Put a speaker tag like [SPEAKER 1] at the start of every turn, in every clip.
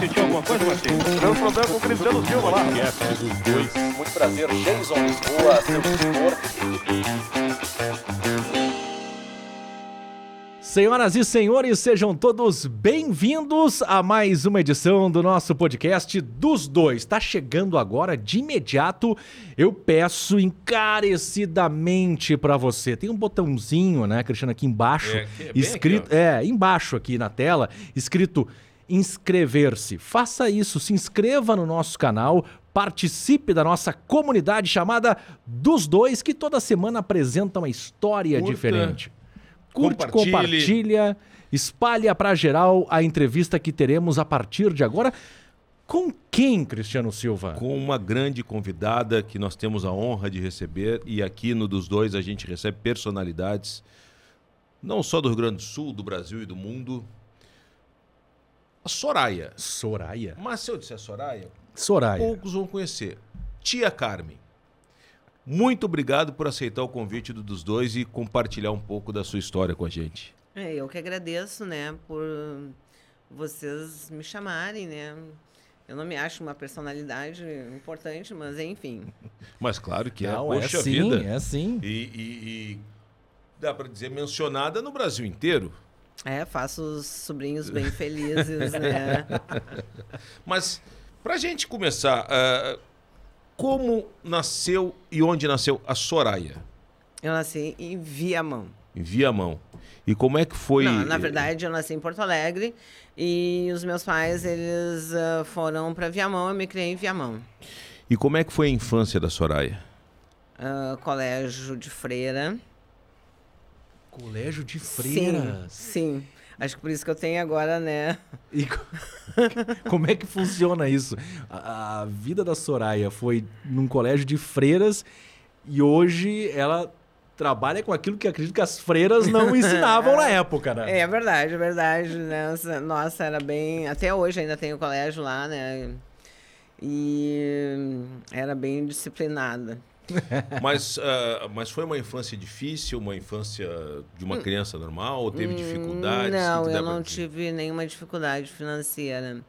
[SPEAKER 1] Sentiu alguma coisa, Martins?
[SPEAKER 2] Tivemos problema com o Cristiano Silva lá.
[SPEAKER 1] Podcast dos dois.
[SPEAKER 3] Muito prazer, Jason Lisboa, seu tutor.
[SPEAKER 4] Senhoras e senhores, sejam todos bem-vindos a mais uma edição do nosso podcast dos dois. Tá chegando agora de imediato. Eu peço encarecidamente para você. Tem um botãozinho, né, Cristiano, aqui embaixo,
[SPEAKER 5] É, aqui, é bem
[SPEAKER 4] escrito,
[SPEAKER 5] aqui,
[SPEAKER 4] é, embaixo aqui na tela, escrito inscrever-se. Faça isso, se inscreva no nosso canal, participe da nossa comunidade chamada dos dois, que toda semana apresenta uma história
[SPEAKER 5] Curta,
[SPEAKER 4] diferente. Curte,
[SPEAKER 5] compartilhe.
[SPEAKER 4] compartilha, espalha para geral a entrevista que teremos a partir de agora. Com quem, Cristiano Silva?
[SPEAKER 5] Com uma grande convidada que nós temos a honra de receber, e aqui no dos dois a gente recebe personalidades, não só do Rio Grande do Sul, do Brasil e do mundo. A Soraya.
[SPEAKER 4] Soraya.
[SPEAKER 5] Mas se eu disser Soraya,
[SPEAKER 4] Soraya.
[SPEAKER 5] poucos vão conhecer. Tia Carmen. Muito obrigado por aceitar o convite do dos dois e compartilhar um pouco da sua história com a gente.
[SPEAKER 6] É, eu que agradeço, né, por vocês me chamarem, né? Eu não me acho uma personalidade importante, mas enfim.
[SPEAKER 5] Mas claro que é,
[SPEAKER 4] Não, é
[SPEAKER 5] poxa
[SPEAKER 4] sim,
[SPEAKER 5] vida.
[SPEAKER 4] é sim.
[SPEAKER 5] E, e- e dá para dizer mencionada no Brasil inteiro.
[SPEAKER 6] É, faço os sobrinhos bem felizes, né?
[SPEAKER 5] Mas, pra gente começar, ah, como nasceu e onde nasceu a Soraya?
[SPEAKER 6] Eu nasci em Viamão.
[SPEAKER 5] Em Viamão. E como é que foi...
[SPEAKER 6] Não, na verdade, eu nasci em Porto Alegre e os meus pais, eles ah, foram para Viamão, eu me criei em Viamão.
[SPEAKER 5] E como é que foi a infância da Soraya?
[SPEAKER 6] Ah, colégio de freira.
[SPEAKER 4] Colégio de
[SPEAKER 6] Sim, sim. Acho que por isso que eu tenho agora, né?
[SPEAKER 4] E co- como é que funciona isso? A, a vida da Soraya foi num colégio de freiras e hoje ela trabalha com aquilo que acredito que as freiras não ensinavam na época, né?
[SPEAKER 6] É verdade, é verdade. Né? Nossa- Nossa, era bem. Até hoje ainda tem o colégio lá, né? E era bem disciplinada.
[SPEAKER 5] Mas, ah, mas foi uma infância difícil, uma infância de uma criança normal? Ou teve dificuldades? O
[SPEAKER 6] Hum. Não,
[SPEAKER 5] que que dá
[SPEAKER 6] eu
[SPEAKER 5] pra
[SPEAKER 6] não
[SPEAKER 5] dizer?
[SPEAKER 6] tive nenhuma dificuldade financeira.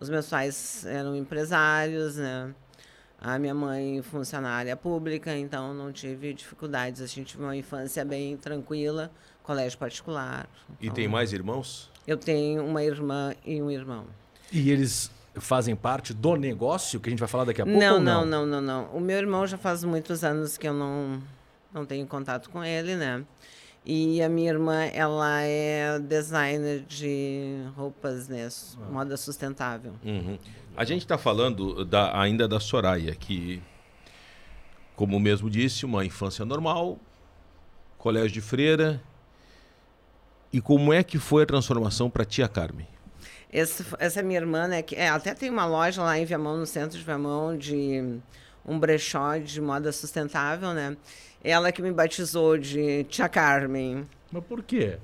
[SPEAKER 6] Os meus pais eram empresários, né? A minha mãe funcionária pública, então não tive dificuldades. A gente tive uma infância bem tranquila, colégio particular. Então,
[SPEAKER 5] E tem mais irmãos?
[SPEAKER 6] Eu tenho uma irmã e um irmão.
[SPEAKER 4] E eles fazem parte do negócio que a gente vai falar daqui a pouco?
[SPEAKER 6] Não,
[SPEAKER 4] ou não,
[SPEAKER 6] não, não, não, não. O meu irmão já faz muitos anos que eu não, não tenho contato com ele, né? E a minha irmã, ela é designer de roupas, né? S-
[SPEAKER 4] Ah.
[SPEAKER 6] Moda sustentável.
[SPEAKER 4] Hum.
[SPEAKER 5] Uhum. A gente está falando da- ainda da Soraya, que, como mesmo disse, uma infância normal, colégio de freira. E como é que foi a transformação para tia Carmen?
[SPEAKER 6] Esse f- essa minha irmã, né? Que, é, até tem uma loja lá em Viamão, no centro de Viamão, de um brechó de moda sustentável, né? Ela que me batizou de Tia Carmen.
[SPEAKER 4] Mas por quê?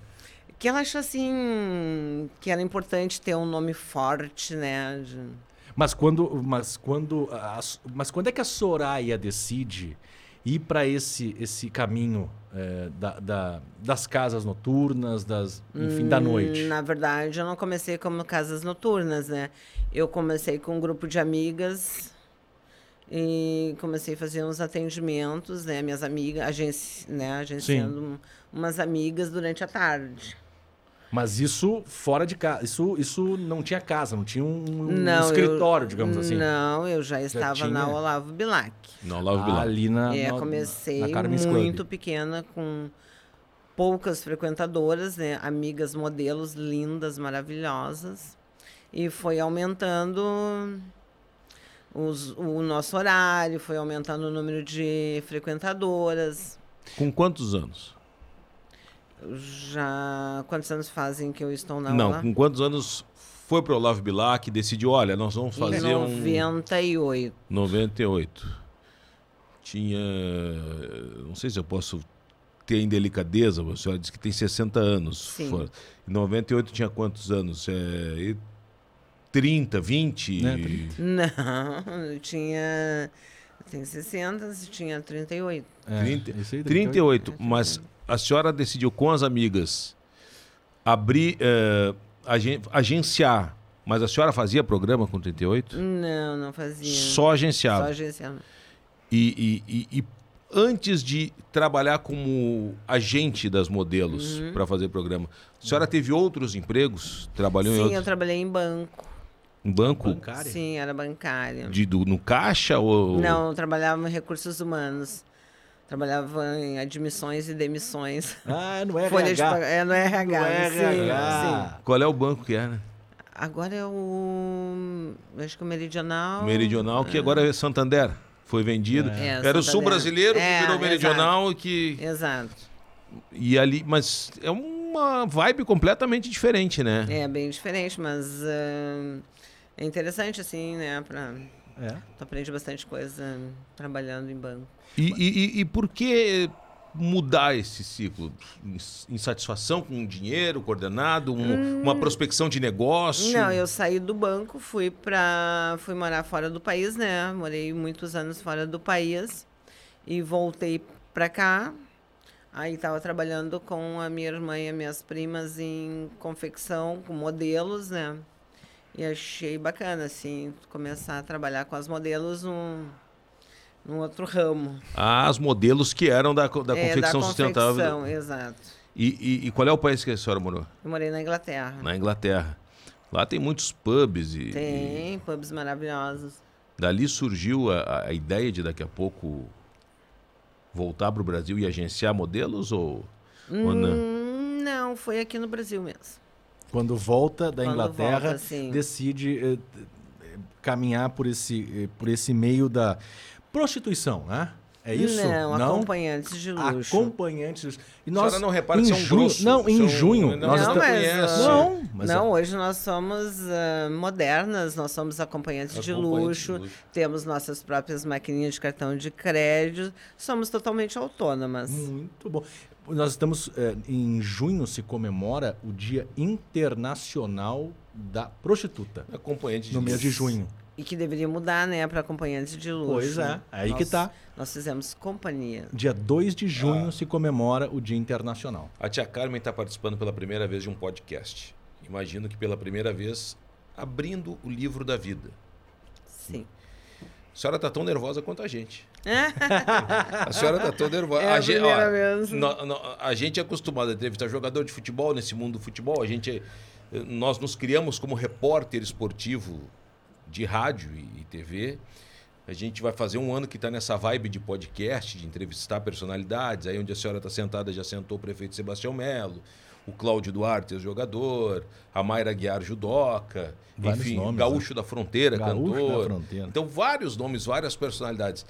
[SPEAKER 6] Que ela achou, assim, que era importante ter um nome forte, né? de-
[SPEAKER 4] Mas quando, mas quando, a- a- mas quando é que a Soraya decide ir para esse, esse caminho é, da- da- das casas noturnas, das, enfim,
[SPEAKER 6] Hum,
[SPEAKER 4] da noite?
[SPEAKER 6] Na verdade, eu não comecei como casas noturnas, né? Eu comecei com um grupo de amigas e comecei a fazer uns atendimentos, né? Minhas amigas, agenci, né? agenciando um- umas amigas durante a tarde.
[SPEAKER 4] Mas isso fora de casa. Isso, isso não tinha casa, não tinha um, um
[SPEAKER 6] não,
[SPEAKER 4] escritório,
[SPEAKER 6] eu,
[SPEAKER 4] digamos assim.
[SPEAKER 6] Não, eu já estava na
[SPEAKER 4] tinha?
[SPEAKER 6] Olavo Bilac.
[SPEAKER 5] Não, Olavo
[SPEAKER 4] Ah,
[SPEAKER 5] Bilac.
[SPEAKER 4] ali na,
[SPEAKER 6] é,
[SPEAKER 4] na-
[SPEAKER 6] comecei
[SPEAKER 4] na Carmen's Club.
[SPEAKER 6] muito pequena, com poucas frequentadoras, né? Amigas modelos lindas, maravilhosas. E foi aumentando os- o nosso horário, foi aumentando o número de frequentadoras.
[SPEAKER 5] Com quantos anos?
[SPEAKER 6] Já. Quantos anos fazem que eu estou na
[SPEAKER 5] Não,
[SPEAKER 6] aula?
[SPEAKER 5] com quantos anos foi para o Olavo Bilac e decidiu, olha, nós vamos
[SPEAKER 6] Em
[SPEAKER 5] fazer um...
[SPEAKER 6] 98.
[SPEAKER 5] 98. Tinha... Não sei se eu posso ter indelicadeza, a senhora disse que tem 60 anos.
[SPEAKER 6] Sim.
[SPEAKER 5] Fora. Em 98 tinha quantos anos? É... e 30, 20?
[SPEAKER 4] Né,
[SPEAKER 6] Não, eu tinha. Tem 60, tinha 38.
[SPEAKER 4] É,
[SPEAKER 5] 30,
[SPEAKER 4] isso aí,
[SPEAKER 5] 38. Mas a senhora decidiu com as amigas abrir, eh, agen- é, agenciar Mas a senhora fazia programa com 38?
[SPEAKER 6] Não, não fazia.
[SPEAKER 5] Só agenciava.
[SPEAKER 6] Só agenciava.
[SPEAKER 5] E, e- e- e antes de trabalhar como agente das modelos
[SPEAKER 6] Uhum.
[SPEAKER 5] para fazer programa, a senhora teve outros empregos? Trabalhou em,
[SPEAKER 6] Sim, eu
[SPEAKER 5] outros-
[SPEAKER 6] trabalhei em banco.
[SPEAKER 5] em banco?
[SPEAKER 4] Bancária?
[SPEAKER 6] Sim, era bancária.
[SPEAKER 5] De, do- no caixa? Ou...
[SPEAKER 6] Não, eu trabalhava em recursos humanos. Trabalhava em admissões e demissões.
[SPEAKER 4] Ah, não é
[SPEAKER 6] Folha de
[SPEAKER 4] RH.
[SPEAKER 6] pag- é, no RH.
[SPEAKER 4] Não é
[SPEAKER 6] sim, sim.
[SPEAKER 4] RH.
[SPEAKER 5] Qual é o banco que é, né?
[SPEAKER 6] Agora é o. eu Acho que o Meridional.
[SPEAKER 5] Meridional, que agora é Santander. Foi vendido.
[SPEAKER 6] Ah. É,
[SPEAKER 5] Era o
[SPEAKER 6] Santander.
[SPEAKER 5] sul brasileiro que
[SPEAKER 6] É,
[SPEAKER 5] virou
[SPEAKER 6] exato.
[SPEAKER 5] meridional e que.
[SPEAKER 6] Exato.
[SPEAKER 5] E ali. Mas é uma vibe completamente diferente, né?
[SPEAKER 6] É bem diferente, mas ah, é interessante, assim, né? Pra...
[SPEAKER 4] É.
[SPEAKER 6] Tu aprende bastante coisa trabalhando em banco.
[SPEAKER 5] E, e- e- e por que mudar esse ciclo? Ins- Insatisfação com o dinheiro coordenado, um- uma prospecção de negócio?
[SPEAKER 6] Hum. Não, eu saí do banco, fui para fui morar fora do país, né? Morei muitos anos fora do país e voltei para cá. Aí estava trabalhando com a minha irmã e as minhas primas em confecção, com modelos, né? E achei bacana, assim, começar a trabalhar com as modelos num, num outro ramo.
[SPEAKER 5] Ah, As modelos que eram da, co- da
[SPEAKER 6] É,
[SPEAKER 5] confecção sustentável. né?
[SPEAKER 6] confecção, Exato.
[SPEAKER 5] E, e- e qual é o país que a senhora morou?
[SPEAKER 6] Eu morei na Inglaterra.
[SPEAKER 5] Na Inglaterra. Lá tem muitos pubs e, e-
[SPEAKER 6] Tem pubs maravilhosos.
[SPEAKER 5] Dali surgiu a, a ideia de daqui a pouco voltar para o Brasil e agenciar modelos ou, ou não?
[SPEAKER 6] Hum, não, foi aqui no Brasil mesmo.
[SPEAKER 4] Quando volta da
[SPEAKER 6] Quando
[SPEAKER 4] Inglaterra,
[SPEAKER 6] volta, sim.
[SPEAKER 4] decide eh, d- eh, caminhar por esse, eh, por esse meio da prostituição, né? É isso?
[SPEAKER 6] Não, acompanhantes de luxo.
[SPEAKER 4] Acompanhantes. E nós,
[SPEAKER 5] senhora não repara que
[SPEAKER 4] em
[SPEAKER 5] são
[SPEAKER 4] junho,
[SPEAKER 5] grossos,
[SPEAKER 4] Não, em
[SPEAKER 5] são-
[SPEAKER 4] junho.
[SPEAKER 5] não,
[SPEAKER 4] nós
[SPEAKER 5] não,
[SPEAKER 4] estamos-
[SPEAKER 5] mas, conhece.
[SPEAKER 6] ah,
[SPEAKER 4] Não, mas é-
[SPEAKER 6] não, hoje nós somos ah, modernas, nós somos acompanhantes de
[SPEAKER 5] Acompanhantes de
[SPEAKER 6] luxo,
[SPEAKER 5] luxo.
[SPEAKER 6] temos nossas próprias maquininhas de cartão de crédito, somos totalmente autônomas.
[SPEAKER 4] Muito bom. Nós estamos. eh, em junho se comemora o Dia Internacional da Prostituta.
[SPEAKER 5] Acompanhante de
[SPEAKER 4] No mês de
[SPEAKER 5] luxo.
[SPEAKER 4] junho.
[SPEAKER 6] E que deveria mudar, né, para acompanhantes de luxo.
[SPEAKER 4] Pois é, aí
[SPEAKER 6] Nós-
[SPEAKER 4] que tá.
[SPEAKER 6] Nós fizemos companhia.
[SPEAKER 4] Dia 2 de junho se comemora o Dia Internacional.
[SPEAKER 5] A tia Carmen está participando pela primeira vez de um podcast. Imagino que pela primeira vez abrindo o livro da vida.
[SPEAKER 6] Sim.
[SPEAKER 5] A senhora está tão nervosa quanto a gente. A senhora está tão nervosa.
[SPEAKER 6] É a
[SPEAKER 5] gente,
[SPEAKER 6] primeira vez.
[SPEAKER 5] nó- nó- a gente é acostumado a entrevistar jogador de futebol nesse mundo do futebol. A gente, é- nós nos criamos como repórter esportivo de rádio e, e TV. A gente vai fazer um ano que está nessa vibe de podcast, de entrevistar personalidades. Aí onde a senhora está sentada já sentou o prefeito Sebastião Melo, o Cláudio Duarte, jogador, a Mayra Guiar Judoca,
[SPEAKER 4] Vários
[SPEAKER 5] enfim,
[SPEAKER 4] nomes, né?
[SPEAKER 5] Gaúcho da Fronteira,
[SPEAKER 4] Gaúcho né, da
[SPEAKER 5] é cantor.
[SPEAKER 4] Fronteira.
[SPEAKER 5] Então, vários nomes, várias personalidades.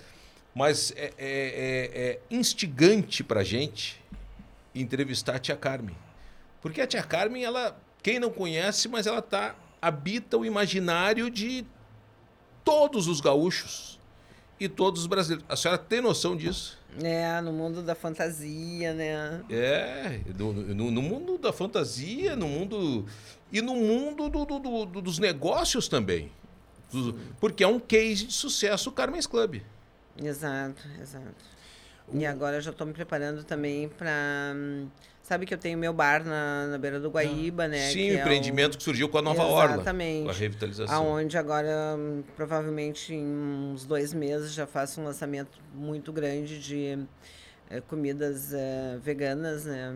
[SPEAKER 5] Mas é, é- é- é instigante pra gente entrevistar a tia Carmen. Porque a tia Carmen, ela, quem não conhece, mas ela tá, habita o imaginário de todos os gaúchos e todos os brasileiros. A senhora tem noção disso?
[SPEAKER 6] É, no mundo da fantasia, né?
[SPEAKER 5] É, no, no- no mundo da fantasia, no mundo. E no mundo do- do- do- do- dos negócios também. Do- porque é um case de sucesso o Carmen's Club.
[SPEAKER 6] Exato, exato. E agora eu já estou me preparando também para. Sabe que eu tenho meu bar na, na beira do Guaíba, né?
[SPEAKER 5] Sim,
[SPEAKER 6] que
[SPEAKER 5] o
[SPEAKER 6] é
[SPEAKER 5] empreendimento que surgiu com a Nova
[SPEAKER 6] Exatamente.
[SPEAKER 5] Orla. A revitalização.
[SPEAKER 6] Aonde agora, hum, provavelmente em uns dois meses, já faço um lançamento muito grande de eh, comidas eh, veganas, né?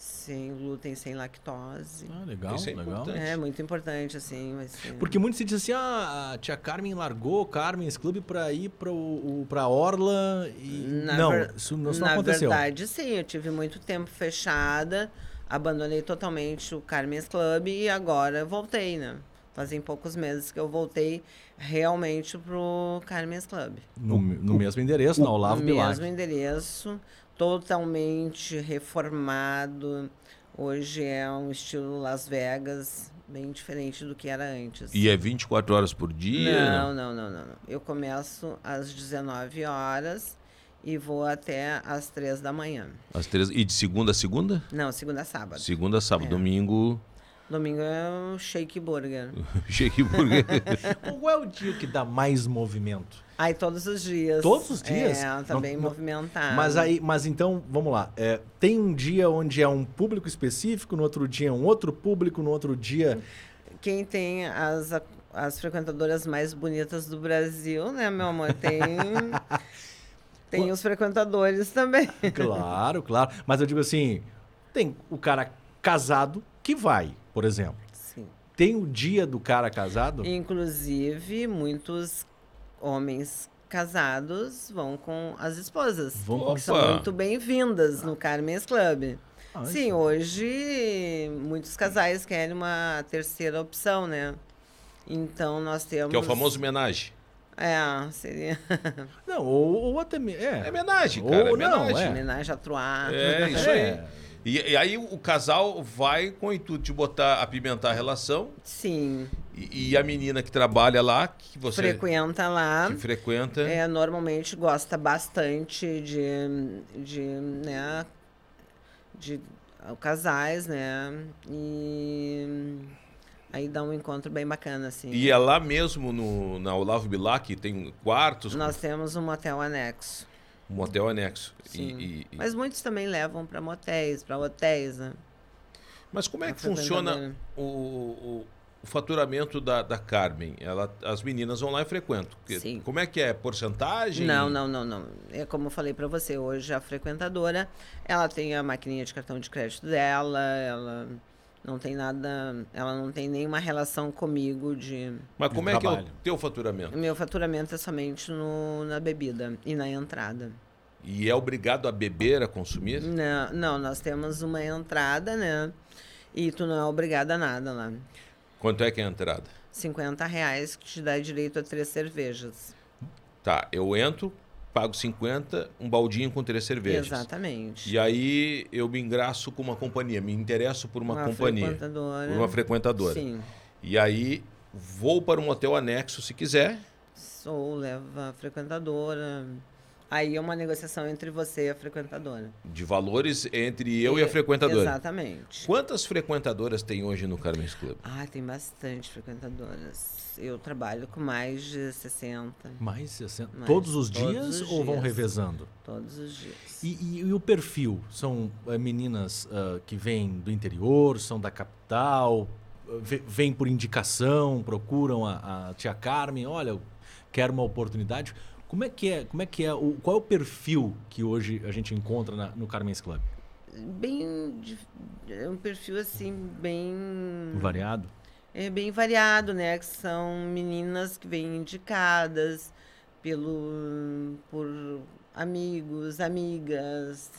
[SPEAKER 6] Sem glúten, sem lactose.
[SPEAKER 4] Ah, legal,
[SPEAKER 5] Isso é
[SPEAKER 4] legal.
[SPEAKER 5] importante.
[SPEAKER 6] Então, É muito importante, assim. Vai ser...
[SPEAKER 4] Porque muito se diz assim, ah, a tia Carmen largou o Carmen's Clube pra ir pra, o, o- pra Orla e...
[SPEAKER 6] Na
[SPEAKER 4] não,
[SPEAKER 6] ver-
[SPEAKER 4] isso não, isso não
[SPEAKER 6] na
[SPEAKER 4] aconteceu.
[SPEAKER 6] verdade, sim. Eu tive muito tempo fechada, abandonei totalmente o Carmen's Club e agora voltei, né? Fazem poucos meses que eu voltei realmente pro Carmen's Club.
[SPEAKER 4] No, no mesmo endereço, na Olavo
[SPEAKER 6] no
[SPEAKER 4] Bilac.
[SPEAKER 6] mesmo endereço, totalmente reformado. Hoje é um estilo Las Vegas, bem diferente do que era antes.
[SPEAKER 5] E é 24 horas por dia.
[SPEAKER 6] Não, não, não, não, não. Eu começo às 19 horas e vou até às 3 da manhã.
[SPEAKER 5] Às três, e de segunda a segunda?
[SPEAKER 6] Não, segunda a sábado.
[SPEAKER 5] Segunda, a sábado,
[SPEAKER 6] É.
[SPEAKER 5] domingo.
[SPEAKER 6] Domingo é o shake burger.
[SPEAKER 5] Cheguei porque.
[SPEAKER 4] Qual é o dia que dá mais movimento?
[SPEAKER 6] Aí todos os dias.
[SPEAKER 4] Todos os dias?
[SPEAKER 6] É, tá
[SPEAKER 4] Não-
[SPEAKER 6] bem
[SPEAKER 4] não-
[SPEAKER 6] movimentado.
[SPEAKER 4] Mas aí, mas então, vamos lá. é, tem um dia onde é um público específico, no outro dia é um outro público, no outro dia
[SPEAKER 6] quem tem as, a- as frequentadoras mais bonitas do Brasil, né, meu amor? Tem, tem os frequentadores também.
[SPEAKER 4] Claro, claro. Mas eu digo assim: tem o cara casado que vai, por exemplo.
[SPEAKER 6] Sim.
[SPEAKER 4] Tem o dia do cara casado?
[SPEAKER 6] Inclusive, muitos homens casados vão com as esposas.
[SPEAKER 4] Vão
[SPEAKER 5] com-
[SPEAKER 6] que são
[SPEAKER 5] Opa!
[SPEAKER 6] muito bem-vindas no Carmen's Club.
[SPEAKER 4] Ah,
[SPEAKER 6] Sim, hoje muitos casais querem uma terceira opção, né? Então nós temos.
[SPEAKER 5] Que é o famoso homenagem.
[SPEAKER 6] É, seria.
[SPEAKER 4] Não, ou, ou até mesmo.
[SPEAKER 5] É
[SPEAKER 4] É.
[SPEAKER 5] homenagem,
[SPEAKER 4] Ou
[SPEAKER 5] cara. é
[SPEAKER 4] não,
[SPEAKER 5] homenagem.
[SPEAKER 4] É.
[SPEAKER 6] Homenagem a Troar.
[SPEAKER 5] É, isso
[SPEAKER 4] É.
[SPEAKER 5] aí. E, e aí o casal vai com o intuito de botar, apimentar a relação.
[SPEAKER 6] Sim.
[SPEAKER 5] E, e a menina que trabalha lá, que você
[SPEAKER 6] Frequenta lá.
[SPEAKER 5] que frequenta,
[SPEAKER 6] É, normalmente gosta bastante de, de, né, de ah, casais, né, e aí dá um encontro bem bacana, assim.
[SPEAKER 5] e é lá mesmo no, na Olavo Bilac, tem quartos,
[SPEAKER 6] Nós temos um motel anexo,
[SPEAKER 5] um motel anexo. E-
[SPEAKER 6] sim.
[SPEAKER 5] e- e- mas,
[SPEAKER 6] Mas muitos também levam para motéis, para hotéis, né.
[SPEAKER 5] como é
[SPEAKER 6] a
[SPEAKER 5] que funciona
[SPEAKER 6] frequentadora.
[SPEAKER 5] o, o- o faturamento da, da Carmen? Ela, as meninas vão lá e frequentam. Que-
[SPEAKER 6] Sim.
[SPEAKER 5] Como é que é? Porcentagem?
[SPEAKER 6] Não, não, não, não. É como eu falei pra você, hoje a frequentadora, ela tem a maquininha de cartão de crédito dela, ela não tem nada, ela não tem nenhuma relação comigo de
[SPEAKER 5] Mas como
[SPEAKER 4] De
[SPEAKER 5] é que é o
[SPEAKER 4] trabalho.
[SPEAKER 5] teu faturamento?
[SPEAKER 6] meu faturamento é somente no, na bebida e na entrada.
[SPEAKER 5] E é obrigado a beber, a consumir?
[SPEAKER 6] Não, não, nós temos uma entrada, né? E tu não é obrigada a nada lá.
[SPEAKER 5] Quanto é que é a entrada?
[SPEAKER 6] 50 reais que te dá direito a três cervejas.
[SPEAKER 5] Tá, eu entro, pago 50, um baldinho com três cervejas.
[SPEAKER 6] Exatamente.
[SPEAKER 5] E aí eu me engraço com uma companhia, me interesso por uma, companhia,
[SPEAKER 6] frequentadora.
[SPEAKER 5] por uma frequentadora.
[SPEAKER 6] Sim.
[SPEAKER 5] E aí vou para um hotel anexo se quiser.
[SPEAKER 6] Ou leva a frequentadora. Aí é uma negociação entre você e a frequentadora.
[SPEAKER 5] De valores entre eu e, a frequentadora.
[SPEAKER 6] Exatamente.
[SPEAKER 5] Quantas frequentadoras tem hoje no Carmen's Club?
[SPEAKER 6] Ah, tem bastante frequentadoras. Eu trabalho com mais de 60
[SPEAKER 4] Mais 60.
[SPEAKER 6] Mas
[SPEAKER 4] assim, todos os
[SPEAKER 6] todos
[SPEAKER 4] dias
[SPEAKER 6] os
[SPEAKER 4] ou vão
[SPEAKER 6] dias.
[SPEAKER 4] revezando?
[SPEAKER 6] todos os dias.
[SPEAKER 4] E, e- e o perfil? São eh, meninas ah, que vêm do interior, são da capital, ah, ve- vêm por indicação, procuram a, a tia Carmen, olha, eu quero uma oportunidade. Como é que é? Como é que é? O, qual é o perfil que hoje a gente encontra na- no Carmen's Club?
[SPEAKER 6] Bem. dif- É um perfil assim, bem.
[SPEAKER 4] Variado?
[SPEAKER 6] É bem variado, né? Que são meninas que vêm indicadas pelo por amigos, amigas,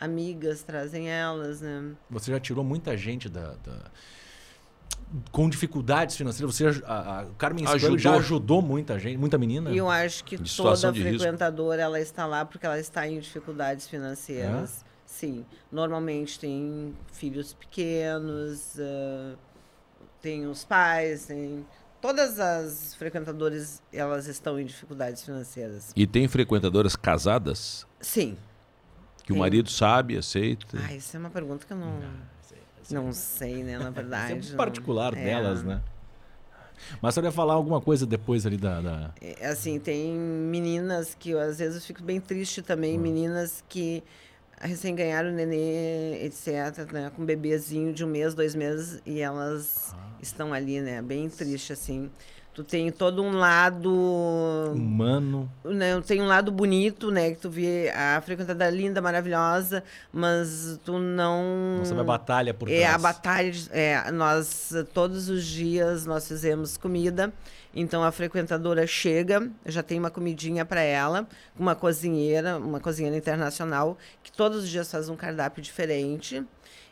[SPEAKER 6] amigas trazem elas, né?
[SPEAKER 4] Você já tirou muita gente da. da- Com dificuldades financeiras, você aj- a, a Carmen Club
[SPEAKER 5] Ajudou.
[SPEAKER 4] já ajudou muita gente, muita menina.
[SPEAKER 6] E eu acho que
[SPEAKER 5] Em situação
[SPEAKER 6] toda
[SPEAKER 5] É. de risco.
[SPEAKER 6] frequentadora ela está lá porque ela está em dificuldades financeiras.
[SPEAKER 5] É?
[SPEAKER 6] Sim, normalmente tem filhos pequenos, ah, tem os pais, tem todas as frequentadoras elas estão em dificuldades financeiras.
[SPEAKER 5] E tem frequentadoras casadas
[SPEAKER 6] Sim.
[SPEAKER 5] que
[SPEAKER 6] Tem.
[SPEAKER 5] o marido sabe, aceita.
[SPEAKER 6] Ah, isso é uma pergunta que eu não não sei, né, na
[SPEAKER 4] Esse Ah,
[SPEAKER 6] verdade.
[SPEAKER 4] é um
[SPEAKER 6] não-
[SPEAKER 4] particular
[SPEAKER 6] é.
[SPEAKER 4] delas, né? Mas você ia falar alguma coisa depois ali da. da-
[SPEAKER 6] É, assim, tem meninas que eu, às vezes eu fico bem triste também,
[SPEAKER 4] Hum.
[SPEAKER 6] meninas que recém ganharam nenê, etc, né, com bebezinho de um mês, dois meses, e elas
[SPEAKER 4] Ah.
[SPEAKER 6] estão ali, né, bem triste, assim. Tu tem todo um lado,
[SPEAKER 4] Hum. Humano.
[SPEAKER 6] né, tem um lado bonito, né, que tu vê a frequentada linda, maravilhosa, mas tu não...
[SPEAKER 4] Não sabe a batalha por trás.
[SPEAKER 6] Hum. É, a batalha. de- É, nós eh, todos os dias nós fizemos comida. Então a frequentadora chega, já tem uma comidinha para ela, uma cozinheira, uma cozinheira internacional que todos os dias faz um cardápio diferente.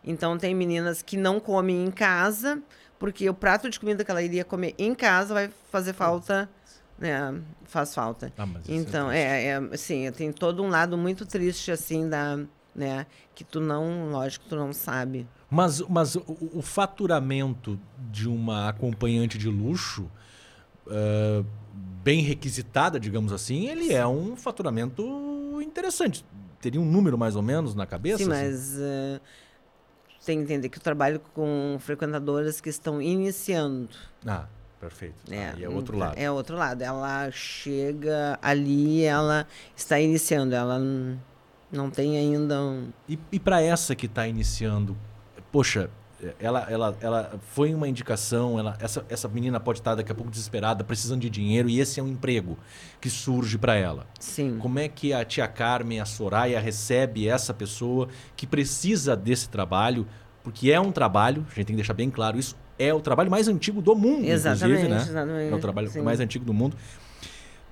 [SPEAKER 6] Então tem meninas que não comem em casa, porque o prato de comida que ela iria comer em casa vai fazer falta, né? Faz falta.
[SPEAKER 4] Ah, mas isso é
[SPEAKER 6] Então, é, é, sim, tem todo um lado muito triste, assim, da, né, que tu não, lógico, tu não sabe.
[SPEAKER 4] Mas, mas o, o faturamento de uma acompanhante de luxo, ah, bem requisitada, digamos assim, ele é um faturamento interessante. Teria um número mais ou menos na cabeça?
[SPEAKER 6] Sim,
[SPEAKER 4] assim?
[SPEAKER 6] mas eh, tem que entender que eu trabalho com frequentadoras que estão iniciando.
[SPEAKER 4] Ah, perfeito.
[SPEAKER 6] né?
[SPEAKER 4] Ah, e é outro lado.
[SPEAKER 6] É outro lado. Ela chega ali, ela está iniciando, ela n- não tem ainda um...
[SPEAKER 4] E, e para essa que está iniciando, tá poxa, ela, ela, ela foi uma indicação, ela, essa, essa menina pode estar daqui a pouco desesperada, precisando de dinheiro, e esse é um emprego que surge para ela.
[SPEAKER 6] Sim.
[SPEAKER 4] Como é que a tia Carmen, a Soraya, recebe essa pessoa que precisa desse trabalho? Porque é um trabalho, a gente tem que deixar bem claro isso, é o trabalho mais antigo do mundo,
[SPEAKER 6] Exatamente,
[SPEAKER 4] inclusive, né?
[SPEAKER 6] exatamente.
[SPEAKER 4] É o trabalho
[SPEAKER 6] Sim.
[SPEAKER 4] mais antigo do mundo.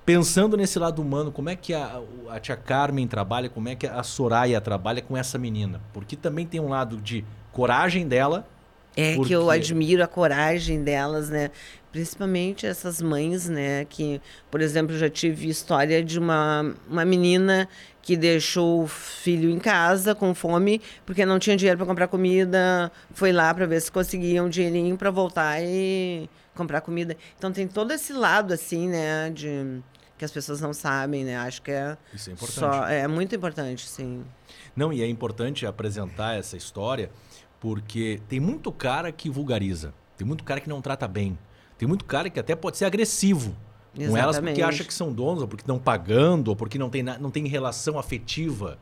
[SPEAKER 4] Pensando nesse lado humano, como é que a, o- a tia Carmen trabalha, como é que a Soraya trabalha com essa menina? Porque também tem um lado de coragem dela.
[SPEAKER 6] É
[SPEAKER 4] Por
[SPEAKER 6] que eu
[SPEAKER 4] quê?
[SPEAKER 6] admiro a coragem delas, né? Principalmente essas mães, né? Que, por exemplo, eu já tive história de uma, uma menina que deixou o filho em casa com fome porque não tinha dinheiro para comprar comida, foi lá para ver se conseguia um dinheirinho para voltar e comprar comida. Então tem todo esse lado assim, né? De que as pessoas não sabem, né? Acho que é
[SPEAKER 4] Isso
[SPEAKER 6] só é muito importante, sim.
[SPEAKER 4] Não, e é importante apresentar essa história porque tem muito cara que vulgariza, tem muito cara que não trata bem, tem muito cara que até pode ser agressivo com elas porque
[SPEAKER 6] Exatamente.
[SPEAKER 4] acha que são donos, ou porque estão pagando, ou porque não tem, na- não tem relação afetiva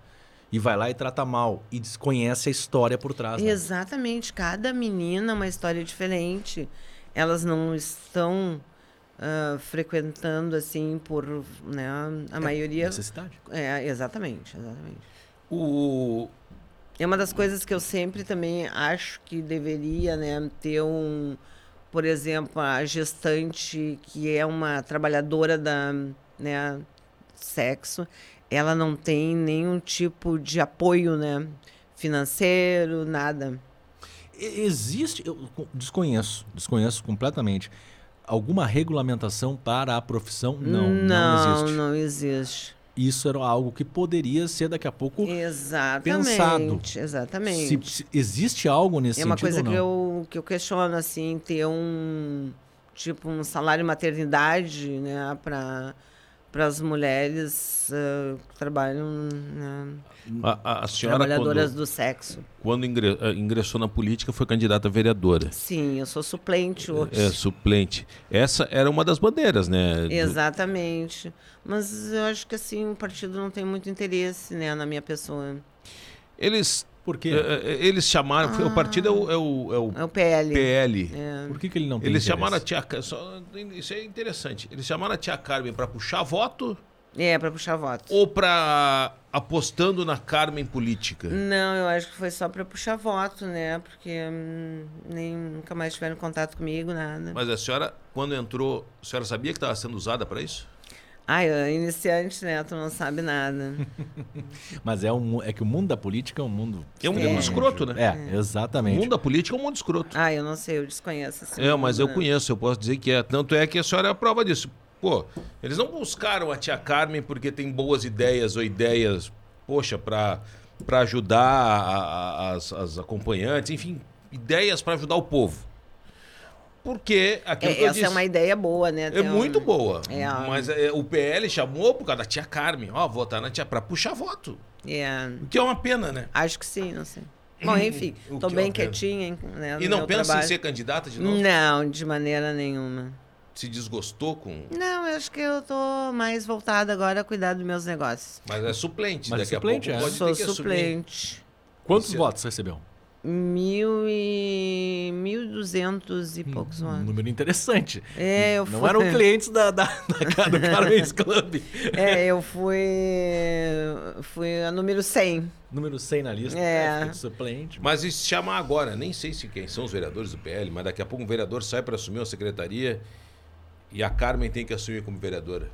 [SPEAKER 4] e vai lá e trata mal e desconhece a história por trás. né?
[SPEAKER 6] Exatamente. Cada menina é uma história diferente. Elas não estão ah, frequentando assim por. Né, a maioria.
[SPEAKER 4] Necessidade.
[SPEAKER 6] É, exatamente, exatamente.
[SPEAKER 5] O,
[SPEAKER 6] É uma das coisas que eu sempre também acho que deveria né, ter um. Por exemplo, a gestante que é uma trabalhadora da né, sexo, ela não tem nenhum tipo de apoio né, financeiro, nada.
[SPEAKER 4] E- Existe, eu co- desconheço, desconheço completamente. Alguma regulamentação para a profissão? Não, não,
[SPEAKER 6] não
[SPEAKER 4] existe.
[SPEAKER 6] não existe.
[SPEAKER 4] Isso era algo que poderia ser daqui a pouco
[SPEAKER 6] Exatamente.
[SPEAKER 4] pensado.
[SPEAKER 6] Exatamente.
[SPEAKER 4] Se- se existe algo nesse
[SPEAKER 6] é uma
[SPEAKER 4] sentido
[SPEAKER 6] coisa
[SPEAKER 4] ou não?
[SPEAKER 6] que eu, que eu questiono, assim, ter um tipo um salário maternidade, né, para para as mulheres eh, que trabalham né,
[SPEAKER 5] a, a- a senhora,
[SPEAKER 6] trabalhadoras
[SPEAKER 5] quando,
[SPEAKER 6] do sexo.
[SPEAKER 5] quando ingre- eh, ingressou na política, foi candidata a vereadora.
[SPEAKER 6] Sim, eu sou suplente hoje.
[SPEAKER 5] É, suplente. Essa era uma das bandeiras, né? do-
[SPEAKER 6] Exatamente. Mas eu acho que assim, o partido não tem muito interesse, né, na minha pessoa.
[SPEAKER 5] Eles,
[SPEAKER 4] Por
[SPEAKER 5] eh,
[SPEAKER 4] quê?
[SPEAKER 5] eh, eles chamaram, porque o partido é o, é o, é o
[SPEAKER 6] É o PL.
[SPEAKER 5] PL.
[SPEAKER 4] Por que, que ele não tem
[SPEAKER 5] É, Eles
[SPEAKER 4] interesse?
[SPEAKER 5] chamaram a tia Car- só- Isso é interessante. Eles chamaram a tia Carmen para puxar voto
[SPEAKER 6] É, para puxar voto.
[SPEAKER 5] ou para apostando na Carmen política?
[SPEAKER 6] Não, eu acho que foi só pra puxar voto, né? Porque hum, nem, nunca mais tiveram contato comigo, nada.
[SPEAKER 5] Mas a senhora, quando entrou, a senhora sabia que estava sendo usada para isso?
[SPEAKER 6] Ai, eu- iniciante, né? Tu não sabe nada.
[SPEAKER 4] Mas é, um, mu- é que o mundo da política é um mundo.
[SPEAKER 5] É um mundo
[SPEAKER 4] extremamente-
[SPEAKER 5] escroto, né?
[SPEAKER 4] É,
[SPEAKER 5] O
[SPEAKER 4] exatamente.
[SPEAKER 5] mundo da política é um mundo escroto.
[SPEAKER 6] Ai, eu não sei, eu desconheço esse
[SPEAKER 5] É,
[SPEAKER 6] mundo,
[SPEAKER 5] mas eu
[SPEAKER 6] né?
[SPEAKER 5] conheço, eu posso dizer que é. Tanto é que a senhora é a prova disso. Pô, eles não buscaram a tia Carmen porque tem boas ideias ou ideias, poxa, pra, pra ajudar a- a- as, as acompanhantes, enfim, ideias pra ajudar o povo. Porque aquilo
[SPEAKER 6] É,
[SPEAKER 5] que eu
[SPEAKER 6] essa
[SPEAKER 5] disse,
[SPEAKER 6] é uma ideia boa, né?
[SPEAKER 5] é
[SPEAKER 6] Tem um-
[SPEAKER 5] muito boa.
[SPEAKER 6] É, ó.
[SPEAKER 5] mas é, o PL chamou por causa da tia Carmen. Ó, votar na tia, pra puxar voto.
[SPEAKER 6] É,
[SPEAKER 5] O que é uma pena, né?
[SPEAKER 6] acho que sim, não sei. Bom, enfim,
[SPEAKER 5] O
[SPEAKER 6] tô
[SPEAKER 5] que
[SPEAKER 6] bem
[SPEAKER 5] eu quero.
[SPEAKER 6] quietinha, hein, né? no
[SPEAKER 5] E não
[SPEAKER 6] meu
[SPEAKER 5] pensa
[SPEAKER 6] trabalho.
[SPEAKER 5] em ser candidata de novo?
[SPEAKER 6] Não, de maneira nenhuma.
[SPEAKER 5] Se desgostou com. um.
[SPEAKER 6] Não, eu acho que eu tô mais voltada agora a cuidar dos meus negócios.
[SPEAKER 5] Mas é suplente.
[SPEAKER 4] Mas é
[SPEAKER 5] Daqui
[SPEAKER 4] suplente,
[SPEAKER 5] a
[SPEAKER 4] é.
[SPEAKER 5] pouco pode
[SPEAKER 6] Sou
[SPEAKER 5] ter que assumir.
[SPEAKER 6] suplente.
[SPEAKER 4] Quantos
[SPEAKER 5] Isso é-
[SPEAKER 4] votos recebeu?
[SPEAKER 6] Mil e... Mil e duzentos
[SPEAKER 5] Hum,
[SPEAKER 6] e poucos
[SPEAKER 4] Um
[SPEAKER 6] anos.
[SPEAKER 4] número interessante.
[SPEAKER 6] É, eu
[SPEAKER 4] não
[SPEAKER 6] fui...
[SPEAKER 4] eram clientes da, da, da, ca- do Carmen's Club.
[SPEAKER 6] É, eu fui... Fui a número 100.
[SPEAKER 4] Número 100 na lista.
[SPEAKER 6] É.
[SPEAKER 4] fica de suplente.
[SPEAKER 5] Mas e se chamar agora? Nem sei se quem são os vereadores do PL, mas daqui a pouco um vereador sai para assumir uma secretaria e a Carmen tem que assumir como vereadora.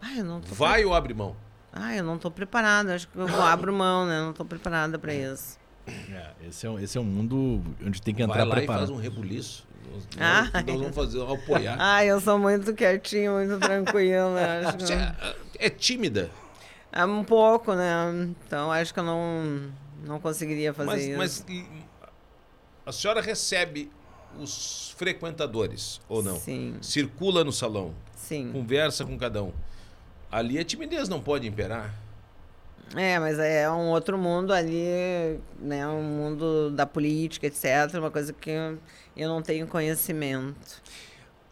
[SPEAKER 6] Ai, eu não tô...
[SPEAKER 5] Vai ou abre mão?
[SPEAKER 6] Ai, eu não tô preparada. Acho que eu abro mão, né? Não tô preparada pra isso.
[SPEAKER 4] É, esse, é, um- esse é um mundo onde tem que
[SPEAKER 5] Vai
[SPEAKER 4] entrar
[SPEAKER 5] lá e faz
[SPEAKER 4] preparado.
[SPEAKER 5] um rebuliço. Nós, nós-
[SPEAKER 6] Ah.
[SPEAKER 5] nós vamos fazer, vamos apoiar.
[SPEAKER 6] Ai, eu sou muito quietinha, muito tranquila. Acho que...
[SPEAKER 5] Você é, é tímida,
[SPEAKER 6] É um pouco, né? Então, acho que eu não... Não conseguiria fazer
[SPEAKER 5] mas,
[SPEAKER 6] isso.
[SPEAKER 5] mas e- a senhora recebe os frequentadores ou não?
[SPEAKER 6] Sim,
[SPEAKER 5] Circula no salão,
[SPEAKER 6] sim.
[SPEAKER 5] conversa com cada um. Ali a timidez não pode imperar.
[SPEAKER 6] É, mas é um outro mundo ali, né? Um mundo da política, etc. Uma coisa que eu não tenho conhecimento.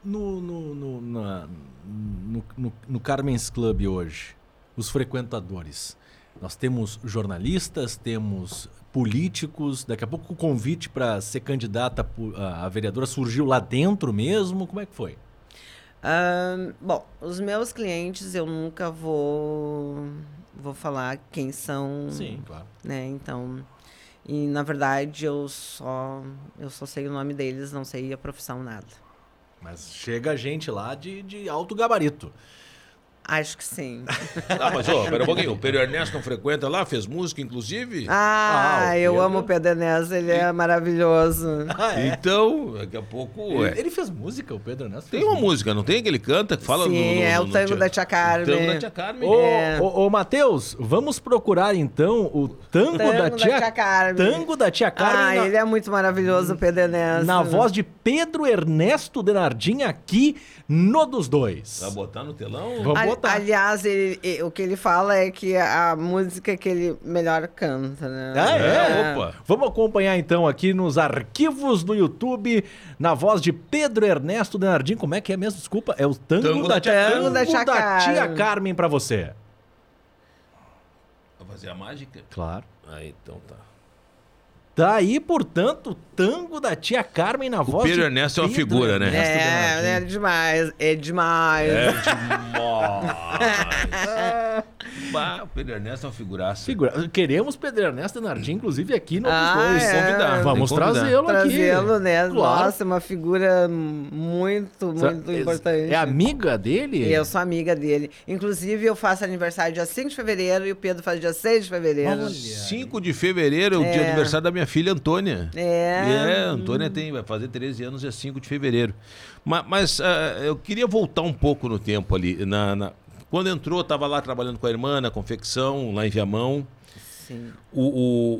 [SPEAKER 5] um-
[SPEAKER 4] No, no, no, na- no, no, no Carmen's Club hoje, os frequentadores, Nós temos jornalistas, temos políticos. Daqui a pouco o convite para ser candidata pu- a a vereadora surgiu lá dentro mesmo. Como é que foi?
[SPEAKER 6] Ahn, bom, os meus clientes eu nunca vou vou falar quem são,
[SPEAKER 5] Hum.
[SPEAKER 4] claro.
[SPEAKER 6] né? Então, e na verdade eu só eu só sei o nome deles, não sei a profissão nada.
[SPEAKER 4] Mas chega gente lá de, de alto gabarito.
[SPEAKER 6] Acho que sim.
[SPEAKER 5] Ah, mas ó, pera um pouquinho. O Pedro Ernesto não frequenta lá, fez música, inclusive.
[SPEAKER 6] Ah,
[SPEAKER 4] Ah, o
[SPEAKER 6] eu
[SPEAKER 4] Pedro.
[SPEAKER 6] amo o Pedro Enés, ele é maravilhoso.
[SPEAKER 4] Ah,
[SPEAKER 6] é.
[SPEAKER 5] Então, daqui a pouco.
[SPEAKER 4] Ele,
[SPEAKER 5] é.
[SPEAKER 4] ele fez música, o Pedro Ernesto?
[SPEAKER 5] Tem
[SPEAKER 4] fez
[SPEAKER 5] uma música, não tem? Que ele canta, que fala
[SPEAKER 6] Sim,
[SPEAKER 5] no, no-
[SPEAKER 6] é o
[SPEAKER 5] no-
[SPEAKER 6] tango
[SPEAKER 5] no-
[SPEAKER 6] da Tia Carmen.
[SPEAKER 5] O tango da Tia Carmen.
[SPEAKER 4] Ô,
[SPEAKER 6] É.
[SPEAKER 4] ô, ô, Matheus, vamos procurar então o tango,
[SPEAKER 6] Tango
[SPEAKER 4] da,
[SPEAKER 6] da
[SPEAKER 4] tia,
[SPEAKER 6] Tia Carmen.
[SPEAKER 4] Tango da tia Carmen.
[SPEAKER 6] Ah,
[SPEAKER 4] na,
[SPEAKER 6] ele é muito maravilhoso, o Pedro Enés.
[SPEAKER 4] Hum. na voz de Pedro Ernesto Denardim aqui no dos dois.
[SPEAKER 5] Vai botar Tá no telão?
[SPEAKER 4] Vamos
[SPEAKER 6] Ali-
[SPEAKER 4] botar.
[SPEAKER 6] Aliás, ele- e- o que ele fala é que a música que ele melhor canta, né?
[SPEAKER 4] Ah, é?
[SPEAKER 5] É, opa.
[SPEAKER 4] Vamos acompanhar então aqui nos arquivos do YouTube, na voz de Pedro Ernesto Denardim. Como é que é mesmo? Desculpa, é o tango,
[SPEAKER 5] Tango
[SPEAKER 4] da,
[SPEAKER 5] da Tia
[SPEAKER 4] tango
[SPEAKER 6] Carmen.
[SPEAKER 4] da tia Carmen,
[SPEAKER 6] Carmen.
[SPEAKER 4] pra você.
[SPEAKER 5] Vai fazer a mágica?
[SPEAKER 4] Claro.
[SPEAKER 5] Ah, então tá.
[SPEAKER 4] Tá aí, portanto, tango da tia Carmen na voz
[SPEAKER 5] Pedro
[SPEAKER 4] de
[SPEAKER 5] Ernesto é uma
[SPEAKER 4] Pedro
[SPEAKER 5] figura, né?
[SPEAKER 4] Ernesto
[SPEAKER 6] É, é
[SPEAKER 4] Denardim.
[SPEAKER 6] demais, é demais.
[SPEAKER 4] É.
[SPEAKER 5] Bah, o Pedro Ernesto é uma figuraça.
[SPEAKER 4] Figura. Queremos Pedro Ernesto Denardim, inclusive, aqui no
[SPEAKER 6] Ah,
[SPEAKER 4] Dos dois.
[SPEAKER 6] é. Convidar,
[SPEAKER 5] tem
[SPEAKER 4] Vamos
[SPEAKER 5] que convidar.
[SPEAKER 4] trazê-lo aqui.
[SPEAKER 6] Trazê-lo, né?
[SPEAKER 4] Claro.
[SPEAKER 6] Nossa, é uma figura muito, muito
[SPEAKER 4] É-
[SPEAKER 6] importante.
[SPEAKER 4] É amiga dele?
[SPEAKER 6] E eu sou amiga dele. Inclusive, eu faço aniversário dia 5 de fevereiro e o Pedro faz dia 6 de fevereiro.
[SPEAKER 5] 5 de fevereiro é o dia de aniversário da minha filha Antônia.
[SPEAKER 6] É.
[SPEAKER 5] É, a Antônia tem, vai fazer 13 anos, é 5 de fevereiro. Ma- Mas, ah, eu queria voltar um pouco no tempo ali. na- na- Quando entrou, eu estava lá trabalhando com a irmã na confecção, lá em Viamão.
[SPEAKER 6] Sim.
[SPEAKER 5] O, o-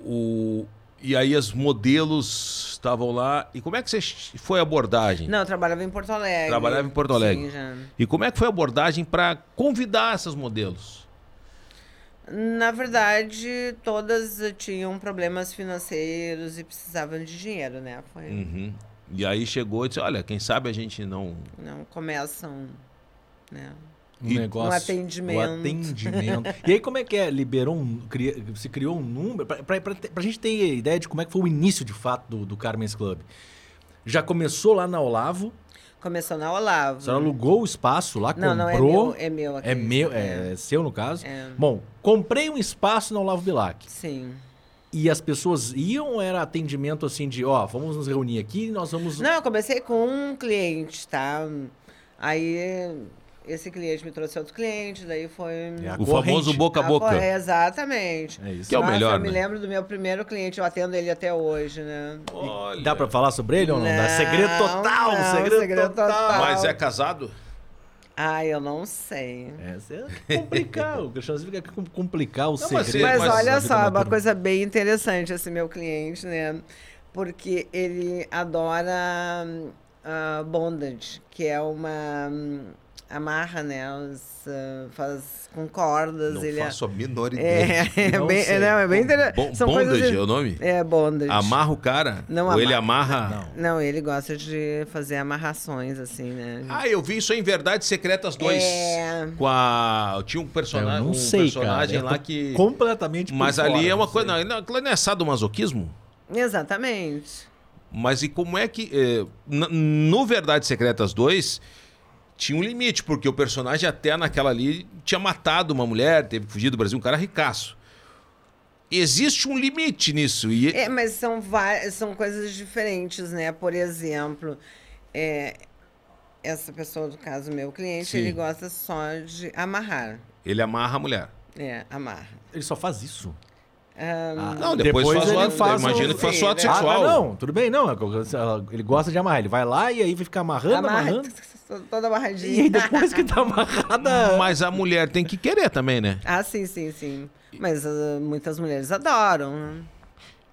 [SPEAKER 5] o- E aí as modelos estavam lá. E como é que você foi a abordagem?
[SPEAKER 6] Não, eu trabalhava em Porto Alegre.
[SPEAKER 5] Trabalhava em Porto Alegre.
[SPEAKER 6] Sim, já.
[SPEAKER 5] E como é que foi a abordagem para convidar essas modelos?
[SPEAKER 6] Na verdade, todas eh, tinham problemas financeiros e precisavam de dinheiro, né? Foi-
[SPEAKER 5] Uhum. E aí chegou e disse, olha, quem sabe a gente não...
[SPEAKER 6] Não começam, né?
[SPEAKER 4] Um
[SPEAKER 5] E-
[SPEAKER 4] negócio.
[SPEAKER 6] Um atendimento.
[SPEAKER 4] O atendimento. e aí, como é que é? Liberou um. cria- se criou um número. Pra, pra, pra, pra gente ter ideia de como é que foi o início de fato do, do Carmen's Club. Já começou lá na Olavo,
[SPEAKER 6] Começou na
[SPEAKER 4] a
[SPEAKER 6] Olavo.
[SPEAKER 4] senhora alugou o espaço lá,
[SPEAKER 6] não, não, é
[SPEAKER 4] comprou.
[SPEAKER 6] meu, é meu aqui.
[SPEAKER 4] é meu, é, seu no caso.
[SPEAKER 6] É.
[SPEAKER 4] Bom, comprei um espaço na Olavo Bilac.
[SPEAKER 6] Sim.
[SPEAKER 4] E as pessoas iam, ou era atendimento assim de, ó, vamos nos reunir aqui, nós vamos.
[SPEAKER 6] Não, eu comecei com um cliente, tá? Aí esse cliente me trouxe outro cliente, daí foi.
[SPEAKER 4] É a
[SPEAKER 5] O
[SPEAKER 4] corrente.
[SPEAKER 5] famoso boca a
[SPEAKER 6] Ah,
[SPEAKER 5] boca.
[SPEAKER 6] foi, exatamente.
[SPEAKER 4] É isso.
[SPEAKER 5] Que é o
[SPEAKER 6] Nossa,
[SPEAKER 5] melhor,
[SPEAKER 6] Eu me
[SPEAKER 5] né?
[SPEAKER 6] lembro do meu primeiro cliente, eu atendo ele até hoje, né?
[SPEAKER 5] Olha.
[SPEAKER 4] Dá pra falar sobre ele ou não? Dá
[SPEAKER 6] Não,
[SPEAKER 4] segredo total,
[SPEAKER 6] não,
[SPEAKER 4] segredo,
[SPEAKER 6] segredo
[SPEAKER 4] total.
[SPEAKER 6] total.
[SPEAKER 5] Mas é casado?
[SPEAKER 6] Ah, eu não sei.
[SPEAKER 4] Essa é complicar, o Cristiano fica com- complicar o
[SPEAKER 5] mas
[SPEAKER 4] segredo.
[SPEAKER 5] Sim,
[SPEAKER 6] Mas,
[SPEAKER 5] mas
[SPEAKER 6] olha
[SPEAKER 4] da vida
[SPEAKER 6] só, uma
[SPEAKER 4] noturna.
[SPEAKER 6] coisa bem interessante esse meu cliente, né? Porque ele adora hum, ah, bondage, que é uma hum, amarra, né? Os, ah, faz com cordas.
[SPEAKER 5] Não
[SPEAKER 6] ele é-
[SPEAKER 5] faço a menor
[SPEAKER 6] é,
[SPEAKER 5] ideia.
[SPEAKER 6] é,
[SPEAKER 4] Não
[SPEAKER 6] bem,
[SPEAKER 4] sei.
[SPEAKER 6] não, é bem interessante.
[SPEAKER 5] Bo-
[SPEAKER 6] São
[SPEAKER 5] bondage
[SPEAKER 6] coisas,
[SPEAKER 5] é o nome?
[SPEAKER 6] É, bondage.
[SPEAKER 5] Amarra o cara?
[SPEAKER 6] Não
[SPEAKER 5] ou
[SPEAKER 6] amarra.
[SPEAKER 5] ele amarra?
[SPEAKER 6] Não, ele gosta de fazer amarrações, assim, né?
[SPEAKER 5] Ah, eu vi isso em Verdades Secretas 2.
[SPEAKER 6] É.
[SPEAKER 5] Com a... Tinha um personagem,
[SPEAKER 4] Eu não
[SPEAKER 5] um
[SPEAKER 4] sei,
[SPEAKER 5] personagem
[SPEAKER 4] cara. Eu
[SPEAKER 5] lá
[SPEAKER 4] tô
[SPEAKER 5] que...
[SPEAKER 4] Completamente por
[SPEAKER 5] Mas ali
[SPEAKER 4] fora,
[SPEAKER 5] é uma
[SPEAKER 4] não
[SPEAKER 5] coisa...
[SPEAKER 4] sei.
[SPEAKER 5] Não, não, aquilo não é sadomasoquismo?
[SPEAKER 6] Exatamente.
[SPEAKER 5] Mas e como é que... eh, n- no Verdades Secretas 2... Tinha um limite, porque o personagem até naquela ali tinha matado uma mulher, teve que fugir do Brasil, um cara ricaço. Existe um limite nisso. E,
[SPEAKER 6] É, mas são, va- são coisas diferentes, né? Por exemplo, é, essa pessoa, do caso, meu cliente,
[SPEAKER 5] Sim.
[SPEAKER 6] ele gosta só de amarrar.
[SPEAKER 5] Ele amarra a mulher.
[SPEAKER 6] É, amarra.
[SPEAKER 4] Ele só faz isso. Ah,
[SPEAKER 5] Não, depois faz o
[SPEAKER 4] ele
[SPEAKER 5] ato-
[SPEAKER 4] faz
[SPEAKER 5] imagino
[SPEAKER 4] o-
[SPEAKER 5] que faça o ato
[SPEAKER 6] Sim, né?
[SPEAKER 5] sexual.
[SPEAKER 4] Ah, mas não, tudo bem, não. é que eu- Ele gosta de amarrar. Ele vai lá e aí fica amarrando,
[SPEAKER 6] Amarra,
[SPEAKER 4] amarrando.
[SPEAKER 6] toda
[SPEAKER 4] E aí
[SPEAKER 6] amarradinha.
[SPEAKER 4] depois que tá amarrada.
[SPEAKER 5] Mas a mulher tem que querer também, né?
[SPEAKER 6] Ah, sim, sim, sim. Mas ah, muitas mulheres adoram, né?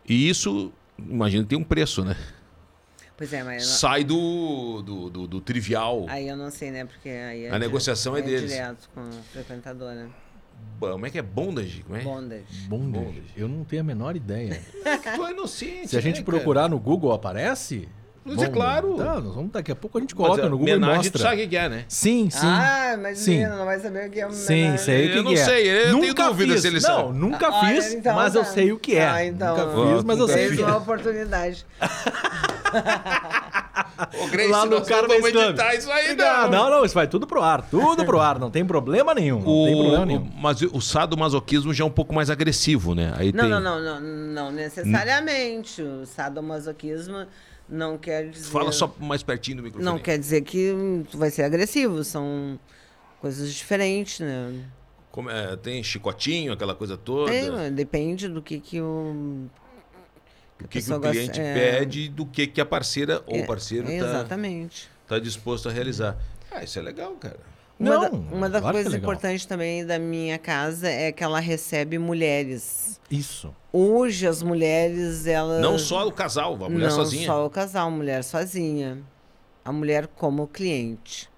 [SPEAKER 5] E isso, imagino, tem um preço, né?
[SPEAKER 6] Pois é, mas eu não-
[SPEAKER 5] Sai do, do, do- do trivial.
[SPEAKER 6] aí eu não sei, né? Porque aí é
[SPEAKER 5] A negociação é deles.
[SPEAKER 6] direto com a frequentadora.
[SPEAKER 5] Bah, Como é que é bondage? Como é?
[SPEAKER 6] Bondage.
[SPEAKER 4] Bondage. Eu não tenho a menor ideia.
[SPEAKER 5] Tu é inocente.
[SPEAKER 4] Se a gente
[SPEAKER 5] né,
[SPEAKER 4] procurar no Google, aparece?
[SPEAKER 5] Mas é claro.
[SPEAKER 4] Tá, nós vamos daqui a pouco a gente
[SPEAKER 5] Mas
[SPEAKER 4] coloca
[SPEAKER 5] é,
[SPEAKER 4] no Google e
[SPEAKER 5] homenagem,
[SPEAKER 4] mostra.
[SPEAKER 5] tu sabe o que que é, né?
[SPEAKER 4] Sim, sim.
[SPEAKER 6] Ah, mas
[SPEAKER 4] Sim.
[SPEAKER 6] menina, não vai saber o que é um
[SPEAKER 4] Sim, sei o
[SPEAKER 5] Eu
[SPEAKER 4] que
[SPEAKER 5] não
[SPEAKER 4] que é.
[SPEAKER 5] sei, eu tenho
[SPEAKER 4] Nunca
[SPEAKER 5] dúvida
[SPEAKER 4] fiz.
[SPEAKER 5] se ele
[SPEAKER 4] Não,
[SPEAKER 5] sabe.
[SPEAKER 4] nunca
[SPEAKER 6] Ah,
[SPEAKER 4] fiz,
[SPEAKER 6] então
[SPEAKER 4] mas eu
[SPEAKER 6] tá.
[SPEAKER 4] sei o que é.
[SPEAKER 6] Ah, então.
[SPEAKER 4] Nunca fiz, mas eu sei o
[SPEAKER 6] Fez
[SPEAKER 4] que
[SPEAKER 6] uma
[SPEAKER 4] é.
[SPEAKER 6] oportunidade.
[SPEAKER 5] Ô, Grace,
[SPEAKER 4] Lá no
[SPEAKER 5] nós não
[SPEAKER 4] Carmen
[SPEAKER 5] vamos
[SPEAKER 4] Club.
[SPEAKER 5] editar isso aí,
[SPEAKER 4] Não, não, não, isso vai tudo pro ar, tudo pro ar, não tem problema nenhum, não
[SPEAKER 5] O,
[SPEAKER 4] tem problema
[SPEAKER 5] o-
[SPEAKER 4] nenhum.
[SPEAKER 5] mas o sadomasoquismo já é um pouco mais agressivo, né? Aí
[SPEAKER 6] Não,
[SPEAKER 5] tem...
[SPEAKER 6] não, não, não, não necessariamente. O sadomasoquismo não quer dizer.
[SPEAKER 5] Fala só mais pertinho do microfone.
[SPEAKER 6] Não quer dizer que hum, tu vai ser agressivo, são coisas diferentes, né?
[SPEAKER 5] Como é, tem chicotinho, aquela coisa toda.
[SPEAKER 6] Tem, mas depende do que que o
[SPEAKER 5] o que, que
[SPEAKER 6] pessoa
[SPEAKER 5] o
[SPEAKER 6] gosta-
[SPEAKER 5] cliente
[SPEAKER 6] é.
[SPEAKER 5] pede e do que, que a parceira ou
[SPEAKER 6] É,
[SPEAKER 5] o parceiro
[SPEAKER 4] tá
[SPEAKER 5] está
[SPEAKER 6] Exatamente.
[SPEAKER 5] tá disposto a realizar. Ah, isso é legal, cara.
[SPEAKER 6] Uma,
[SPEAKER 4] Não,
[SPEAKER 6] da-
[SPEAKER 4] claro
[SPEAKER 6] uma das
[SPEAKER 4] que é
[SPEAKER 6] coisas
[SPEAKER 4] legal.
[SPEAKER 6] importantes também da minha casa é que ela recebe mulheres.
[SPEAKER 4] Isso.
[SPEAKER 6] Hoje as mulheres, elas
[SPEAKER 5] Não só o casal, a mulher
[SPEAKER 6] não
[SPEAKER 5] sozinha.
[SPEAKER 6] só o casal, mulher sozinha. A mulher como cliente.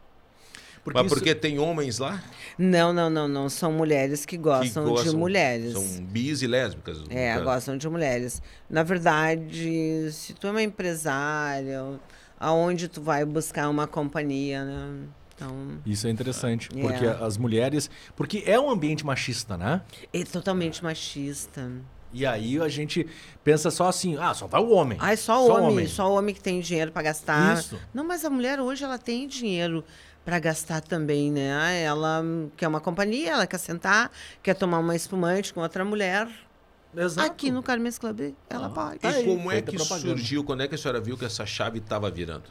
[SPEAKER 5] Mas porque tem homens lá
[SPEAKER 6] Não, não, não, não. São mulheres que
[SPEAKER 5] que
[SPEAKER 6] gostam, de
[SPEAKER 5] gostam-
[SPEAKER 6] mulheres.
[SPEAKER 5] São bis e lésbicas. no
[SPEAKER 6] É,
[SPEAKER 5] caso.
[SPEAKER 6] gostam de mulheres. Na verdade, se tu é uma empresária, aonde tu vai buscar uma companhia, né? Então,
[SPEAKER 4] Isso é interessante,
[SPEAKER 6] É.
[SPEAKER 4] porque as mulheres. Porque é um ambiente machista, né?
[SPEAKER 6] é totalmente machista.
[SPEAKER 4] E aí a gente pensa só assim, ah, só vai o homem.
[SPEAKER 6] Ai, só, homem, só homem que tem dinheiro pra gastar.
[SPEAKER 4] Isso.
[SPEAKER 6] Não, mas a mulher hoje ela tem dinheiro pra gastar também, né? Ela hum, quer uma companhia, ela quer sentar, quer tomar uma espumante com outra mulher.
[SPEAKER 4] Exato.
[SPEAKER 6] Aqui no Carmes Club, ela pode.
[SPEAKER 5] E
[SPEAKER 4] Tá aí,
[SPEAKER 5] como é
[SPEAKER 4] feita
[SPEAKER 5] que
[SPEAKER 4] propaganda.
[SPEAKER 5] surgiu? Quando é que a senhora viu que essa chave estava virando?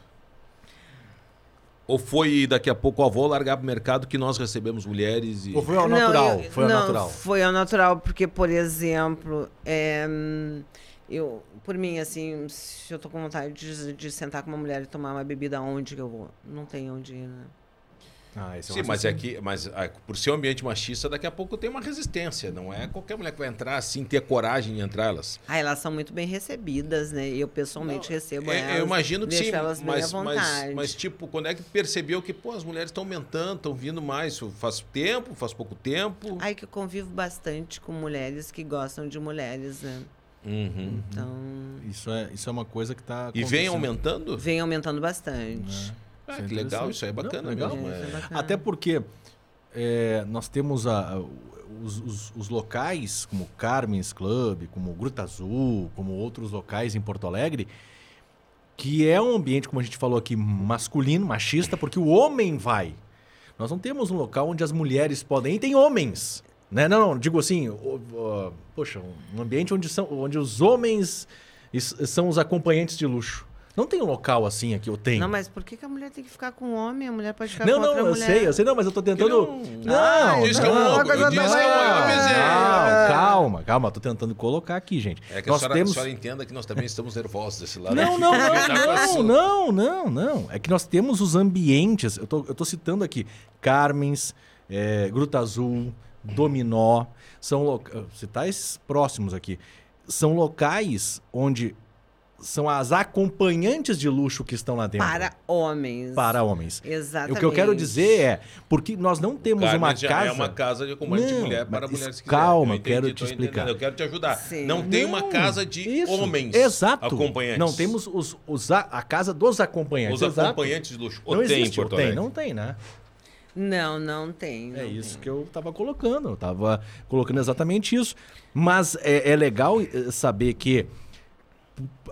[SPEAKER 5] Ou foi daqui a pouco, ó, vou largar pro mercado que nós recebemos mulheres e.
[SPEAKER 4] Ou foi ao
[SPEAKER 6] Não,
[SPEAKER 4] natural?
[SPEAKER 6] eu-
[SPEAKER 4] foi ao
[SPEAKER 6] não,
[SPEAKER 4] natural.
[SPEAKER 6] Foi ao natural, porque, por exemplo, é, hum, eu, por mim, assim, se eu tô com vontade de, de sentar com uma mulher e tomar uma bebida, aonde que eu vou? Não tem onde ir, né?
[SPEAKER 4] Ah, esse é um
[SPEAKER 5] Sim, mas é
[SPEAKER 4] raciocínio.
[SPEAKER 5] que, mas ah, por ser um ambiente machista, daqui a pouco tem uma resistência. Não é qualquer mulher que vai entrar assim, ter coragem de entrar elas.
[SPEAKER 6] Ah, elas são muito bem recebidas, né? Eu pessoalmente recebo
[SPEAKER 5] É,
[SPEAKER 6] elas.
[SPEAKER 5] eu imagino que sim,
[SPEAKER 6] deixo elas bem à
[SPEAKER 5] mas,
[SPEAKER 6] vontade.
[SPEAKER 5] mas, mas tipo, quando é que percebeu que pô, as mulheres estão aumentando, estão vindo mais? Isso Faz tempo, faz pouco tempo.
[SPEAKER 6] Ai, que eu convivo bastante com mulheres que gostam de mulheres, né?
[SPEAKER 5] Uhum.
[SPEAKER 6] Então,
[SPEAKER 4] Isso é, isso é uma coisa que tá.
[SPEAKER 5] E vem
[SPEAKER 4] acontecendo.
[SPEAKER 5] aumentando?
[SPEAKER 6] vem aumentando bastante.
[SPEAKER 5] Ah,
[SPEAKER 4] Isso é
[SPEAKER 5] que legal,
[SPEAKER 4] interessante.
[SPEAKER 5] isso aí é
[SPEAKER 4] Não,
[SPEAKER 5] bacana
[SPEAKER 4] legal.
[SPEAKER 5] mesmo.
[SPEAKER 6] É,
[SPEAKER 5] é.
[SPEAKER 6] isso é bacana.
[SPEAKER 4] Até porque é, nós temos a- a- os, os- os locais, como Carmen's Club, como Gruta Azul, como outros locais em Porto Alegre, que é um ambiente, como a gente falou aqui, masculino, machista, porque o homem vai. Nós não temos um local onde as mulheres podem. E tem homens. Né? Não, não, digo assim, o- o- poxa, um ambiente onde, são, onde os homens es- são os acompanhantes de luxo. Não tem um local assim aqui, eu tenho.
[SPEAKER 6] Não, mas por que, que a mulher tem que ficar com um homem? A mulher pode ficar
[SPEAKER 4] Não,
[SPEAKER 6] com
[SPEAKER 4] não,
[SPEAKER 6] outra
[SPEAKER 4] eu
[SPEAKER 6] mulher.
[SPEAKER 4] sei, eu sei, não, mas eu tô
[SPEAKER 6] Tá
[SPEAKER 4] tentando. Não,
[SPEAKER 6] Ah,
[SPEAKER 4] não,
[SPEAKER 5] diz que é um
[SPEAKER 4] não,
[SPEAKER 5] homem,
[SPEAKER 4] coisa
[SPEAKER 5] diz
[SPEAKER 4] não,
[SPEAKER 5] que é um homem, mas
[SPEAKER 4] não, calma, calma, tô tentando colocar aqui, gente.
[SPEAKER 5] É que a
[SPEAKER 4] Nós
[SPEAKER 5] senhora,
[SPEAKER 4] temos.
[SPEAKER 5] a senhora entenda que nós também estamos nervosos desse lado.
[SPEAKER 4] Não, não,
[SPEAKER 5] Porque tá
[SPEAKER 4] não, não,
[SPEAKER 5] passando.
[SPEAKER 4] não, não, não. É que nós temos os ambientes. Eu tô, eu tô citando aqui: Carmens, é, Gruta Azul, Dominó. São ah, locais. Citar esses tá próximos aqui. São locais onde são as acompanhantes de luxo que estão lá dentro.
[SPEAKER 6] Para homens.
[SPEAKER 4] Para homens.
[SPEAKER 6] Exatamente.
[SPEAKER 4] O que eu quero dizer é, porque nós não temos
[SPEAKER 5] Carmen
[SPEAKER 4] uma
[SPEAKER 5] já
[SPEAKER 4] casa.
[SPEAKER 5] É uma casa de comando de
[SPEAKER 4] Não,
[SPEAKER 5] mulher para
[SPEAKER 4] mas
[SPEAKER 5] mulheres
[SPEAKER 4] isso-
[SPEAKER 5] que quiser.
[SPEAKER 4] calma,
[SPEAKER 5] Eu
[SPEAKER 4] eu quero
[SPEAKER 5] entendi,
[SPEAKER 4] te
[SPEAKER 5] tô entendendo,
[SPEAKER 4] explicar.
[SPEAKER 5] Eu quero te ajudar.
[SPEAKER 6] Sim.
[SPEAKER 5] Não tem uma
[SPEAKER 4] Não,
[SPEAKER 5] casa de
[SPEAKER 4] isso,
[SPEAKER 5] homens
[SPEAKER 4] Exato.
[SPEAKER 5] acompanhantes.
[SPEAKER 4] Não temos os, os a, a casa dos acompanhantes.
[SPEAKER 5] os
[SPEAKER 4] exato.
[SPEAKER 5] acompanhantes de luxo. Ou
[SPEAKER 4] Não
[SPEAKER 5] tem
[SPEAKER 4] existe,
[SPEAKER 5] em Porto
[SPEAKER 4] ou tem,
[SPEAKER 5] Alegre.
[SPEAKER 4] não tem, né?
[SPEAKER 6] Não, não tem.
[SPEAKER 4] É
[SPEAKER 6] não
[SPEAKER 4] isso
[SPEAKER 6] tem.
[SPEAKER 4] que eu tava colocando. Eu tava colocando exatamente isso. Mas é, é legal eh, saber que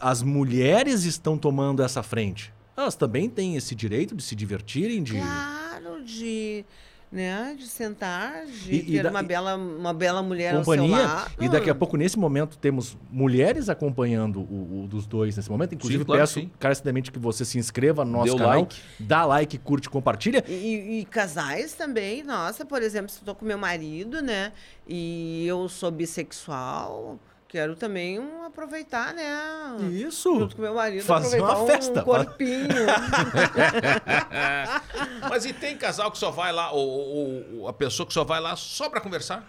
[SPEAKER 4] as mulheres estão tomando essa frente. Elas também têm esse direito de se divertirem, de.
[SPEAKER 6] Claro, de. Né, de sentar, de
[SPEAKER 4] E- e
[SPEAKER 6] ter
[SPEAKER 4] da-
[SPEAKER 6] uma,
[SPEAKER 4] e-
[SPEAKER 6] bela, uma bela mulher ao é seu
[SPEAKER 4] companhia.
[SPEAKER 6] lado.
[SPEAKER 4] E daqui a pouco, nesse momento, temos mulheres acompanhando o, o dos dois nesse momento. Inclusive,
[SPEAKER 5] Sim, claro que
[SPEAKER 4] peço
[SPEAKER 5] sim.
[SPEAKER 4] encarecidamente que você se inscreva no é nosso
[SPEAKER 5] Dê o
[SPEAKER 4] canal.
[SPEAKER 5] like.
[SPEAKER 4] Dá like, curte, compartilha.
[SPEAKER 6] E- E, e casais também, nossa, por exemplo, se eu tô com meu marido, né? E eu sou bissexual, quero também um, aproveitar, né?
[SPEAKER 4] Isso.
[SPEAKER 6] Junto com meu marido,
[SPEAKER 4] Fazer uma
[SPEAKER 6] aproveitar
[SPEAKER 4] festa.
[SPEAKER 6] um corpinho.
[SPEAKER 5] Mas e tem casal que só vai lá, ou, ou- ou a pessoa que só vai lá só para conversar?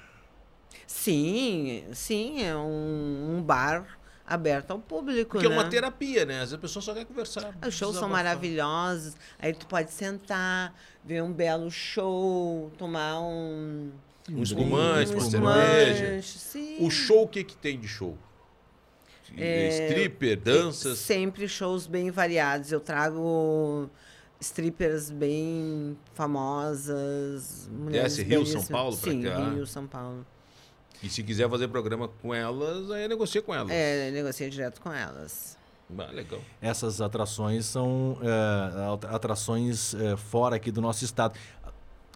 [SPEAKER 6] sim, sim, é um, um bar aberto ao público,
[SPEAKER 5] Porque
[SPEAKER 6] né?
[SPEAKER 5] é uma terapia, né? As pessoas só querem conversar.
[SPEAKER 6] Os
[SPEAKER 5] Precisa
[SPEAKER 6] shows são
[SPEAKER 5] abafar.
[SPEAKER 6] maravilhosos, aí tu pode sentar, ver um belo show, tomar um...
[SPEAKER 5] Um espumante,
[SPEAKER 6] um
[SPEAKER 5] uma
[SPEAKER 6] espumante,
[SPEAKER 5] cerveja.
[SPEAKER 6] Sim.
[SPEAKER 5] O show, o que, que tem de show?
[SPEAKER 6] É,
[SPEAKER 5] stripper, danças.
[SPEAKER 6] Sempre shows bem variados. Eu trago strippers bem famosas, mulheres
[SPEAKER 5] É, Rio, São
[SPEAKER 6] belíssimas.
[SPEAKER 5] Paulo pra
[SPEAKER 6] Sim,
[SPEAKER 5] cá.
[SPEAKER 6] Rio, São Paulo.
[SPEAKER 5] E se quiser fazer programa com elas, aí negocia com elas.
[SPEAKER 6] É, negociei direto com elas.
[SPEAKER 5] Ah, legal.
[SPEAKER 4] Essas atrações são é, at- atrações é, fora aqui do nosso estado.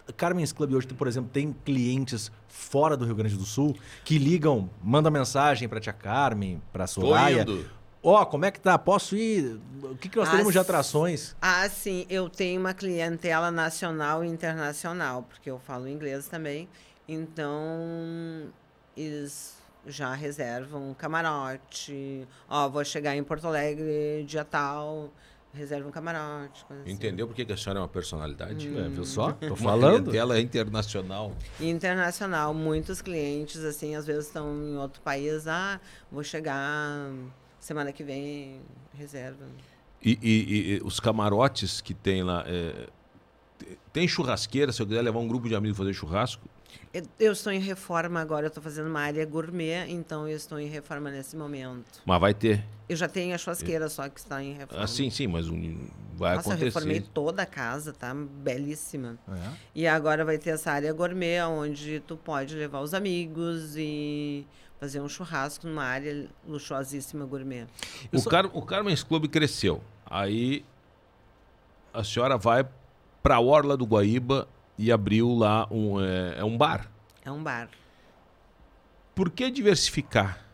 [SPEAKER 4] A Carmen's Club hoje, por exemplo, tem clientes fora do Rio Grande do Sul que ligam, mandam mensagem pra tia Carmen, pra
[SPEAKER 5] Tô
[SPEAKER 4] Soraya.
[SPEAKER 5] indo.
[SPEAKER 4] Ó, como é que tá? Posso ir? O que, que nós
[SPEAKER 6] Ah,
[SPEAKER 4] teremos de
[SPEAKER 6] s-
[SPEAKER 4] atrações?
[SPEAKER 6] Ah, sim, eu tenho uma clientela nacional e internacional, porque eu falo inglês também. Então, eles já reservam um camarote. Ó, vou chegar em Porto Alegre dia tal, reserva um camarote. coisa assim.
[SPEAKER 5] Entendeu por que que a senhora é uma personalidade?
[SPEAKER 4] É, viu só? Tô
[SPEAKER 5] Uma
[SPEAKER 4] falando.
[SPEAKER 5] clientela internacional.
[SPEAKER 6] E Internacional, muitos clientes, assim, às vezes estão em outro país. Ah, vou chegar semana que vem, reserva.
[SPEAKER 5] E, e- e- e os camarotes que tem lá. é, te- Tem churrasqueira, se eu quiser levar um grupo de amigos fazer churrasco?
[SPEAKER 6] Eu, eu estou em reforma agora, eu estou fazendo uma área gourmet, então eu estou em reforma nesse momento.
[SPEAKER 5] Mas vai ter.
[SPEAKER 6] Eu já tenho a churrasqueira, só que está em reforma.
[SPEAKER 5] Assim, sim, mas um- vai
[SPEAKER 6] Nossa, eu reformei
[SPEAKER 5] acontecer.
[SPEAKER 6] toda a casa, tá? Belíssima.
[SPEAKER 4] É.
[SPEAKER 6] E agora vai ter essa área gourmet, onde tu pode levar os amigos e fazer um churrasco numa área luxuosíssima gourmet.
[SPEAKER 5] O, Car o Carmen's Club cresceu. Aí a senhora vai pra Orla do Guaíba e abriu lá um, é, é um bar.
[SPEAKER 6] É um bar.
[SPEAKER 5] Por que diversificar?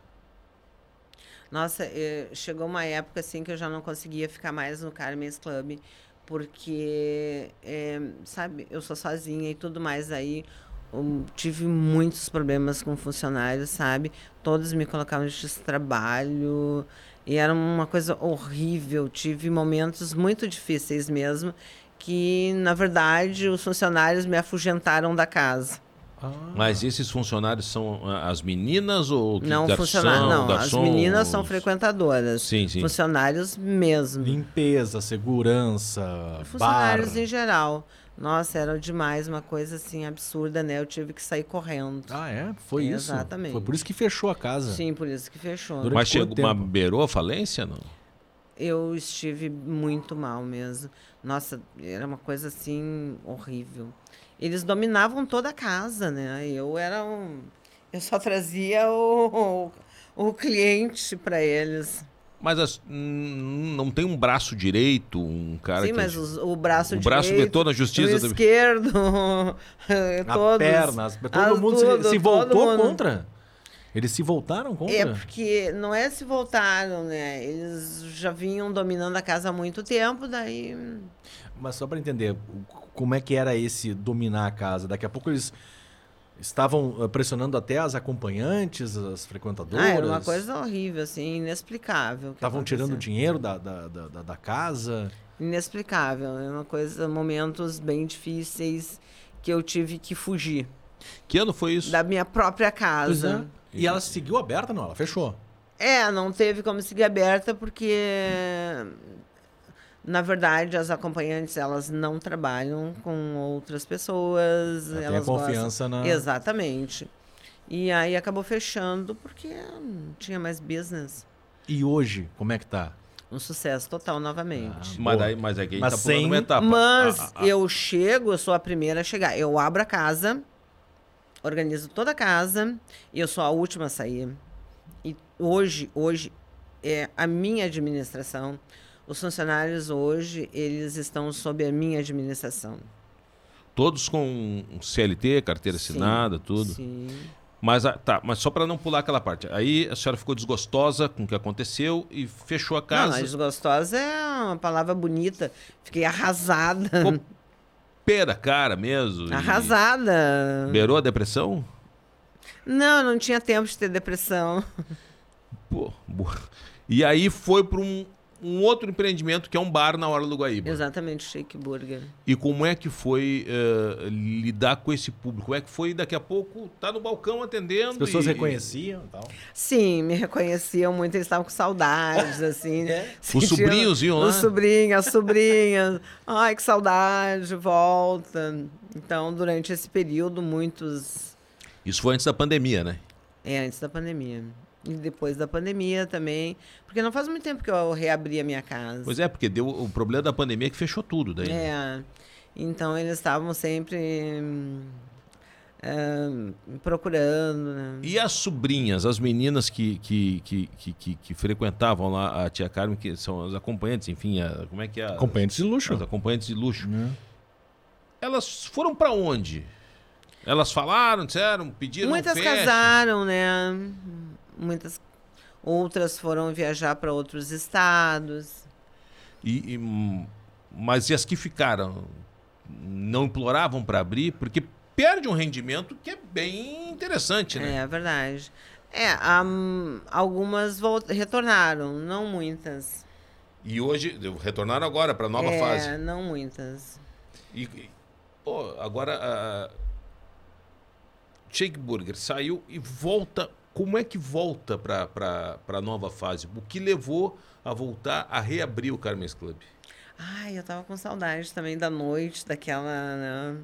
[SPEAKER 6] Nossa, eh, chegou uma época assim que eu já não conseguia ficar mais no Carmen's Club, porque, eh, sabe, eu sou sozinha e tudo mais aí. hum, tive muitos problemas com funcionários, sabe? Todos me colocavam em trabalho e era uma coisa horrível. Tive momentos muito difíceis mesmo, que na verdade os funcionários me afugentaram da casa.
[SPEAKER 4] Ah.
[SPEAKER 5] Mas esses funcionários são ah, as meninas ou que
[SPEAKER 6] Não
[SPEAKER 5] garçom,
[SPEAKER 6] funcionários, não.
[SPEAKER 5] garçom,
[SPEAKER 6] As meninas são
[SPEAKER 5] os-
[SPEAKER 6] frequentadoras.
[SPEAKER 5] Sim, sim.
[SPEAKER 6] Funcionários mesmo.
[SPEAKER 4] Limpeza, segurança, bar.
[SPEAKER 6] Funcionários em geral. Nossa, era demais, uma coisa assim absurda, né? Eu tive que sair correndo.
[SPEAKER 4] Ah, é? Foi isso?
[SPEAKER 6] Exatamente.
[SPEAKER 4] Foi por isso que fechou a casa.
[SPEAKER 6] Sim, por isso que fechou.
[SPEAKER 4] Durante-
[SPEAKER 5] Mas
[SPEAKER 4] quanto
[SPEAKER 5] chegou, mas
[SPEAKER 4] tempo?
[SPEAKER 5] beirou a falência, não?
[SPEAKER 6] Eu estive muito mal mesmo. Nossa, era uma coisa assim horrível. Eles dominavam toda a casa, né? Eu era um. Eu só trazia o, o, o cliente para eles.
[SPEAKER 5] Mas as- hum, não tem um braço direito, um cara
[SPEAKER 6] Sim,
[SPEAKER 5] que...
[SPEAKER 6] mas os- o, braço
[SPEAKER 5] o
[SPEAKER 6] direito.
[SPEAKER 5] braço vetou na justiça
[SPEAKER 6] O
[SPEAKER 5] também.
[SPEAKER 6] esquerdo.
[SPEAKER 4] A
[SPEAKER 6] todos.
[SPEAKER 4] perna, as- todo
[SPEAKER 6] As-
[SPEAKER 4] mundo se-
[SPEAKER 6] tudo,
[SPEAKER 4] se,
[SPEAKER 6] todo
[SPEAKER 4] voltou
[SPEAKER 6] mundo.
[SPEAKER 4] contra. Eles se voltaram contra?
[SPEAKER 6] É, porque não é se voltaram, né? Eles já vinham dominando a casa há muito tempo, daí.
[SPEAKER 4] Mas só para entender, o- como é que era esse dominar a casa? Daqui a pouco eles estavam eh, pressionando até as acompanhantes, as frequentadoras.
[SPEAKER 6] Ah, era uma coisa horrível, assim, inexplicável. o que
[SPEAKER 4] Estavam tirando
[SPEAKER 6] aconteceu.
[SPEAKER 4] dinheiro da, da, da, da- da casa.
[SPEAKER 6] Inexplicável. É uma coisa, momentos bem difíceis que eu tive que fugir
[SPEAKER 5] Que ano foi isso?
[SPEAKER 6] da minha própria
[SPEAKER 4] é.
[SPEAKER 6] casa.
[SPEAKER 4] E ela seguiu aberta? Não, ela fechou.
[SPEAKER 6] É, não teve como seguir aberta porque na verdade as acompanhantes elas não trabalham com outras pessoas,
[SPEAKER 4] Ela tem a
[SPEAKER 6] elas
[SPEAKER 4] confiança
[SPEAKER 6] gostam...
[SPEAKER 4] na-
[SPEAKER 6] Exatamente. E aí acabou fechando porque não tinha mais business.
[SPEAKER 4] E hoje, como é que tá?
[SPEAKER 6] Um sucesso total novamente.
[SPEAKER 5] Mas, daí, mas aqui
[SPEAKER 4] Mas
[SPEAKER 5] tá pulando uma
[SPEAKER 4] sem-
[SPEAKER 5] etapa. Ah,
[SPEAKER 6] Mas
[SPEAKER 5] A- a-
[SPEAKER 6] eu chego, eu sou a primeira a chegar. Eu abro a casa, organizo toda a casa e eu sou a última a sair. E hoje, hoje é a minha administração. Os funcionários hoje, eles estão sob a minha administração.
[SPEAKER 5] Todos com um CLT, carteira
[SPEAKER 6] Sim,
[SPEAKER 5] assinada, tudo.
[SPEAKER 6] Sim.
[SPEAKER 5] Mas a- tá, mas só para não pular aquela parte. Aí a senhora ficou desgostosa com o que aconteceu e fechou a
[SPEAKER 6] Não,
[SPEAKER 5] casa.
[SPEAKER 6] mas gostosa é uma palavra bonita. Fiquei arrasada.
[SPEAKER 5] Pera, cara mesmo. e
[SPEAKER 6] Arrasada.
[SPEAKER 5] Beirou a depressão?
[SPEAKER 6] Não, não tinha tempo de ter depressão.
[SPEAKER 5] Pô, boa. E aí foi para um, um outro empreendimento que é um bar na hora do Guaíba.
[SPEAKER 6] Exatamente, shake burger.
[SPEAKER 5] E como é que foi eh, lidar com esse público? Como é que foi daqui a pouco tá no balcão atendendo?
[SPEAKER 4] As pessoas
[SPEAKER 5] e-
[SPEAKER 4] reconheciam e tal.
[SPEAKER 6] Sim, me reconheciam muito, eles estavam com saudades, assim.
[SPEAKER 5] Os
[SPEAKER 6] sentiam-
[SPEAKER 5] sobrinhos iam lá?
[SPEAKER 6] Os sobrinhos, as sobrinhas. Ai, que saudade, volta. Então, durante esse período, muitos.
[SPEAKER 5] Isso foi antes da pandemia, né?
[SPEAKER 6] É, antes da pandemia. E depois da pandemia também. Porque não faz muito tempo que eu reabri a minha casa.
[SPEAKER 5] Pois é, porque deu o problema da pandemia é que fechou tudo daí. né?
[SPEAKER 6] É. Então eles estavam sempre hum, ah, procurando, né?
[SPEAKER 5] E as sobrinhas, as meninas que, que, que, que, que- que frequentavam lá a tia Carmen, que são as acompanhantes, enfim, a- como é que é? a-
[SPEAKER 4] Acompanhantes de luxo. Né?
[SPEAKER 5] As acompanhantes de luxo. Elas foram pra onde? Elas falaram, disseram, pediram
[SPEAKER 6] Muitas
[SPEAKER 5] fecha?
[SPEAKER 6] casaram, né? Muitas outras foram viajar para outros estados.
[SPEAKER 5] E, e, hum, mas e as que ficaram? Não imploravam pra abrir? Porque perde um rendimento que é bem interessante, né?
[SPEAKER 6] É verdade. É, a- algumas vol- retornaram, não muitas.
[SPEAKER 5] E hoje, retornaram agora pra nova
[SPEAKER 6] é,
[SPEAKER 5] fase.
[SPEAKER 6] não muitas.
[SPEAKER 5] E, e, pô, agora a Shake Burger saiu e volta. Como é que volta pra- pra pra nova fase? O que levou a voltar a reabrir o Carmen's Club?
[SPEAKER 6] Ai, eu tava com saudade também da noite, daquela. né,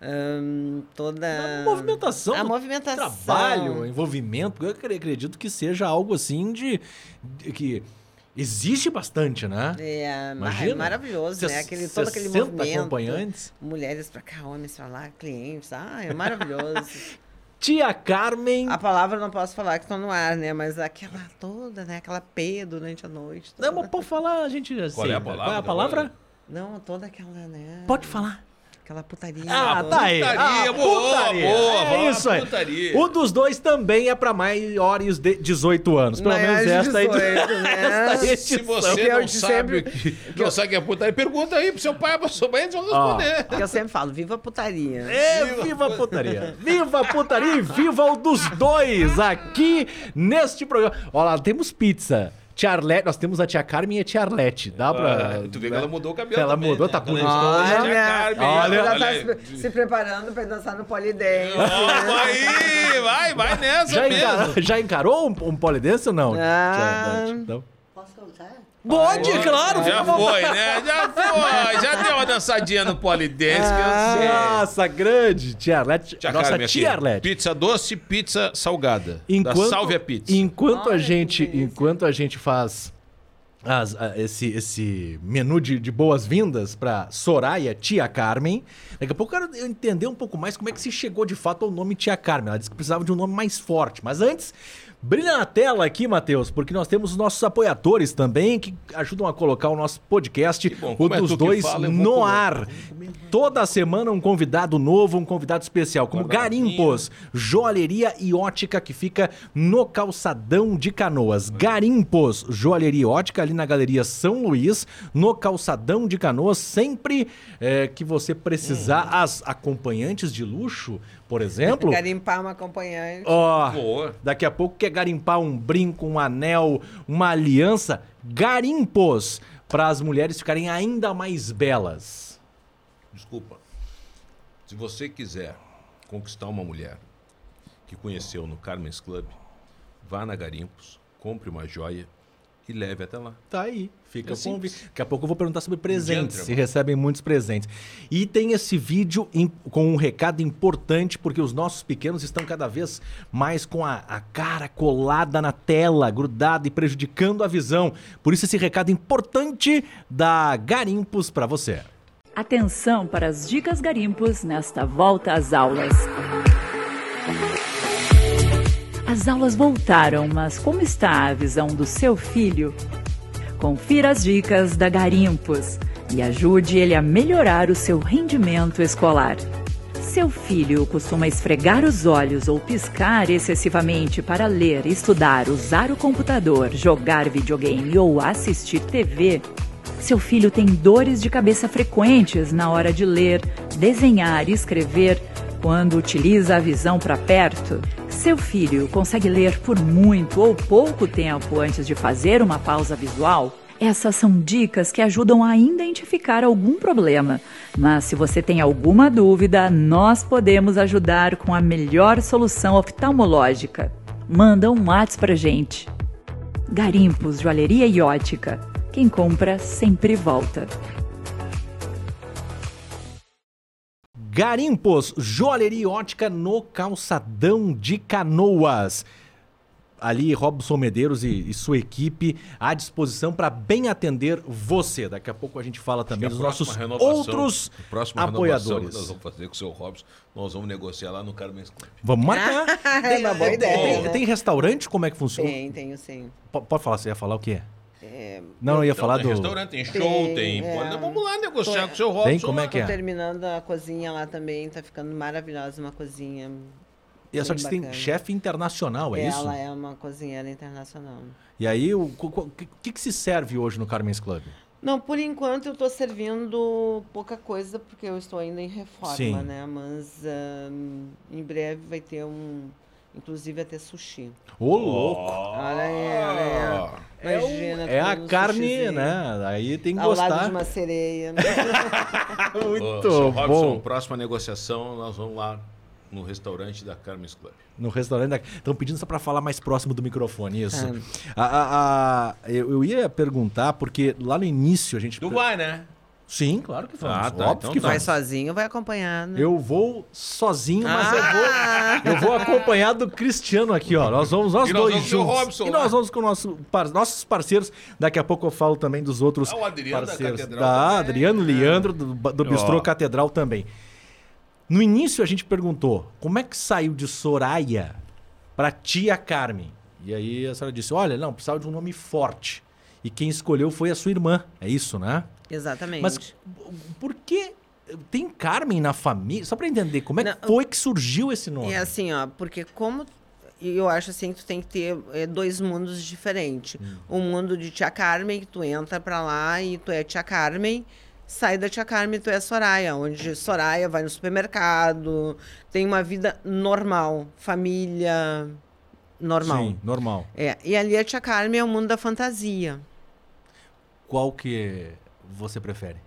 [SPEAKER 6] ahn, toda.
[SPEAKER 4] A movimentação,
[SPEAKER 6] A
[SPEAKER 4] do
[SPEAKER 6] movimentação.
[SPEAKER 4] trabalho, envolvimento, eu acre- acredito que seja algo assim de, de- que existe bastante, né?
[SPEAKER 6] É, ma-
[SPEAKER 4] Imagina.
[SPEAKER 6] é maravilhoso, né?
[SPEAKER 4] Ses-
[SPEAKER 6] Aquele, todo aquele
[SPEAKER 4] 60
[SPEAKER 6] movimento.
[SPEAKER 4] acompanhantes.
[SPEAKER 6] Mulheres pra cá, homens pra lá, clientes. Ah, é maravilhoso.
[SPEAKER 4] Tia Carmen.
[SPEAKER 6] a palavra eu não posso falar que tô no ar, né? Mas aquela toda, né? Aquela P durante a noite.
[SPEAKER 4] Não,
[SPEAKER 6] toda-
[SPEAKER 4] mas pode falar, a gente. Assim,
[SPEAKER 5] Qual é a palavra
[SPEAKER 4] Qual é a palavra?
[SPEAKER 5] agora?
[SPEAKER 6] Não, toda aquela, né?
[SPEAKER 4] Pode falar.
[SPEAKER 6] Aquela putaria.
[SPEAKER 4] Ah,
[SPEAKER 6] toda.
[SPEAKER 4] tá aí.
[SPEAKER 5] Putaria,
[SPEAKER 4] Ah,
[SPEAKER 5] boa,
[SPEAKER 4] putaria.
[SPEAKER 5] boa,
[SPEAKER 4] É
[SPEAKER 5] boa,
[SPEAKER 4] isso aí.
[SPEAKER 5] putaria.
[SPEAKER 4] Um dos dois também é pra maiores de 18 anos. Pelo
[SPEAKER 6] Maiores
[SPEAKER 4] menos
[SPEAKER 6] de
[SPEAKER 4] esta aí.
[SPEAKER 6] 18, né?
[SPEAKER 4] esta
[SPEAKER 5] Se
[SPEAKER 4] é edição.
[SPEAKER 5] você
[SPEAKER 6] eu
[SPEAKER 5] não
[SPEAKER 6] de
[SPEAKER 5] sabe,
[SPEAKER 6] sempre-
[SPEAKER 5] é o que, não sabe o que é putaria, pergunta aí pro seu pai, pro seu mãe, eles vão
[SPEAKER 4] Ó.
[SPEAKER 5] responder.
[SPEAKER 6] Que eu sempre falo, viva a putaria.
[SPEAKER 4] É, viva a putaria! Viva a putaria e viva o dos dois aqui neste programa. Olha lá, temos pizza. Tia Arlete, nós temos a tia Carmen e a tia Arlete. Dá pra.
[SPEAKER 5] Ah, tu vê que ela mudou o cabelo
[SPEAKER 4] Ela
[SPEAKER 5] também,
[SPEAKER 4] mudou,
[SPEAKER 5] né?
[SPEAKER 4] tá
[SPEAKER 5] Aquela
[SPEAKER 4] bonita.
[SPEAKER 5] história de
[SPEAKER 6] Olha,
[SPEAKER 5] Carmen,
[SPEAKER 4] olha,
[SPEAKER 6] Ela
[SPEAKER 5] olha
[SPEAKER 6] tá
[SPEAKER 5] aí.
[SPEAKER 6] se, se preparando pra dançar no polidense.
[SPEAKER 5] Toma aí, vai, vai nessa
[SPEAKER 4] Já,
[SPEAKER 5] mesmo.
[SPEAKER 4] encarou, já encarou um, um polidense ou não?
[SPEAKER 6] Ah.
[SPEAKER 4] Tia Arlete? Não?
[SPEAKER 7] Posso contar?
[SPEAKER 4] Pode, claro!
[SPEAKER 5] Ah, Já
[SPEAKER 4] fica à vontade.
[SPEAKER 5] foi, né? Já foi. Já deu uma dançadinha no polidense
[SPEAKER 4] Ah,
[SPEAKER 5] que eu sei.
[SPEAKER 4] Nossa, grande! Tia Arlete.
[SPEAKER 5] Tia
[SPEAKER 4] nossa,
[SPEAKER 5] Carmen assim. aqui,
[SPEAKER 4] tia Arlete.
[SPEAKER 5] Pizza doce, pizza salgada. da
[SPEAKER 4] Enquanto,
[SPEAKER 5] Salve a Pizza.
[SPEAKER 4] Enquanto a
[SPEAKER 6] Olha que
[SPEAKER 4] gente,
[SPEAKER 6] delícia.
[SPEAKER 4] enquanto a gente faz as- a- esse, esse menu de, de boas-vindas para Soraya Tia Carmen, daqui a pouco eu quero eu entender um pouco mais como é que se chegou de fato ao nome Tia Carmen. Ela disse que precisava de um nome mais forte, mas antes Brilha na tela aqui, Matheus, porque nós temos os nossos apoiadores também que ajudam a colocar o nosso podcast,
[SPEAKER 5] Que bom,
[SPEAKER 4] o
[SPEAKER 5] como é
[SPEAKER 4] dos
[SPEAKER 5] tu que
[SPEAKER 4] dois,
[SPEAKER 5] fala, eu vou
[SPEAKER 4] no
[SPEAKER 5] comer.
[SPEAKER 4] ar. Toda semana um convidado novo, um convidado especial, como
[SPEAKER 5] Guardadinho.
[SPEAKER 4] Garimpos. Joalheria e Ótica, que fica no Calçadão de Canoas. Garimpos, Joalheria e Ótica, ali na Galeria São Luís, no Calçadão de Canoas. Sempre eh, que você precisar, as acompanhantes de luxo, por exemplo.
[SPEAKER 6] Garimpar uma acompanhante.
[SPEAKER 4] Ó,
[SPEAKER 5] Boa.
[SPEAKER 4] daqui a pouco quer garimpar um brinco, um anel, uma aliança. Garimpos, para as mulheres ficarem ainda mais belas.
[SPEAKER 5] Desculpa. Se você quiser conquistar uma mulher que conheceu no Carmen's Club, vá na Garimpos, compre uma joia e leve até lá.
[SPEAKER 4] Tá aí. Fica
[SPEAKER 5] É
[SPEAKER 4] o
[SPEAKER 5] simples.
[SPEAKER 4] convite. Daqui a pouco eu vou perguntar sobre presentes.
[SPEAKER 5] Gentleman.
[SPEAKER 4] Se recebem muitos presentes. E tem esse vídeo im- com um recado importante, porque os nossos pequenos estão cada vez mais com a, a cara colada na tela, grudada e prejudicando a visão. Por isso, esse recado importante da Garimpos pra você.
[SPEAKER 8] Atenção para as dicas garimpos nesta volta às aulas. As aulas voltaram, mas como está a visão do seu filho? Confira as dicas da Garimpos e ajude ele a melhorar o seu rendimento escolar. Seu filho costuma esfregar os olhos ou piscar excessivamente para ler, estudar, usar o computador, jogar videogame ou assistir TV? Seu filho tem dores de cabeça frequentes na hora de ler, desenhar e escrever quando utiliza a visão para perto. Seu filho consegue ler por muito ou pouco tempo antes de fazer uma pausa visual? Essas são dicas que ajudam a identificar algum problema. Mas se você tem alguma dúvida, nós podemos ajudar com a melhor solução oftalmológica. Manda um WhatsApp pra gente. Garimpos, joalheria e ótica. Quem compra sempre volta.
[SPEAKER 4] Garimpos, joalheria e ótica no calçadão de canoas. ali Robson Medeiros e, e sua equipe à disposição para bem atender você. Daqui a pouco a gente fala também dos nossos outros
[SPEAKER 5] a próxima renovação que nós
[SPEAKER 4] apoiadores.
[SPEAKER 5] vamos fazer com o seu Robson, nós vamos negociar lá no Carmen Club.
[SPEAKER 4] Vamos marcar.
[SPEAKER 6] É uma boa ideia.
[SPEAKER 4] Tem, tem restaurante? Como é que funciona?
[SPEAKER 6] Tem, É, tenho sim.
[SPEAKER 4] Po- Pode falar, você ia falar o quê? Não, eu ia falar
[SPEAKER 5] Então, tem
[SPEAKER 4] do.
[SPEAKER 5] restaurante, tem show,
[SPEAKER 6] Tem,
[SPEAKER 5] tem...
[SPEAKER 6] é.
[SPEAKER 5] pô, então vamos lá negociar
[SPEAKER 6] Tem.
[SPEAKER 5] com o seu Robson.
[SPEAKER 4] Tem, como é que
[SPEAKER 6] Tô
[SPEAKER 4] é?
[SPEAKER 6] terminando a cozinha lá também, tá ficando maravilhosa uma cozinha.
[SPEAKER 4] E é só
[SPEAKER 6] Bem
[SPEAKER 4] que você tem
[SPEAKER 6] bacana.
[SPEAKER 4] chefe internacional, é isso?
[SPEAKER 6] Ela é uma cozinheira internacional.
[SPEAKER 4] E aí, o co- co- que, que se serve hoje no Carmen's Club?
[SPEAKER 6] Não, por enquanto eu tô servindo pouca coisa, porque eu estou ainda em reforma,
[SPEAKER 4] Sim.
[SPEAKER 6] né? Mas ahn, em breve vai ter um. Inclusive vai ter sushi.
[SPEAKER 4] Ô, louco!
[SPEAKER 6] Olha aí, olha aí. Imagina.
[SPEAKER 4] É a
[SPEAKER 6] comendo um
[SPEAKER 4] carne,
[SPEAKER 6] sushizinho.
[SPEAKER 4] né? Aí tem que
[SPEAKER 6] Ao lado
[SPEAKER 4] gostar.
[SPEAKER 6] de uma sereia. né?
[SPEAKER 5] Ô,
[SPEAKER 4] Muito bom.
[SPEAKER 5] seu Robson, próxima negociação, nós vamos lá no restaurante da Carmen's Club.
[SPEAKER 4] No restaurante. Estão pedindo só para falar mais próximo do microfone, isso.
[SPEAKER 6] É.
[SPEAKER 4] A- a- a- eu, eu ia perguntar, porque lá no início a gente.
[SPEAKER 5] Tu vai, né?
[SPEAKER 4] Sim, claro que vamos.
[SPEAKER 5] Ah, tá,
[SPEAKER 4] Óbvio
[SPEAKER 5] então
[SPEAKER 4] que
[SPEAKER 5] tá.
[SPEAKER 6] Vai
[SPEAKER 4] vamos.
[SPEAKER 6] sozinho, vai acompanhado.
[SPEAKER 4] Eu vou sozinho, mas
[SPEAKER 6] Ah!
[SPEAKER 4] eu, vou, eu vou acompanhado do Cristiano aqui, ó. Nós vamos nós
[SPEAKER 5] E nós
[SPEAKER 4] dois
[SPEAKER 5] vamos com o
[SPEAKER 4] juntos.
[SPEAKER 5] Robson né?
[SPEAKER 4] e
[SPEAKER 5] lá.
[SPEAKER 4] nós vamos com o nosso par- nossos parceiros. Daqui a pouco eu falo também dos outros
[SPEAKER 5] Ah, o Adriano da
[SPEAKER 4] parceiros.
[SPEAKER 5] Catedral
[SPEAKER 4] da
[SPEAKER 5] também.
[SPEAKER 4] Adriano, Leandro, do, do Bistrô
[SPEAKER 5] Ó.
[SPEAKER 4] Catedral também. No início a gente perguntou, como é que saiu de Soraya para tia Carmen? E aí a senhora disse, olha, não, precisava de um nome forte. E quem escolheu foi a sua irmã. É isso, né?
[SPEAKER 6] Exatamente.
[SPEAKER 4] Mas por que tem Carmen na família? Só pra entender, como é que
[SPEAKER 6] Não,
[SPEAKER 4] foi que surgiu esse nome?
[SPEAKER 6] E assim, ó, porque como e eu acho assim que tu tem que ter é, dois mundos diferentes.
[SPEAKER 4] Hum.
[SPEAKER 6] O mundo de tia Carmen, que tu entra pra lá e tu é tia Carmen, sai da tia Carmen e tu é Soraya, onde Soraya vai no supermercado, tem uma vida normal, família normal.
[SPEAKER 4] Sim, normal.
[SPEAKER 6] É, e ali a tia Carmen é o mundo da fantasia.
[SPEAKER 4] Qual que você prefere?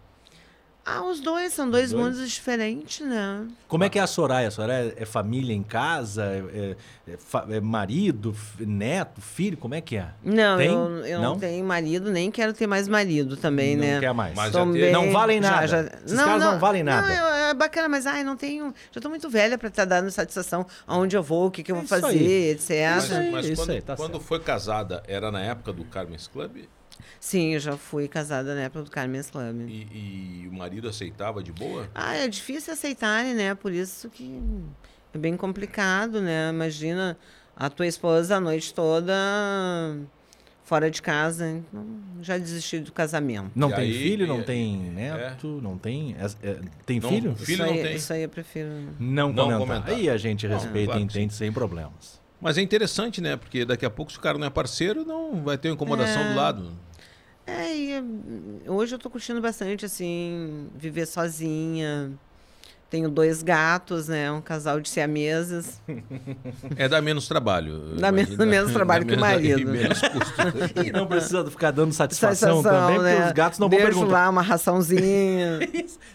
[SPEAKER 6] Ah, os dois são dois,
[SPEAKER 4] Os dois?
[SPEAKER 6] mundos diferentes, né?
[SPEAKER 4] Como é que é a Soraya? A Soraya é família em casa? É, é- é fa- é marido, f- neto, filho? Como é que é?
[SPEAKER 6] Não,
[SPEAKER 4] Tem?
[SPEAKER 6] eu, eu não?
[SPEAKER 4] Não?
[SPEAKER 6] tenho marido, nem quero ter mais marido também, né?
[SPEAKER 4] Não quer mais.
[SPEAKER 5] Mas- já
[SPEAKER 6] Também-
[SPEAKER 5] teve.
[SPEAKER 4] Não valem nada. Esses caras não valem nada.
[SPEAKER 6] Não, é, é bacana, mas ai, não tenho. Já tô muito velha pra estar dando satisfação aonde eu vou, o que, que eu
[SPEAKER 4] É
[SPEAKER 6] vou
[SPEAKER 4] isso
[SPEAKER 6] fazer,
[SPEAKER 4] aí.
[SPEAKER 6] etc.
[SPEAKER 5] Mas,
[SPEAKER 4] aí,
[SPEAKER 5] mas
[SPEAKER 4] isso
[SPEAKER 5] quando,
[SPEAKER 4] aí, tá
[SPEAKER 5] quando
[SPEAKER 4] certo.
[SPEAKER 5] foi casada, era na época do Carmen's Club?
[SPEAKER 6] Sim, eu já fui casada na época do Carmen Slam.
[SPEAKER 5] E, e o marido aceitava de boa?
[SPEAKER 6] Ah, é difícil aceitarem, né? Por isso que é bem complicado, né? Imagina a tua esposa a noite toda fora de casa. Então, já desisti do casamento.
[SPEAKER 4] Não
[SPEAKER 5] E
[SPEAKER 4] tem
[SPEAKER 5] aí,
[SPEAKER 4] filho,
[SPEAKER 5] e-
[SPEAKER 4] não tem
[SPEAKER 5] é.
[SPEAKER 4] neto, não tem. é- é- tem
[SPEAKER 5] Não,
[SPEAKER 4] filho?
[SPEAKER 5] filho-
[SPEAKER 6] isso,
[SPEAKER 5] não
[SPEAKER 6] aí,
[SPEAKER 5] tem.
[SPEAKER 6] isso aí eu prefiro.
[SPEAKER 4] Não,
[SPEAKER 5] Não
[SPEAKER 4] comentar.
[SPEAKER 5] comentar.
[SPEAKER 4] Aí a gente respeita
[SPEAKER 5] claro
[SPEAKER 4] e
[SPEAKER 5] que sim.
[SPEAKER 4] entende sem problemas.
[SPEAKER 5] Mas é interessante, né? Porque daqui a pouco, se o cara não é parceiro, não vai ter uma incomodação do lado.
[SPEAKER 6] É, e hum, hoje eu tô curtindo bastante, assim, viver sozinha. Tenho dois gatos, né? Um casal de siamesas.
[SPEAKER 5] É dar menos trabalho.
[SPEAKER 6] Dá
[SPEAKER 5] imagina.
[SPEAKER 6] menos- menos
[SPEAKER 5] Dá
[SPEAKER 6] trabalho que o
[SPEAKER 5] E
[SPEAKER 6] marido.
[SPEAKER 5] menos custo.
[SPEAKER 4] E não precisa ficar dando satisfação, né? também, porque os gatos não
[SPEAKER 6] Deixo
[SPEAKER 4] vão perguntar.
[SPEAKER 6] né? lá uma raçãozinha.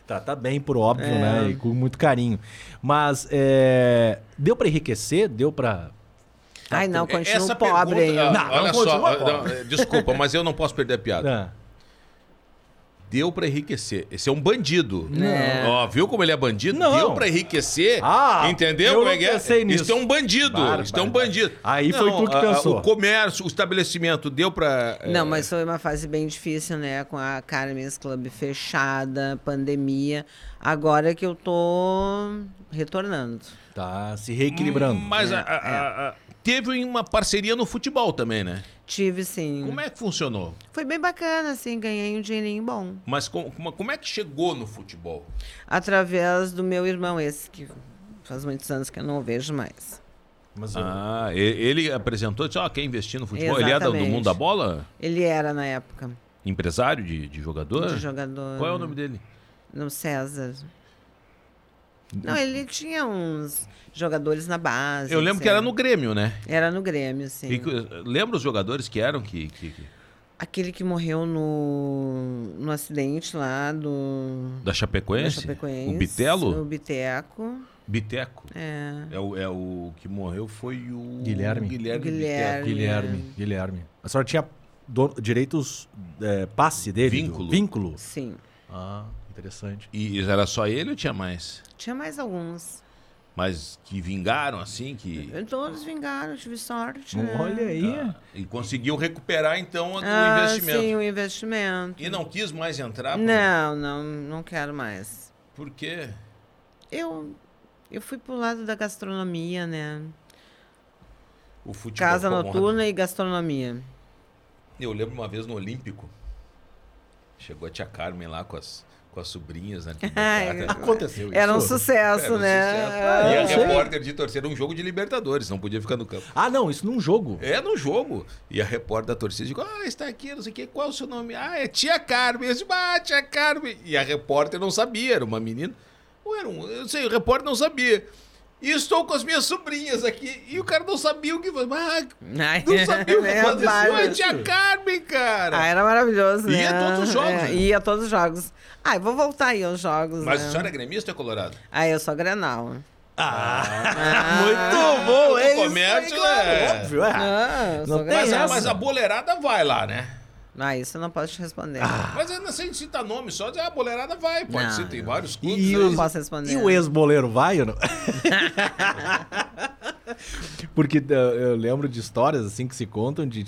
[SPEAKER 4] Trata bem, por óbvio, né? E com muito carinho. Mas é, deu pra enriquecer? Deu pra.
[SPEAKER 6] Ai, não,
[SPEAKER 5] É-
[SPEAKER 6] continuo
[SPEAKER 5] essa
[SPEAKER 6] pobre
[SPEAKER 5] pergunta-
[SPEAKER 6] ainda.
[SPEAKER 5] Ah,
[SPEAKER 4] Não,
[SPEAKER 5] olha
[SPEAKER 4] continua
[SPEAKER 5] só,
[SPEAKER 4] pobre.
[SPEAKER 5] ah, não, desculpa, mas eu não posso perder a piada.
[SPEAKER 4] Ah,
[SPEAKER 5] Deu pra enriquecer. Esse é um bandido.
[SPEAKER 6] É.
[SPEAKER 5] Ó, viu como ele é bandido?
[SPEAKER 4] Né? Não.
[SPEAKER 5] Deu pra enriquecer.
[SPEAKER 4] Ah,
[SPEAKER 5] entendeu
[SPEAKER 4] eu
[SPEAKER 5] como
[SPEAKER 4] não
[SPEAKER 5] é que é?
[SPEAKER 4] pensei nisso.
[SPEAKER 5] Isso é um bandido.
[SPEAKER 4] Bárbaro.
[SPEAKER 5] Isso é um bandido.
[SPEAKER 4] Aí foi tu que
[SPEAKER 5] a- a-
[SPEAKER 4] pensou.
[SPEAKER 5] o comércio, o estabelecimento deu pra. é,
[SPEAKER 6] Não, mas foi uma fase bem difícil, né? Com a Carmen's Club fechada, pandemia. Agora que eu tô retornando.
[SPEAKER 4] Tá se reequilibrando.
[SPEAKER 5] Hum, Mas a-
[SPEAKER 4] é.
[SPEAKER 5] a- a- a- teve uma parceria no futebol também, né?
[SPEAKER 6] Tive,
[SPEAKER 4] Hum.
[SPEAKER 6] sim.
[SPEAKER 5] Como é que funcionou?
[SPEAKER 6] Foi bem bacana, assim, ganhei um dinheirinho bom.
[SPEAKER 5] Mas com- como, como é que chegou no futebol?
[SPEAKER 6] através do meu irmão, esse que faz muitos anos que eu não o vejo mais.
[SPEAKER 4] Mas eu-
[SPEAKER 5] Ah, e- ele apresentou, disse, ó, quer investir no futebol? Ele é da- do
[SPEAKER 6] Exatamente.
[SPEAKER 5] mundo da bola?
[SPEAKER 6] Ele era na época
[SPEAKER 5] Empresário de, de jogador?
[SPEAKER 6] de jogador.
[SPEAKER 5] Qual é o nome dele?
[SPEAKER 6] Não, César. Não, ele tinha uns jogadores na base.
[SPEAKER 5] Eu lembro que
[SPEAKER 6] etc.
[SPEAKER 4] é.
[SPEAKER 5] era no Grêmio, né?
[SPEAKER 6] Era no Grêmio, assim. sim.
[SPEAKER 5] E que- lembra os jogadores que eram que... que- que-
[SPEAKER 6] Aquele que morreu no, no acidente lá do.
[SPEAKER 5] da
[SPEAKER 6] da
[SPEAKER 5] Chapecoense?
[SPEAKER 6] Chapecoense.
[SPEAKER 5] O Bitelo?
[SPEAKER 6] O Biteco.
[SPEAKER 5] Biteco.
[SPEAKER 6] É.
[SPEAKER 5] É o, é o que morreu foi o...
[SPEAKER 4] Guilherme.
[SPEAKER 5] Guilherme,
[SPEAKER 6] Guilherme.
[SPEAKER 5] Biteco.
[SPEAKER 4] Guilherme, Guilherme. A senhora tinha do- direitos é, passe dele?
[SPEAKER 5] Vínculo.
[SPEAKER 4] do- Vínculo.
[SPEAKER 6] Sim.
[SPEAKER 4] Ah, interessante.
[SPEAKER 5] E era só ele ou tinha mais?
[SPEAKER 6] Tinha mais alguns.
[SPEAKER 5] Mas que vingaram, assim, que.
[SPEAKER 6] E Todos vingaram, tive sorte. né?
[SPEAKER 4] Hum, Olha aí.
[SPEAKER 5] E conseguiu recuperar, então, o
[SPEAKER 6] Ah,
[SPEAKER 5] investimento.
[SPEAKER 6] Sim, o investimento.
[SPEAKER 5] E não quis mais entrar. por-
[SPEAKER 6] Não, não, não quero mais.
[SPEAKER 5] Por quê?
[SPEAKER 6] Eu, eu fui pro lado da gastronomia, né?
[SPEAKER 5] O futebol.
[SPEAKER 6] Casa
[SPEAKER 5] Bom,
[SPEAKER 6] noturna e gastronomia.
[SPEAKER 5] Eu lembro uma vez no Olímpico. Chegou a tia Carmen lá com as, com as sobrinhas né? na
[SPEAKER 6] Ai,
[SPEAKER 5] arquibancada.
[SPEAKER 4] Aconteceu
[SPEAKER 6] Era um
[SPEAKER 4] isso?
[SPEAKER 6] sucesso,
[SPEAKER 5] Era um
[SPEAKER 6] né?
[SPEAKER 5] sucesso.
[SPEAKER 4] Ah,
[SPEAKER 5] E a
[SPEAKER 4] eu sei.
[SPEAKER 5] repórter de torcida, um jogo de Libertadores, não podia ficar no campo.
[SPEAKER 4] Ah, não, isso num jogo.
[SPEAKER 5] É no jogo. E a repórter da torcida digo, ah, está aqui, não sei o quê, qual é o seu nome? Ah, é tia Carmen. Eu disse, ah, tia Carmen. E a repórter não sabia, era uma menina. Ou era um, eu sei, o repórter não sabia. E estou com as minhas sobrinhas aqui. E o cara não sabia o que fazer. Ah,
[SPEAKER 6] Ai,
[SPEAKER 5] não sabia o que
[SPEAKER 6] é,
[SPEAKER 5] aconteceu.
[SPEAKER 6] bárbaro.
[SPEAKER 5] É tia Carmen, cara.
[SPEAKER 6] Ah,
[SPEAKER 4] é
[SPEAKER 6] era maravilhoso, né?
[SPEAKER 5] Ia a todos os jogos, né?
[SPEAKER 6] É, ia a todos os jogos. Ah, eu vou voltar aí aos jogos,
[SPEAKER 5] Mas
[SPEAKER 6] né?
[SPEAKER 5] a senhora é gremista ou é colorado?
[SPEAKER 6] Ah, eu sou Grenal.
[SPEAKER 5] Ah.
[SPEAKER 4] Muito bom,
[SPEAKER 5] O comércio é...
[SPEAKER 4] Óbvio, é.
[SPEAKER 6] Ah, eu
[SPEAKER 4] Não
[SPEAKER 6] sou
[SPEAKER 4] tem
[SPEAKER 5] Mas, a-
[SPEAKER 6] Grenal.
[SPEAKER 4] essa.
[SPEAKER 5] mas a boleirada vai lá, né?
[SPEAKER 6] Ah, isso eu não posso te responder.
[SPEAKER 5] Mas ainda sem citar nome só, a boleirada vai. Pode
[SPEAKER 6] Não,
[SPEAKER 5] ser, tem
[SPEAKER 6] não.
[SPEAKER 5] vários clubes.
[SPEAKER 4] E,
[SPEAKER 5] né?
[SPEAKER 6] não
[SPEAKER 4] os-
[SPEAKER 6] posso responder.
[SPEAKER 4] e o ex-boleiro vai ou não? Porque eh, eu lembro de histórias assim que se contam de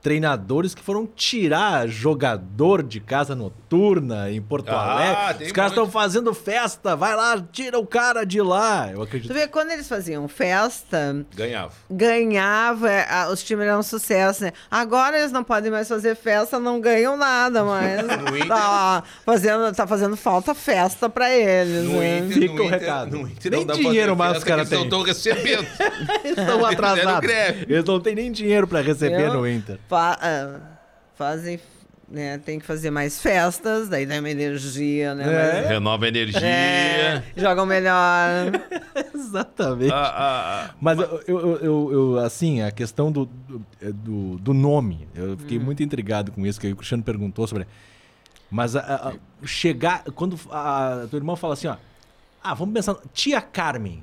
[SPEAKER 4] treinadores que foram tirar jogador de casa noturna em Porto
[SPEAKER 5] Ah,
[SPEAKER 4] Alegre.
[SPEAKER 5] tem
[SPEAKER 4] Os caras
[SPEAKER 5] muito.
[SPEAKER 4] estão fazendo festa, vai lá, tira o cara de lá. Eu
[SPEAKER 6] Tu
[SPEAKER 4] acredito.
[SPEAKER 6] vê, quando eles faziam festa,
[SPEAKER 5] Ganhava.
[SPEAKER 6] ganhava, eh, ah, os times eram um sucesso, né? Agora eles não podem mais fazer festa, não ganham nada mais.
[SPEAKER 5] Inter-
[SPEAKER 6] tá, fazendo, tá fazendo falta festa pra eles,
[SPEAKER 5] No
[SPEAKER 6] né?
[SPEAKER 5] Inter,
[SPEAKER 4] Fica
[SPEAKER 5] no
[SPEAKER 4] o
[SPEAKER 5] Inter-
[SPEAKER 4] recado.
[SPEAKER 5] no Inter
[SPEAKER 4] Nem
[SPEAKER 5] não dá pra
[SPEAKER 4] dinheiro
[SPEAKER 5] ter
[SPEAKER 4] mais
[SPEAKER 5] festa
[SPEAKER 4] os caras
[SPEAKER 5] que eles
[SPEAKER 4] têm.
[SPEAKER 5] não estão recebendo.
[SPEAKER 4] Eles estão
[SPEAKER 5] Eles fizeram
[SPEAKER 4] atrasados.
[SPEAKER 5] greve.
[SPEAKER 4] Eles não têm nem dinheiro pra receber
[SPEAKER 6] Eu-
[SPEAKER 4] no Inter.
[SPEAKER 6] Fa- ah, fazem, né? Tem que fazer mais festas, daí dá uma energia, né? Mas-
[SPEAKER 5] Renova a energia.
[SPEAKER 6] É, jogam melhor.
[SPEAKER 4] Exatamente.
[SPEAKER 5] Ah, ah, ah.
[SPEAKER 4] Mas eu, eu, eu- eu, assim, a questão do, do, é, do- do nome, eu fiquei
[SPEAKER 5] Uhum.
[SPEAKER 4] muito intrigado com isso, que o Cristiano perguntou sobre. Mas a- a- a- chegar. Quando a, a tua irmã fala assim, ó. Ah, vamos pensar. Tia Carmen.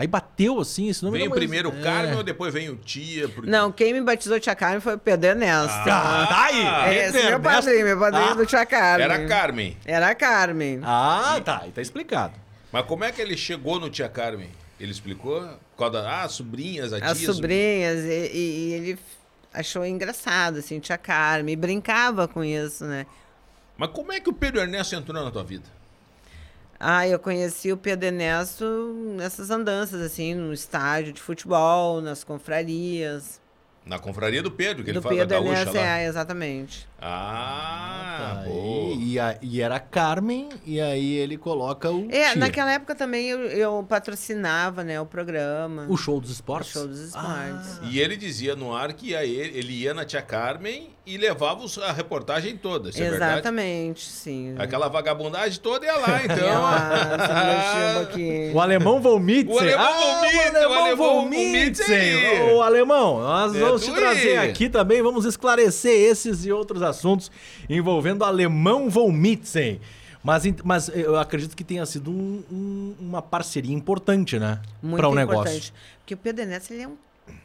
[SPEAKER 4] Aí bateu assim esse nome.
[SPEAKER 5] Vem
[SPEAKER 4] não,
[SPEAKER 5] o
[SPEAKER 4] mas-
[SPEAKER 5] primeiro
[SPEAKER 4] é.
[SPEAKER 5] Carmen ou depois vem o Tia? Porque-
[SPEAKER 6] Não, quem me batizou Tia Carmen foi o Pedro Ernesto.
[SPEAKER 4] Ah, tá aí!
[SPEAKER 6] é, esse é meu
[SPEAKER 4] Ernesto.
[SPEAKER 6] padrinho, meu padrinho
[SPEAKER 4] Ah,
[SPEAKER 6] do Tia Carmen.
[SPEAKER 5] Era Carmen.
[SPEAKER 6] Era a Carmen.
[SPEAKER 4] Ah, tá. Aí tá explicado.
[SPEAKER 5] Mas como é que ele chegou no Tia Carmen? Ele explicou? Qual da... Ah, sobrinhas, a tia.
[SPEAKER 6] As sobrinhas, e, e- e ele f- achou engraçado, assim, Tia Carmen. E brincava com isso, né?
[SPEAKER 5] Mas como é que o Pedro Ernesto entrou na tua vida?
[SPEAKER 6] Ah, eu conheci o Pedro Ernesto nessas andanças, assim, no estádio de futebol, nas confrarias.
[SPEAKER 5] Na confraria do Pedro, que ele
[SPEAKER 6] do
[SPEAKER 5] fala
[SPEAKER 6] Pedro
[SPEAKER 5] da gaúcha
[SPEAKER 6] Ernesto,
[SPEAKER 5] lá.
[SPEAKER 6] é, exatamente.
[SPEAKER 5] Ah, boa.
[SPEAKER 4] Tá Aí, e, a- e era Carmen, e aí ele coloca o.
[SPEAKER 6] É,
[SPEAKER 4] tia.
[SPEAKER 6] naquela época também eu, eu patrocinava, né, o programa.
[SPEAKER 4] O show dos esportes? Ah,
[SPEAKER 6] show dos esportes.
[SPEAKER 5] E ele dizia no ar que ia ele, ele ia na tia Carmen e levava os- a reportagem toda, isso é verdade?
[SPEAKER 6] Exatamente, sim. Então,
[SPEAKER 5] Aquela vagabundagem toda ia lá,
[SPEAKER 6] E ela se mexia um
[SPEAKER 5] então.
[SPEAKER 6] pouquinho.
[SPEAKER 4] O alemão Von Mitzen.
[SPEAKER 5] O alemão Von Mitzen,
[SPEAKER 4] o alemão Von
[SPEAKER 5] Von Mitzen.
[SPEAKER 4] Mitzen. Ô, alemão, nós
[SPEAKER 5] É
[SPEAKER 4] vamos
[SPEAKER 5] tu
[SPEAKER 4] te
[SPEAKER 5] aí.
[SPEAKER 4] trazer aqui também, vamos esclarecer esses e outros assuntos envolvendo o alemão Von Mitzen. Mas, ent- mas eu acredito que tenha sido um- um- uma parceria importante, né?
[SPEAKER 6] Muito
[SPEAKER 4] Pra o
[SPEAKER 6] importante.
[SPEAKER 4] negócio.
[SPEAKER 6] Porque o Pedro Ernesto, ele é um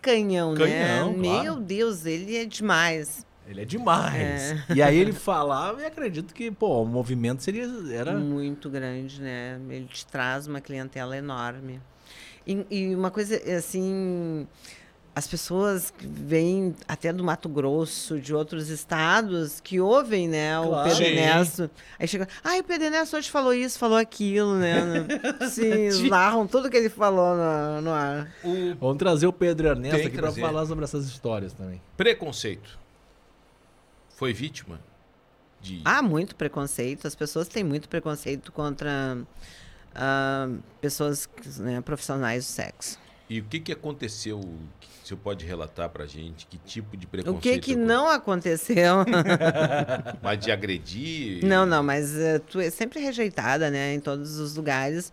[SPEAKER 6] canhão,
[SPEAKER 4] Canhão,
[SPEAKER 6] né?
[SPEAKER 4] claro.
[SPEAKER 6] Meu Deus, ele é demais.
[SPEAKER 4] Ele é demais. E aí ele falava e acredito que, pô, o movimento seria. Era...
[SPEAKER 6] Muito grande, né? Ele te traz uma clientela enorme. E, e uma coisa, assim, as pessoas que vêm até do Mato Grosso, de outros estados, que ouvem, né, o
[SPEAKER 4] Claro.
[SPEAKER 6] Pedro
[SPEAKER 5] Sim.
[SPEAKER 6] Ernesto. Aí chega, ai, o Pedro Ernesto hoje falou isso, falou aquilo, né? Sim, narram tudo que ele falou no, no ar.
[SPEAKER 5] O
[SPEAKER 4] Vamos trazer o Pedro Ernesto
[SPEAKER 5] Tem que
[SPEAKER 4] aqui pra
[SPEAKER 5] trazer.
[SPEAKER 4] falar sobre essas histórias também.
[SPEAKER 5] preconceito. Foi vítima de
[SPEAKER 6] Há muito preconceito, as pessoas têm muito preconceito contra ah, pessoas né, profissionais do sexo.
[SPEAKER 5] E o que que aconteceu? que O senhor pode relatar pra gente que tipo de preconceito?
[SPEAKER 6] O que que
[SPEAKER 5] ocorreu?
[SPEAKER 6] não aconteceu?
[SPEAKER 5] Mas de agredir?
[SPEAKER 6] não, não, mas eh, tu é sempre rejeitada, né, em todos os lugares,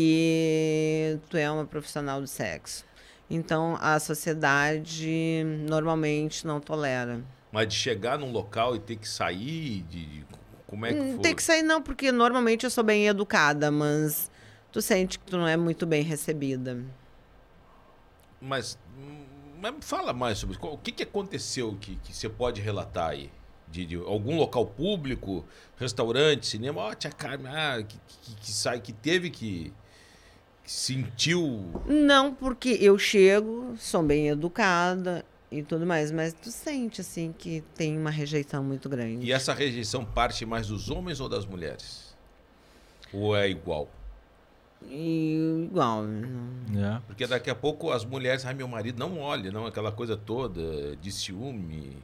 [SPEAKER 6] porque tu é uma profissional do sexo. Então a sociedade normalmente não tolera.
[SPEAKER 5] Mas de chegar num local e ter que sair de como é que
[SPEAKER 6] Hum,
[SPEAKER 5] foi?
[SPEAKER 6] Tem que sair não, porque normalmente eu sou bem educada, mas tu sente que tu não é muito bem recebida.
[SPEAKER 5] Mas, hum, mas fala mais sobre isso. Qual- O que, que aconteceu que, que você pode relatar aí? De, de algum local público, restaurante, cinema, ó, tia Carmen, ah, que, que, que sai, que teve que, que Sentiu.
[SPEAKER 6] Não, porque eu chego, sou bem educada e tudo mais, mas tu sente assim que tem uma rejeição muito grande.
[SPEAKER 5] E essa rejeição parte mais dos homens ou das mulheres? Ou é igual?
[SPEAKER 6] E igual. né? não-
[SPEAKER 4] É.
[SPEAKER 5] Porque daqui a pouco as mulheres, ai, meu marido não olha, não, aquela coisa toda de ciúme.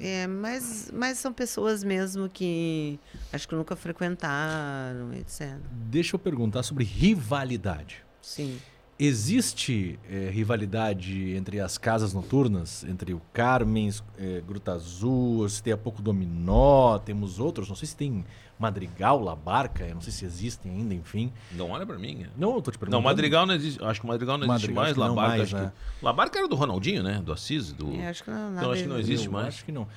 [SPEAKER 6] É, mas, mas são pessoas mesmo que acho que nunca frequentaram, etc.
[SPEAKER 4] Deixa eu perguntar sobre rivalidade.
[SPEAKER 6] Sim.
[SPEAKER 4] Existe eh, rivalidade entre as casas noturnas, entre o Carmen's, eh, Gruta Azul, se tem a pouco Dominó, temos outros, não sei se tem Madrigal, La Barca, eu não sei se existem ainda, enfim.
[SPEAKER 5] Não olha pra mim, né?
[SPEAKER 4] Não, eu tô te perguntando.
[SPEAKER 5] Não, Madrigal não existe. Acho que Madrigal não existe
[SPEAKER 4] Madrigal,
[SPEAKER 5] mais.
[SPEAKER 4] acho que não
[SPEAKER 5] Labarca,
[SPEAKER 4] mais,
[SPEAKER 5] acho
[SPEAKER 4] né?
[SPEAKER 5] que. Labarca era do Ronaldinho, né? Do Assis, do.
[SPEAKER 6] É, acho que não,
[SPEAKER 5] Então, acho que não
[SPEAKER 6] nada-
[SPEAKER 5] existe
[SPEAKER 4] Eu
[SPEAKER 5] mais.
[SPEAKER 4] Acho que não.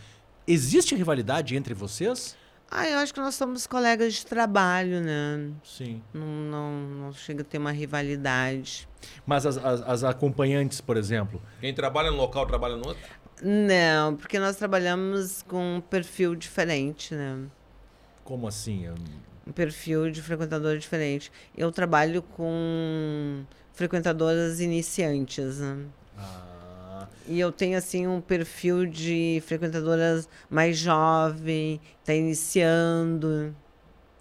[SPEAKER 4] Existe rivalidade entre vocês?
[SPEAKER 6] Ah, eu acho que nós somos colegas de trabalho, né?
[SPEAKER 4] Sim.
[SPEAKER 6] Não, não, não chega a ter uma rivalidade.
[SPEAKER 4] Mas as, as- as acompanhantes, por exemplo.
[SPEAKER 5] Quem trabalha no local trabalha no outro.
[SPEAKER 6] Não, porque nós trabalhamos com um perfil diferente, né?
[SPEAKER 4] Como assim? Eu-
[SPEAKER 6] Um perfil de frequentador diferente. Eu trabalho com frequentadoras iniciantes, né?
[SPEAKER 4] Ah,
[SPEAKER 6] E eu tenho, assim, um perfil de frequentadoras mais jovem, tá iniciando.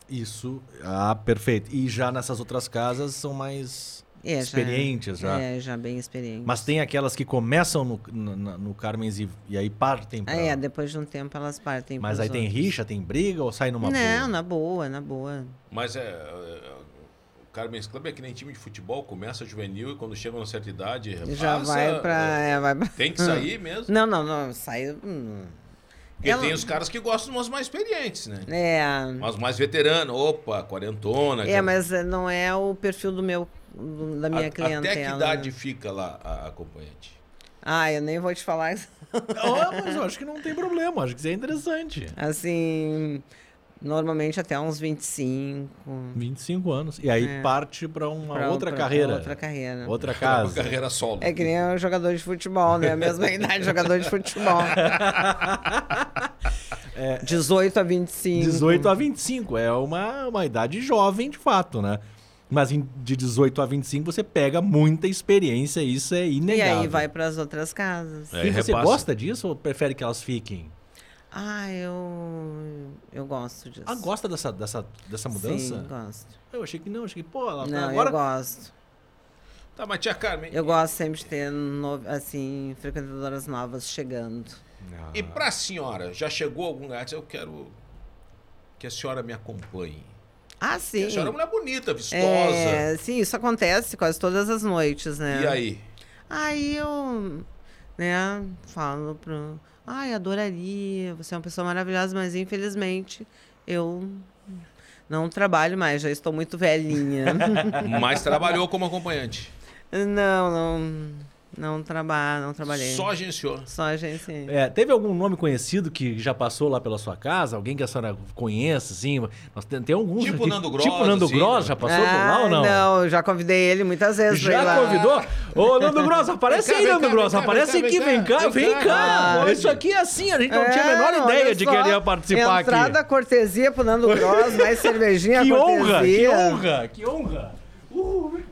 [SPEAKER 4] isso. Ah, perfeito. E já nessas outras casas são mais
[SPEAKER 6] É,
[SPEAKER 4] experientes já.
[SPEAKER 6] É, já bem experiente.
[SPEAKER 4] Mas tem aquelas que começam no, no, no Carmen's e, e aí partem pra...
[SPEAKER 6] Ah, é, depois de um tempo elas partem
[SPEAKER 4] Mas
[SPEAKER 6] pros
[SPEAKER 4] aí tem
[SPEAKER 6] outros.
[SPEAKER 4] rixa, tem briga ou sai numa
[SPEAKER 6] não,
[SPEAKER 4] boa?
[SPEAKER 6] na boa, na boa.
[SPEAKER 5] Mas é. é, O Carmen's Club é que nem time de futebol, começa juvenil e quando chega a uma certa idade.
[SPEAKER 6] Já
[SPEAKER 5] passa,
[SPEAKER 6] vai pra.
[SPEAKER 5] é,
[SPEAKER 6] é, vai pra-
[SPEAKER 5] Tem que sair mesmo.
[SPEAKER 6] Não, não, não. Saiu. hum.
[SPEAKER 5] Porque
[SPEAKER 6] Ela-
[SPEAKER 5] tem os caras que gostam de umas mais experientes, né?
[SPEAKER 6] É.
[SPEAKER 5] Mas mais veterano, opa, quarentona.
[SPEAKER 6] É,
[SPEAKER 5] aquela-
[SPEAKER 6] mas eh, não é o perfil do meu. do- Da
[SPEAKER 5] A-
[SPEAKER 6] minha clientela.
[SPEAKER 5] Até que
[SPEAKER 6] né?
[SPEAKER 5] idade fica lá a acompanhante?
[SPEAKER 6] Ah, eu nem vou te falar.
[SPEAKER 4] Ah, mas eu acho que não tem problema. Acho que isso é interessante.
[SPEAKER 6] Assim. Normalmente até uns 25.
[SPEAKER 4] 25 anos. E aí
[SPEAKER 6] É.
[SPEAKER 4] parte pra uma
[SPEAKER 6] pra- um
[SPEAKER 4] outra
[SPEAKER 6] pra- pra
[SPEAKER 4] carreira.
[SPEAKER 6] Outra carreira.
[SPEAKER 4] Outra
[SPEAKER 5] Acaba
[SPEAKER 4] casa.
[SPEAKER 5] Carreira solo.
[SPEAKER 6] É que nem o jogador de futebol, né? A mesma idade, de jogador de futebol. 18 a 25.
[SPEAKER 4] 18 a 25. É uma, uma idade jovem, de fato, né? Mas em- de 18 a 25 você pega muita experiência, isso é
[SPEAKER 6] E
[SPEAKER 4] inegável.
[SPEAKER 6] aí vai para as outras casas.
[SPEAKER 5] É.
[SPEAKER 4] E você
[SPEAKER 5] repassa.
[SPEAKER 4] gosta disso ou prefere que elas fiquem?
[SPEAKER 6] Ah, eu. Eu gosto disso.
[SPEAKER 4] Ah, gosta dessa, dessa, dessa mudança?
[SPEAKER 6] Sim, gosto.
[SPEAKER 4] eu achei que não, achei que, pô, ela tá
[SPEAKER 6] Não, eu
[SPEAKER 4] agora.
[SPEAKER 6] gosto.
[SPEAKER 5] Tá, mas tia Carmen.
[SPEAKER 6] Eu gosto sempre de ter, no- assim, frequentadoras novas chegando.
[SPEAKER 5] E pra senhora, já chegou algum lugar? Eu quero que a senhora me acompanhe.
[SPEAKER 6] Ah,
[SPEAKER 5] Porque
[SPEAKER 6] sim.
[SPEAKER 5] A senhora é uma mulher bonita, vistosa.
[SPEAKER 6] É, sim, isso acontece quase todas as noites,
[SPEAKER 4] É,
[SPEAKER 6] né?
[SPEAKER 5] E aí?
[SPEAKER 6] Aí eu, né, falo pro... Ai, adoraria, você é uma pessoa maravilhosa, mas infelizmente eu não trabalho mais, já estou muito velhinha.
[SPEAKER 5] Mas trabalhou como acompanhante.
[SPEAKER 6] não, não, não, traba, não trabalhei.
[SPEAKER 5] Só agenciou.
[SPEAKER 6] Só agência.
[SPEAKER 4] É, teve algum nome conhecido que já passou lá pela sua casa? Alguém que a senhora conheça, assim? Nós tem, tem alguns.
[SPEAKER 5] Tipo
[SPEAKER 4] aqui-
[SPEAKER 5] Nando Gross,
[SPEAKER 4] Tipo Nando
[SPEAKER 5] assim,
[SPEAKER 4] Gross,
[SPEAKER 5] né?
[SPEAKER 4] já passou por lá ou não?
[SPEAKER 6] Ah, É, Não, já convidei ele muitas vezes. pra ir
[SPEAKER 4] Já
[SPEAKER 6] lá.
[SPEAKER 4] convidou? Ô, Nando Gross, aparece
[SPEAKER 5] Vem cá,
[SPEAKER 4] aí,
[SPEAKER 5] vem
[SPEAKER 4] Nando
[SPEAKER 5] cá,
[SPEAKER 4] Gross.
[SPEAKER 5] vem cá,
[SPEAKER 4] Aparece
[SPEAKER 5] vem cá,
[SPEAKER 4] aqui,
[SPEAKER 5] vem
[SPEAKER 4] vem
[SPEAKER 5] cá,
[SPEAKER 4] cá,
[SPEAKER 5] vem
[SPEAKER 4] vem cá.
[SPEAKER 5] cá.
[SPEAKER 4] Pô, isso aqui é assim, a gente não tinha a
[SPEAKER 6] Ah, É,
[SPEAKER 4] menor
[SPEAKER 6] olha
[SPEAKER 4] ideia de
[SPEAKER 6] só,
[SPEAKER 4] que ele ia participar
[SPEAKER 6] Entrada
[SPEAKER 4] aqui.
[SPEAKER 6] cortesia pro Nando Gross, mais cervejinha
[SPEAKER 4] Que
[SPEAKER 6] cortesia.
[SPEAKER 4] honra, que honra, que honra. Uh,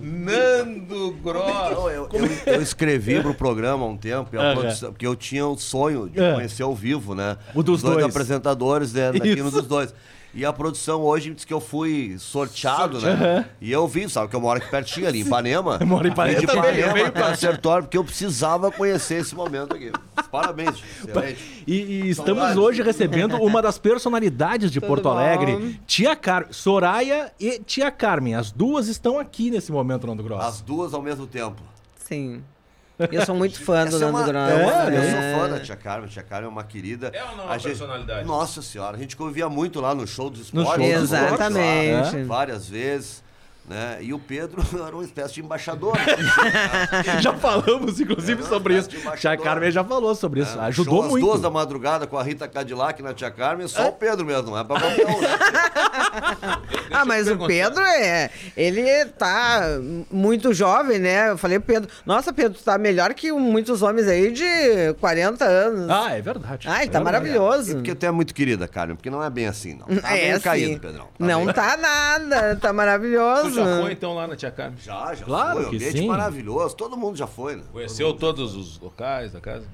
[SPEAKER 5] Nando Gross.
[SPEAKER 7] Não, eu, eu, eu escrevi pro programa há um tempo, e a
[SPEAKER 4] Aham.
[SPEAKER 7] produção- porque eu tinha o sonho de
[SPEAKER 4] É.
[SPEAKER 7] conhecer ao vivo, né?
[SPEAKER 4] O dos
[SPEAKER 7] Os dois,
[SPEAKER 4] dois.
[SPEAKER 7] apresentadores, né? Aqui
[SPEAKER 4] Isso.
[SPEAKER 7] um dos dois. E a produção hoje disse que eu fui sorteado, né? E eu vi, sabe, que eu moro aqui pertinho, ali em Ipanema.
[SPEAKER 4] Eu moro em
[SPEAKER 7] Vim
[SPEAKER 4] Ipanema
[SPEAKER 7] de
[SPEAKER 4] também, eu venho
[SPEAKER 7] Ipanema até
[SPEAKER 4] pra-
[SPEAKER 7] a Sertório, porque eu precisava conhecer esse momento aqui. Parabéns, excelente.
[SPEAKER 4] E, e estamos
[SPEAKER 7] Saudades.
[SPEAKER 4] hoje recebendo uma das personalidades de
[SPEAKER 6] Tudo
[SPEAKER 4] Porto
[SPEAKER 6] bom?
[SPEAKER 4] Alegre, Tia Car Soraya e Tia Carmen. As duas estão aqui nesse momento, Nando Gross.
[SPEAKER 7] As duas ao mesmo tempo.
[SPEAKER 6] Sim. Eu sou muito fã do
[SPEAKER 7] Essa é
[SPEAKER 6] Nando
[SPEAKER 7] uma-
[SPEAKER 6] Gross.
[SPEAKER 7] é uma-
[SPEAKER 6] né?
[SPEAKER 7] Eu sou fã da Tia Carmen. Tia Carmen é uma querida.
[SPEAKER 5] É ou não
[SPEAKER 7] A
[SPEAKER 5] a
[SPEAKER 7] gente-
[SPEAKER 5] personalidade?
[SPEAKER 7] Nossa senhora, a gente convivia muito lá no show dos
[SPEAKER 4] No
[SPEAKER 7] esportes.
[SPEAKER 4] show dos
[SPEAKER 7] lá,
[SPEAKER 6] Exatamente.
[SPEAKER 7] lá, Várias vezes. Né? E o Pedro era uma espécie de embaixador. né?
[SPEAKER 4] Já falamos, inclusive,
[SPEAKER 7] É,
[SPEAKER 4] sobre
[SPEAKER 7] é,
[SPEAKER 4] isso.
[SPEAKER 7] de embaixador.
[SPEAKER 4] Tia Carmen já falou sobre isso.
[SPEAKER 7] Ah, Show
[SPEAKER 4] Ajudou
[SPEAKER 7] às
[SPEAKER 4] muito.
[SPEAKER 7] duas da madrugada com a Rita Cadillac na Tia Carmen, só o Pedro mesmo, não é pra qualquer um. Né?
[SPEAKER 6] Ah, mas o Pedro é. Ele tá muito jovem, né? Eu falei, Pedro, nossa, Pedro, tu tá melhor que muitos homens aí de 40 anos.
[SPEAKER 4] Ah, é verdade.
[SPEAKER 6] Ai,
[SPEAKER 4] É verdade.
[SPEAKER 6] tá
[SPEAKER 7] E
[SPEAKER 6] maravilhoso.
[SPEAKER 7] porque tu é muito querida, Carmen, porque não é bem assim, não. Tá
[SPEAKER 6] é,
[SPEAKER 7] meio
[SPEAKER 6] assim.
[SPEAKER 7] caído, Pedrão.
[SPEAKER 6] não
[SPEAKER 7] meio
[SPEAKER 6] tá nada, tá maravilhoso.
[SPEAKER 7] Tu
[SPEAKER 5] já
[SPEAKER 6] né?
[SPEAKER 5] foi então lá na Tia Carmen?
[SPEAKER 7] Já, já
[SPEAKER 4] Claro
[SPEAKER 7] foi. um
[SPEAKER 4] que
[SPEAKER 7] ambiente
[SPEAKER 4] sim.
[SPEAKER 7] maravilhoso. Todo mundo já foi, né?
[SPEAKER 5] Conheceu todos os locais da casa?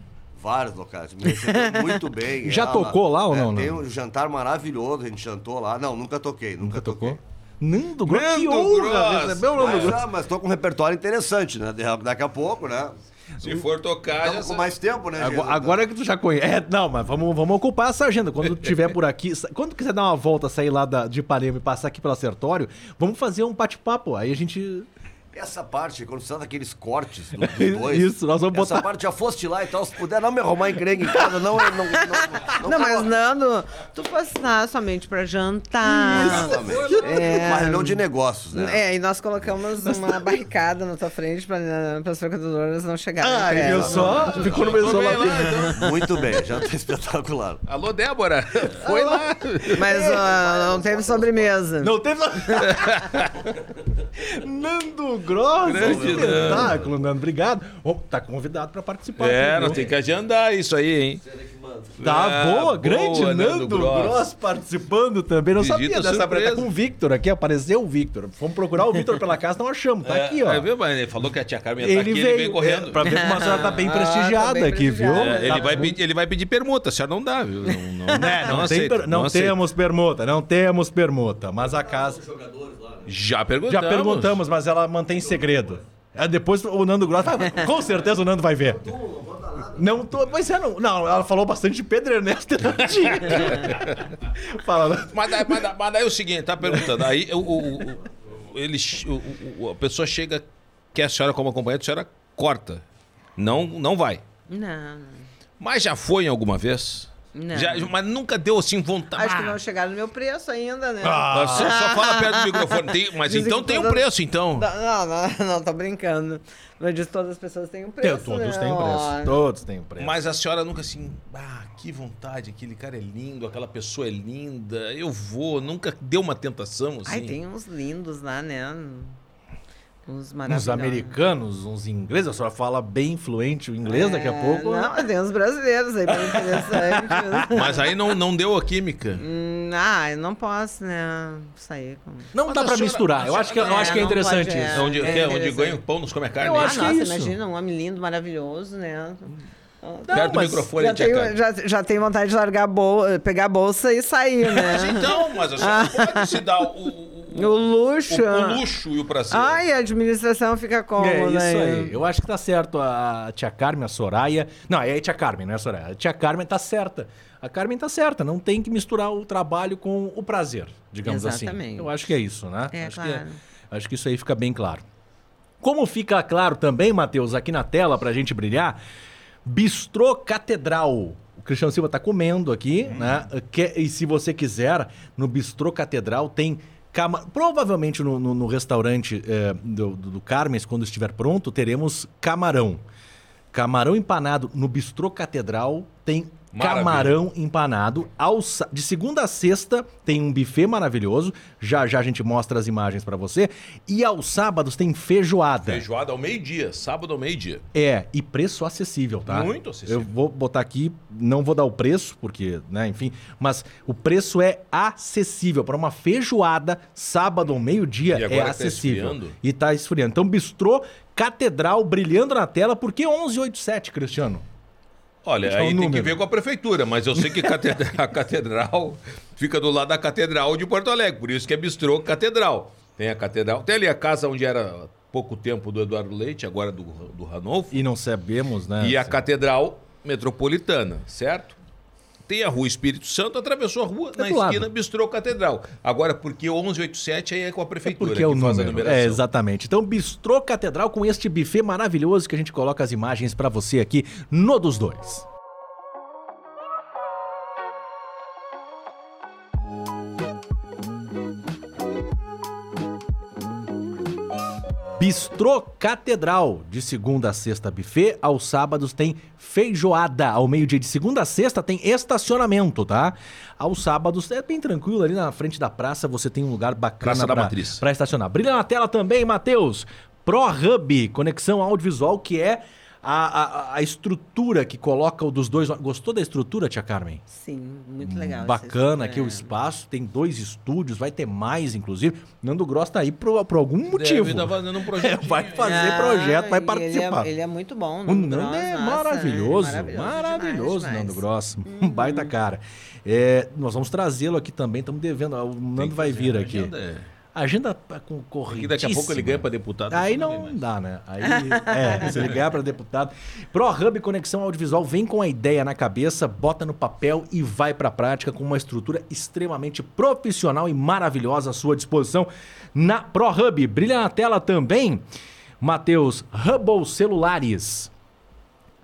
[SPEAKER 7] Vários locais. Me recebeu muito bem.
[SPEAKER 4] Já tocou lá ou não,
[SPEAKER 7] Tem
[SPEAKER 4] não?
[SPEAKER 7] um jantar maravilhoso, a gente jantou lá. Não, nunca toquei, nunca, toquei.
[SPEAKER 4] Nando Gross, que
[SPEAKER 5] Nando
[SPEAKER 4] honra!
[SPEAKER 5] Gross.
[SPEAKER 4] Recebeu o Nando
[SPEAKER 7] Mas,
[SPEAKER 4] Gross.
[SPEAKER 7] ah, mas tô com um repertório interessante, né? De- Daqui a pouco, né?
[SPEAKER 5] Se for tocar, já
[SPEAKER 7] Estamos com
[SPEAKER 5] sabe.
[SPEAKER 7] mais tempo, né?
[SPEAKER 4] Agora,
[SPEAKER 7] gente?
[SPEAKER 4] agora que tu já conhece. É, não, mas vamos, vamos ocupar essa agenda. Quando tu tiver por aqui, sa- quando quiser dar uma volta, sair lá da, de Ipanema e passar aqui pelo Acertório, vamos fazer um bate-papo. Aí a gente.
[SPEAKER 7] Essa parte, quando são daqueles cortes do, do dois,
[SPEAKER 4] Isso, nós vamos
[SPEAKER 7] Essa
[SPEAKER 4] botar-
[SPEAKER 7] parte já foste lá e tal, se puder não me arrumar encrenca em casa, não, não, não, não,
[SPEAKER 6] Não, mas Nando, tu passar somente pra jantar.
[SPEAKER 7] Exatamente.
[SPEAKER 6] É.
[SPEAKER 7] Mas não de negócios, né?
[SPEAKER 6] É, e nós colocamos uma barricada na tua frente para as frequentadoras não chegarem.
[SPEAKER 4] Ah,
[SPEAKER 6] perto.
[SPEAKER 4] eu só. Ficou no meu
[SPEAKER 5] Foi
[SPEAKER 4] isolamento.
[SPEAKER 5] lá, então.
[SPEAKER 7] Muito bem, já tá espetacular.
[SPEAKER 5] Alô, Débora. Foi lá.
[SPEAKER 6] Mas ah, não teve sobremesa.
[SPEAKER 4] Não teve. Nando Gross,
[SPEAKER 5] Grande
[SPEAKER 4] espetáculo, Nando. Obrigado. Ô, tá convidado pra participar.
[SPEAKER 5] É,
[SPEAKER 4] aqui,
[SPEAKER 5] nós
[SPEAKER 4] viu?
[SPEAKER 5] tem que agendar isso aí, hein?
[SPEAKER 4] Tá
[SPEAKER 5] Ah,
[SPEAKER 4] boa,
[SPEAKER 5] boa,
[SPEAKER 4] grande
[SPEAKER 5] Nando
[SPEAKER 4] Nando Gross.
[SPEAKER 5] Gross.
[SPEAKER 4] participando também. Não
[SPEAKER 5] Visita
[SPEAKER 4] sabia dessa
[SPEAKER 5] surpresa.
[SPEAKER 4] tá com o Victor aqui, apareceu o Victor. Fomos procurar o Victor pela casa, não achamos. Tá aqui, ó.
[SPEAKER 5] Aí, viu, mas Ele né? falou que a Tia Carmen ia É, tá aqui, ele veio
[SPEAKER 4] é,
[SPEAKER 5] correndo.
[SPEAKER 4] pra ver como a senhora tá bem
[SPEAKER 6] Ah,
[SPEAKER 4] prestigiada
[SPEAKER 6] tá bem
[SPEAKER 4] aqui, viu?
[SPEAKER 6] prestigiada.
[SPEAKER 5] É, ele, vai pedir, ele vai pedir permuta, a senhora não dá, viu? Não, não,
[SPEAKER 4] É, não, tem
[SPEAKER 5] aceita,
[SPEAKER 4] per- não
[SPEAKER 5] aceita.
[SPEAKER 4] temos permuta, não temos permuta. Mas a casa.
[SPEAKER 5] Já
[SPEAKER 4] Já
[SPEAKER 5] perguntamos.
[SPEAKER 4] perguntamos, mas ela mantém segredo. É, depois o Nando Gross. Ah, com certeza o Nando vai ver. Não tô. Pois é, não. Não, ela falou bastante de Pedro Ernesto Erantini. Fala, Nando.
[SPEAKER 5] Mas daí, mas, daí, mas daí é o seguinte, tá perguntando. Aí o, o- o- ele, o- o- a pessoa chega, quer a senhora como acompanhante, a senhora corta. Não, não vai.
[SPEAKER 6] Não,
[SPEAKER 5] Mas já foi em alguma vez?
[SPEAKER 6] Não.
[SPEAKER 5] Já, mas nunca deu assim vontade.
[SPEAKER 6] Acho que não chegaram no meu preço ainda, né?
[SPEAKER 5] Ah, Só, só fala perto do microfone. Tem- mas
[SPEAKER 6] Dizem
[SPEAKER 5] então
[SPEAKER 6] que
[SPEAKER 5] tem um
[SPEAKER 6] todas-
[SPEAKER 5] preço, então.
[SPEAKER 6] Não, não, não, tô brincando. Mas diz todas as pessoas têm um
[SPEAKER 4] Tem-
[SPEAKER 6] preço.
[SPEAKER 4] É, todos
[SPEAKER 6] né?
[SPEAKER 4] têm
[SPEAKER 6] Ó,
[SPEAKER 4] preço. Todos têm um preço.
[SPEAKER 5] Mas a senhora nunca assim, ah, que vontade, aquele cara é lindo, aquela pessoa é linda, eu vou, nunca deu uma tentação assim.
[SPEAKER 6] Ai, tem uns lindos lá, né? Uns
[SPEAKER 4] Uns
[SPEAKER 6] maravilhosos.
[SPEAKER 4] americanos, uns ingleses, a senhora fala bem fluente o inglês daqui a
[SPEAKER 6] É,
[SPEAKER 4] um pouco. né?
[SPEAKER 6] Não, tem uns brasileiros aí, bem interessantes.
[SPEAKER 5] Mas aí não, não deu a química.
[SPEAKER 6] Hum, ah, eu não posso, né? Sair com.
[SPEAKER 4] Não
[SPEAKER 5] Mas
[SPEAKER 4] dá
[SPEAKER 5] a
[SPEAKER 4] pra
[SPEAKER 5] senhora-
[SPEAKER 4] misturar.
[SPEAKER 5] a
[SPEAKER 4] Eu
[SPEAKER 5] senhora-
[SPEAKER 4] acho que, eu
[SPEAKER 6] É,
[SPEAKER 4] acho que é
[SPEAKER 6] não pode,
[SPEAKER 4] interessante
[SPEAKER 6] é.
[SPEAKER 5] É
[SPEAKER 4] isso.
[SPEAKER 5] onde, que é onde
[SPEAKER 6] interessante.
[SPEAKER 5] ganha o pão nos come a carne. né?
[SPEAKER 4] Eu
[SPEAKER 6] Ah,
[SPEAKER 4] acho que é
[SPEAKER 6] nossa,
[SPEAKER 4] isso.
[SPEAKER 6] imagina, um homem lindo, maravilhoso, né?
[SPEAKER 5] Perto do
[SPEAKER 4] mas
[SPEAKER 5] microfone,
[SPEAKER 6] Já
[SPEAKER 5] tia
[SPEAKER 6] tenho,
[SPEAKER 5] Carmen.
[SPEAKER 6] já, já tenho vontade de largar a bol pegar a bolsa e sair,
[SPEAKER 5] Mas
[SPEAKER 6] né?
[SPEAKER 5] então, mas a senhora pode se dar o, o,
[SPEAKER 6] o luxo.
[SPEAKER 5] o- o luxo e o prazer.
[SPEAKER 6] Ai, a administração fica como,
[SPEAKER 4] É isso
[SPEAKER 6] né?
[SPEAKER 4] aí. Eu acho que tá certo a tia Carmen, a Soraya. Não, é a tia Carmen, não é a Soraya. A tia Carmen tá certa. A Carmen tá certa. Não tem que misturar o trabalho com o prazer, digamos assim.
[SPEAKER 6] Exatamente.
[SPEAKER 4] Eu acho que é isso, né?
[SPEAKER 6] É,
[SPEAKER 4] acho,
[SPEAKER 6] claro.
[SPEAKER 4] que, acho que isso aí fica bem claro. Como fica claro também, Matheus, aqui na tela pra gente brilhar, Bistrô Catedral. O Cristiano Silva tá comendo
[SPEAKER 6] É.
[SPEAKER 4] aqui, né? Que- e se você quiser, no Bistrô Catedral tem cama. Provavelmente no, no- no restaurante eh, do, do, do Carmes, quando estiver pronto, teremos camarão. Camarão empanado no Bistrô Catedral tem
[SPEAKER 5] Maravilha.
[SPEAKER 4] camarão empanado. alça- De segunda a sexta tem um buffet maravilhoso. Já já a gente mostra as imagens pra você. E aos sábados tem feijoada.
[SPEAKER 5] Feijoada ao meio-dia, sábado ao meio-dia.
[SPEAKER 4] É, e preço acessível, tá?
[SPEAKER 5] Muito acessível.
[SPEAKER 4] Eu vou botar aqui, não vou dar o preço, porque, né, enfim, mas o preço é acessível. Para uma feijoada, sábado ao meio-dia,
[SPEAKER 5] E agora
[SPEAKER 4] é
[SPEAKER 5] que tá
[SPEAKER 4] acessível.
[SPEAKER 5] esfriando?
[SPEAKER 4] e tá esfriando. Então, bistrô, catedral, brilhando na tela, por que 1187, Cristiano?
[SPEAKER 5] Olha,
[SPEAKER 4] Deixa eu
[SPEAKER 5] aí
[SPEAKER 4] o
[SPEAKER 5] tem que
[SPEAKER 4] número.
[SPEAKER 5] ver com a prefeitura, mas eu sei que catedra- a catedral fica do lado da catedral de Porto Alegre, por isso que é bistrô catedral. Tem a catedral, tem ali a casa onde era há pouco tempo do Eduardo Leite, agora do, do Ranolfo,
[SPEAKER 4] E não sabemos, né?
[SPEAKER 5] e a
[SPEAKER 4] se-
[SPEAKER 5] catedral metropolitana, certo? Tem a rua Espírito Santo, atravessou a rua, na
[SPEAKER 4] É do lado.
[SPEAKER 5] esquina, bistrô catedral. Agora, porque 1187 aí é com a prefeitura
[SPEAKER 4] Porque é o
[SPEAKER 5] que faz a
[SPEAKER 4] número.
[SPEAKER 5] numeração.
[SPEAKER 4] É, exatamente. Então, Bistrô Catedral com este buffet maravilhoso que a gente coloca as imagens pra você aqui no dos dois. Bistrô Catedral, de segunda a sexta buffet, aos sábados tem feijoada, ao meio-dia de segunda a sexta tem estacionamento, tá? Aos sábados é bem tranquilo, ali na frente da praça você tem um lugar bacana
[SPEAKER 5] Praça da
[SPEAKER 4] pra,
[SPEAKER 5] Matriz.
[SPEAKER 4] pra estacionar. Brilha na tela também, Matheus, Pro Hub, conexão audiovisual que é a, a, a estrutura que coloca o dos dois. Gostou da estrutura, tia Carmen?
[SPEAKER 6] Sim, muito legal. essa é
[SPEAKER 4] Bacana aqui o
[SPEAKER 6] história.
[SPEAKER 4] espaço, tem dois estúdios, vai ter mais, inclusive. Nando Gross tá aí por, por algum motivo.
[SPEAKER 5] Deve tá fazendo um projetinho.
[SPEAKER 4] É, vai fazer projeto, vai
[SPEAKER 6] e
[SPEAKER 4] participar.
[SPEAKER 6] Ele é, ele é muito bom.
[SPEAKER 4] O
[SPEAKER 6] Nando
[SPEAKER 4] Nando
[SPEAKER 6] Gross,
[SPEAKER 4] é
[SPEAKER 6] nossa,
[SPEAKER 4] maravilhoso,
[SPEAKER 6] demais,
[SPEAKER 4] maravilhoso,
[SPEAKER 6] demais. Uhum.
[SPEAKER 4] Nando Gross. Um baita cara. É, nós vamos trazê-lo aqui também, estamos devendo. O
[SPEAKER 5] Tem
[SPEAKER 4] Nando
[SPEAKER 5] que
[SPEAKER 4] vai
[SPEAKER 5] fazer
[SPEAKER 4] vir
[SPEAKER 5] uma
[SPEAKER 4] aqui.
[SPEAKER 5] agenda, é.
[SPEAKER 4] Agenda pra- com
[SPEAKER 5] Que
[SPEAKER 4] corrida.
[SPEAKER 5] daqui a pouco ele ganha pra deputado.
[SPEAKER 4] Aí
[SPEAKER 5] você vê
[SPEAKER 4] não
[SPEAKER 5] mais.
[SPEAKER 4] dá, né? Aí, é, se ele ganhar para deputado. ProHub Conexão Audiovisual vem com a ideia na cabeça, bota no papel e vai para a prática com uma estrutura extremamente profissional e maravilhosa à sua disposição na ProHub. Brilha na tela também, Matheus, Hubble Celulares.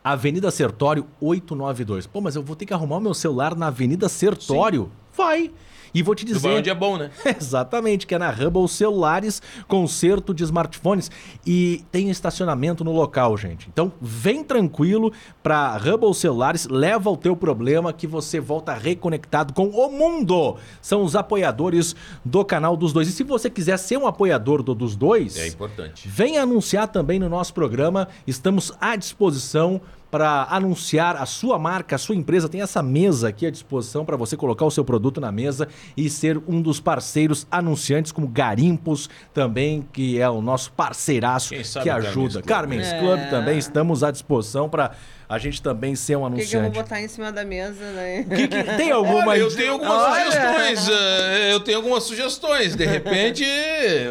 [SPEAKER 4] Avenida Sertório 892. Pô, mas eu vou ter que arrumar o meu celular na Avenida Sertório? Vai! E vou te
[SPEAKER 5] Tu vai
[SPEAKER 4] dizer.
[SPEAKER 5] onde é bom, né?
[SPEAKER 4] Exatamente, que é na Hubble Celulares, conserto de smartphones e tem estacionamento no local, gente. Então, vem tranquilo para Hubble Celulares, leva o teu problema que você volta reconectado com o mundo. São os apoiadores do canal dos dois. E se você quiser ser um apoiador do dos dois,
[SPEAKER 5] É importante.
[SPEAKER 4] Vem anunciar também no nosso programa. Estamos à disposição para anunciar a sua marca, a sua empresa. Tem essa mesa aqui à disposição para você colocar o seu produto na mesa e ser um dos parceiros anunciantes, como Garimpos também, que é o nosso parceiraço
[SPEAKER 5] Quem sabe
[SPEAKER 4] que
[SPEAKER 5] o Carmen's
[SPEAKER 4] ajuda.
[SPEAKER 5] Club,
[SPEAKER 4] Carmen's
[SPEAKER 6] né?
[SPEAKER 4] Club
[SPEAKER 6] É.
[SPEAKER 4] também estamos à disposição para a gente também ser um
[SPEAKER 6] O que, que eu vou
[SPEAKER 4] anunciante.
[SPEAKER 6] botar em cima da mesa, né?
[SPEAKER 4] Que que- tem alguma
[SPEAKER 5] Olha, eu tenho algumas
[SPEAKER 6] Olha.
[SPEAKER 5] sugestões. eh, Eu tenho algumas sugestões. De repente.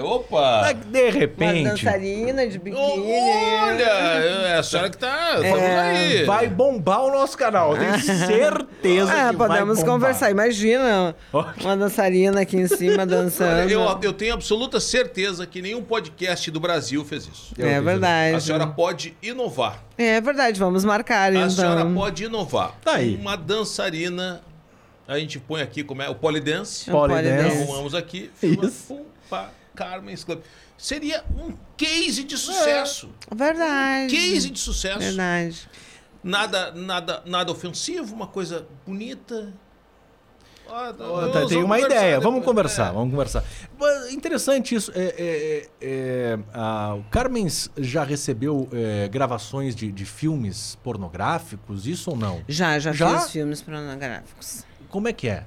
[SPEAKER 5] Opa!
[SPEAKER 4] de
[SPEAKER 6] Uma
[SPEAKER 4] repente
[SPEAKER 6] dançarina de biquíni.
[SPEAKER 5] Olha! É a senhora que tá. Vamos aí.
[SPEAKER 4] vai bombar o nosso canal, eu tenho certeza
[SPEAKER 6] Ah,
[SPEAKER 4] que vai
[SPEAKER 6] podemos
[SPEAKER 4] bombar.
[SPEAKER 6] conversar. Imagina
[SPEAKER 4] Ok.
[SPEAKER 6] uma dançarina aqui em cima dançando.
[SPEAKER 5] Olha, eu, eu tenho absoluta certeza que nenhum podcast do Brasil fez isso.
[SPEAKER 6] É verdade.
[SPEAKER 5] A senhora pode inovar.
[SPEAKER 6] É verdade, vamos marcar
[SPEAKER 5] A senhora
[SPEAKER 6] então.
[SPEAKER 5] pode inovar.
[SPEAKER 4] Tá aí.
[SPEAKER 5] Uma dançarina, a gente põe aqui como é o polidance.
[SPEAKER 6] É um
[SPEAKER 4] Polydance.
[SPEAKER 6] polydance.
[SPEAKER 5] Arrumamos aqui. Filma,
[SPEAKER 4] Isso.
[SPEAKER 5] pum, pá, Carmen's Club. Seria um case de sucesso.
[SPEAKER 6] Verdade.
[SPEAKER 5] Case de sucesso.
[SPEAKER 6] Verdade.
[SPEAKER 5] Nada, nada, nada ofensivo, uma coisa bonita. Ah,
[SPEAKER 4] Ó,
[SPEAKER 5] nós
[SPEAKER 4] tá,
[SPEAKER 5] vamos
[SPEAKER 4] tem uma
[SPEAKER 5] conversar
[SPEAKER 4] ideia,
[SPEAKER 5] depois.
[SPEAKER 4] vamos
[SPEAKER 5] É.
[SPEAKER 4] conversar, vamos conversar. Mas, Interessante isso. é, é, é, é, a- o Carmens já recebeu é, gravações de, de filmes pornográficos, isso ou não?
[SPEAKER 6] Já, já,
[SPEAKER 4] Já?
[SPEAKER 6] fiz filmes pornográficos.
[SPEAKER 4] Como é que é?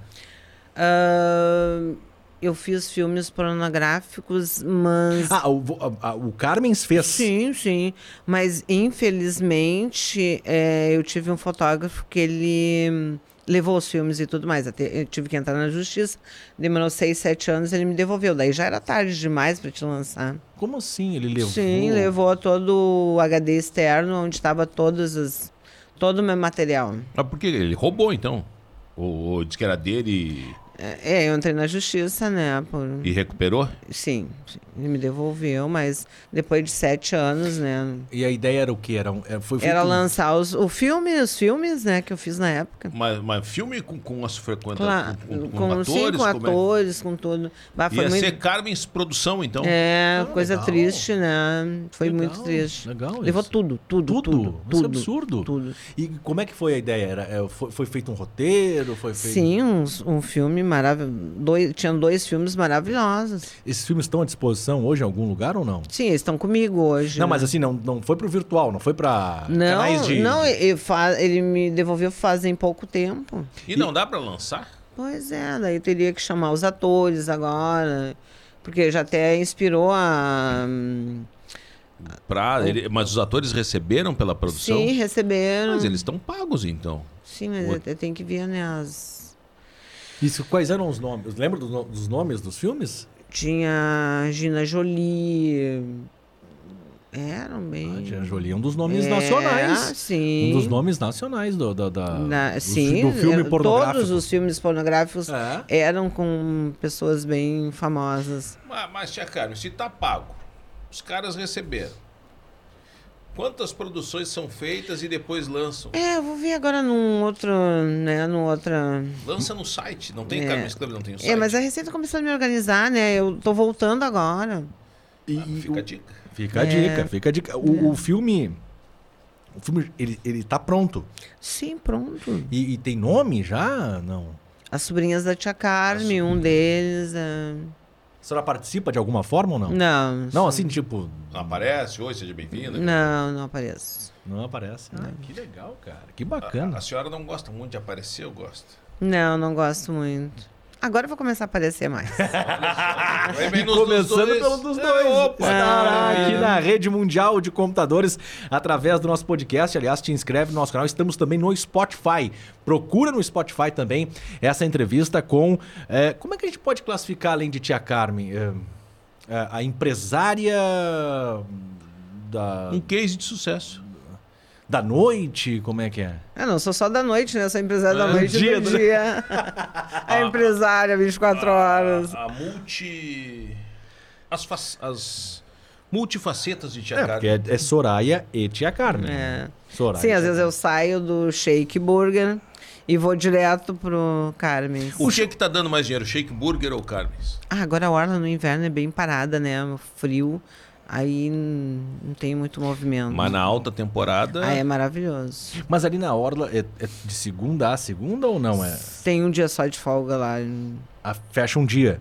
[SPEAKER 6] Ahn, eu fiz filmes pornográficos, mas.
[SPEAKER 4] Ah, o, vo- a- a- o Carmens fez.
[SPEAKER 6] Sim, sim. Mas infelizmente é, eu tive um fotógrafo que ele hum, levou os filmes e tudo mais. Até eu tive que entrar na justiça. Demorou seis, sete anos, ele me devolveu. Daí já era tarde demais para te lançar.
[SPEAKER 4] Como assim ele levou?
[SPEAKER 6] Sim, levou todo o HD externo, onde estava todas as. Todo o meu material.
[SPEAKER 5] Mas por que Ah, ele roubou, então? Ou, ou disse que era dele
[SPEAKER 6] É, eu entrei na justiça, né? por-
[SPEAKER 5] e, e recuperou?
[SPEAKER 6] Sim, sim, ele me devolveu, mas depois de sete anos, né?
[SPEAKER 4] E a ideia era o quê? Era, um- é, foi feito
[SPEAKER 6] Era
[SPEAKER 4] um-
[SPEAKER 6] lançar os, o filme, os filmes, né, que eu fiz na época.
[SPEAKER 5] Mas, mas filme com, com as frequentas,
[SPEAKER 6] Claro,
[SPEAKER 5] com, com, com
[SPEAKER 6] com,
[SPEAKER 5] atores,
[SPEAKER 6] sim, com
[SPEAKER 5] como é?
[SPEAKER 6] atores, com tudo. Bah, foi
[SPEAKER 5] Ia
[SPEAKER 6] muito,
[SPEAKER 5] ser Carmen's produção, então.
[SPEAKER 6] é,
[SPEAKER 4] Ah,
[SPEAKER 6] coisa
[SPEAKER 4] legal.
[SPEAKER 6] triste, né? Foi
[SPEAKER 4] Legal,
[SPEAKER 6] muito triste.
[SPEAKER 4] legal
[SPEAKER 6] Levou
[SPEAKER 4] isso.
[SPEAKER 6] tudo, tudo,
[SPEAKER 4] Tudo?
[SPEAKER 6] tudo,
[SPEAKER 4] Isso é
[SPEAKER 6] tudo.
[SPEAKER 4] absurdo.
[SPEAKER 6] Tudo.
[SPEAKER 4] E como é que foi a ideia? Era, é, foi, foi feito um roteiro? Foi feito...
[SPEAKER 6] Sim, uns- um, filme maravilhoso. Dois, tinha dois filmes maravilhosos.
[SPEAKER 4] Esses filmes estão à disposição hoje em algum lugar ou não?
[SPEAKER 6] Sim, eles estão comigo hoje.
[SPEAKER 4] Não,
[SPEAKER 6] né?
[SPEAKER 4] mas assim, não, não foi pro virtual, não foi pra
[SPEAKER 6] Não,
[SPEAKER 4] canais de...
[SPEAKER 6] não é- ele, fa- ele me devolveu fazem pouco tempo.
[SPEAKER 5] E não dá pra lançar?
[SPEAKER 6] Pois é, daí eu teria que chamar os atores agora, porque já até inspirou a. hum,
[SPEAKER 5] Pra, ele- mas os atores receberam pela produção?
[SPEAKER 6] Sim, receberam.
[SPEAKER 5] Mas eles estão pagos, então.
[SPEAKER 6] Sim, mas
[SPEAKER 5] Outro.
[SPEAKER 6] até tem que ver, né? As...
[SPEAKER 4] Isso, quais eram os nomes? Lembra dos, no- dos nomes dos filmes?
[SPEAKER 6] Tinha Gina Jolie. Eram bem.
[SPEAKER 4] Ah, Angelina Jolie é um dos nomes nacionais.
[SPEAKER 6] Hum. Sim.
[SPEAKER 4] Um dos nomes nacionais do, da, da-
[SPEAKER 6] Na-
[SPEAKER 4] do,
[SPEAKER 6] sim,
[SPEAKER 4] fi- do filme
[SPEAKER 6] era-
[SPEAKER 4] pornográfico.
[SPEAKER 6] todos os filmes pornográficos
[SPEAKER 4] É.
[SPEAKER 6] eram com pessoas bem famosas.
[SPEAKER 5] Mas, mas tia Carmen, se tá pago, os caras receberam. Quantas produções são feitas e depois lançam?
[SPEAKER 6] É, eu vou ver agora num outro, né, num outra...
[SPEAKER 5] Lança no site. Não tem
[SPEAKER 6] É.
[SPEAKER 5] Carmen's Club, não tem o site.
[SPEAKER 6] É, mas a Receita começou a me organizar, né? Eu tô voltando agora.
[SPEAKER 4] E-
[SPEAKER 5] Ah,
[SPEAKER 4] e
[SPEAKER 5] Fica a
[SPEAKER 4] o-
[SPEAKER 5] dica.
[SPEAKER 4] fica a
[SPEAKER 6] é.
[SPEAKER 4] dica, fica a dica. O, o filme... O filme, ele, ele tá pronto.
[SPEAKER 6] Sim, pronto.
[SPEAKER 4] E, e tem nome já? Não.
[SPEAKER 6] As sobrinhas da Tia Carme, um deles. é.
[SPEAKER 4] A senhora participa de alguma forma ou não?
[SPEAKER 6] Não,
[SPEAKER 4] Não, assim, tipo,
[SPEAKER 5] Não aparece? Oi, seja bem-vinda.
[SPEAKER 6] não, não apareço.
[SPEAKER 4] não aparece. Ah,
[SPEAKER 5] Que legal, cara.
[SPEAKER 4] que
[SPEAKER 5] A,
[SPEAKER 4] bacana.
[SPEAKER 5] a senhora não gosta muito de aparecer, eu gosto.
[SPEAKER 6] Não, não gosto muito. Agora eu vou começar a aparecer mais.
[SPEAKER 5] Vai bem nos- nos
[SPEAKER 4] Ah, Começando
[SPEAKER 5] dois.
[SPEAKER 4] pelo dos dois.
[SPEAKER 5] É, opa. É.
[SPEAKER 4] Estará aqui na rede mundial de computadores através do nosso podcast. Aliás, te inscreve no nosso canal. Estamos também no Spotify. Procura no Spotify também essa entrevista com. eh, como é que a gente pode classificar, além de Tia Carmen? Eh, eh, a empresária da,
[SPEAKER 5] Um case de sucesso.
[SPEAKER 4] da noite? Como é que é?
[SPEAKER 6] Eu não sou só da noite, né? Eu sou empresária da
[SPEAKER 5] É,
[SPEAKER 6] noite
[SPEAKER 5] dia, Ah,
[SPEAKER 6] e do dia. A empresária 24 horas.
[SPEAKER 5] A, a multi. As, fac- as multifacetas de Tia
[SPEAKER 4] É,
[SPEAKER 5] Carmen.
[SPEAKER 4] porque é, é Soraya e Tia Carmen.
[SPEAKER 6] É.
[SPEAKER 4] Soraya.
[SPEAKER 6] Sim, às vezes
[SPEAKER 5] né?
[SPEAKER 6] eu saio do Shake Burger e vou direto pro Carmen's.
[SPEAKER 5] O que tá dando mais dinheiro, Shake Burger ou Carnes?
[SPEAKER 6] Ah, agora a orla no inverno é bem parada, né? Frio, aí hum, não tem muito movimento.
[SPEAKER 5] Mas na alta temporada.
[SPEAKER 6] Ah, é maravilhoso.
[SPEAKER 4] Mas ali na Orla é, é de segunda a segunda ou não? É,
[SPEAKER 6] Tem um dia só de folga lá, hum,
[SPEAKER 4] a- fecha um dia.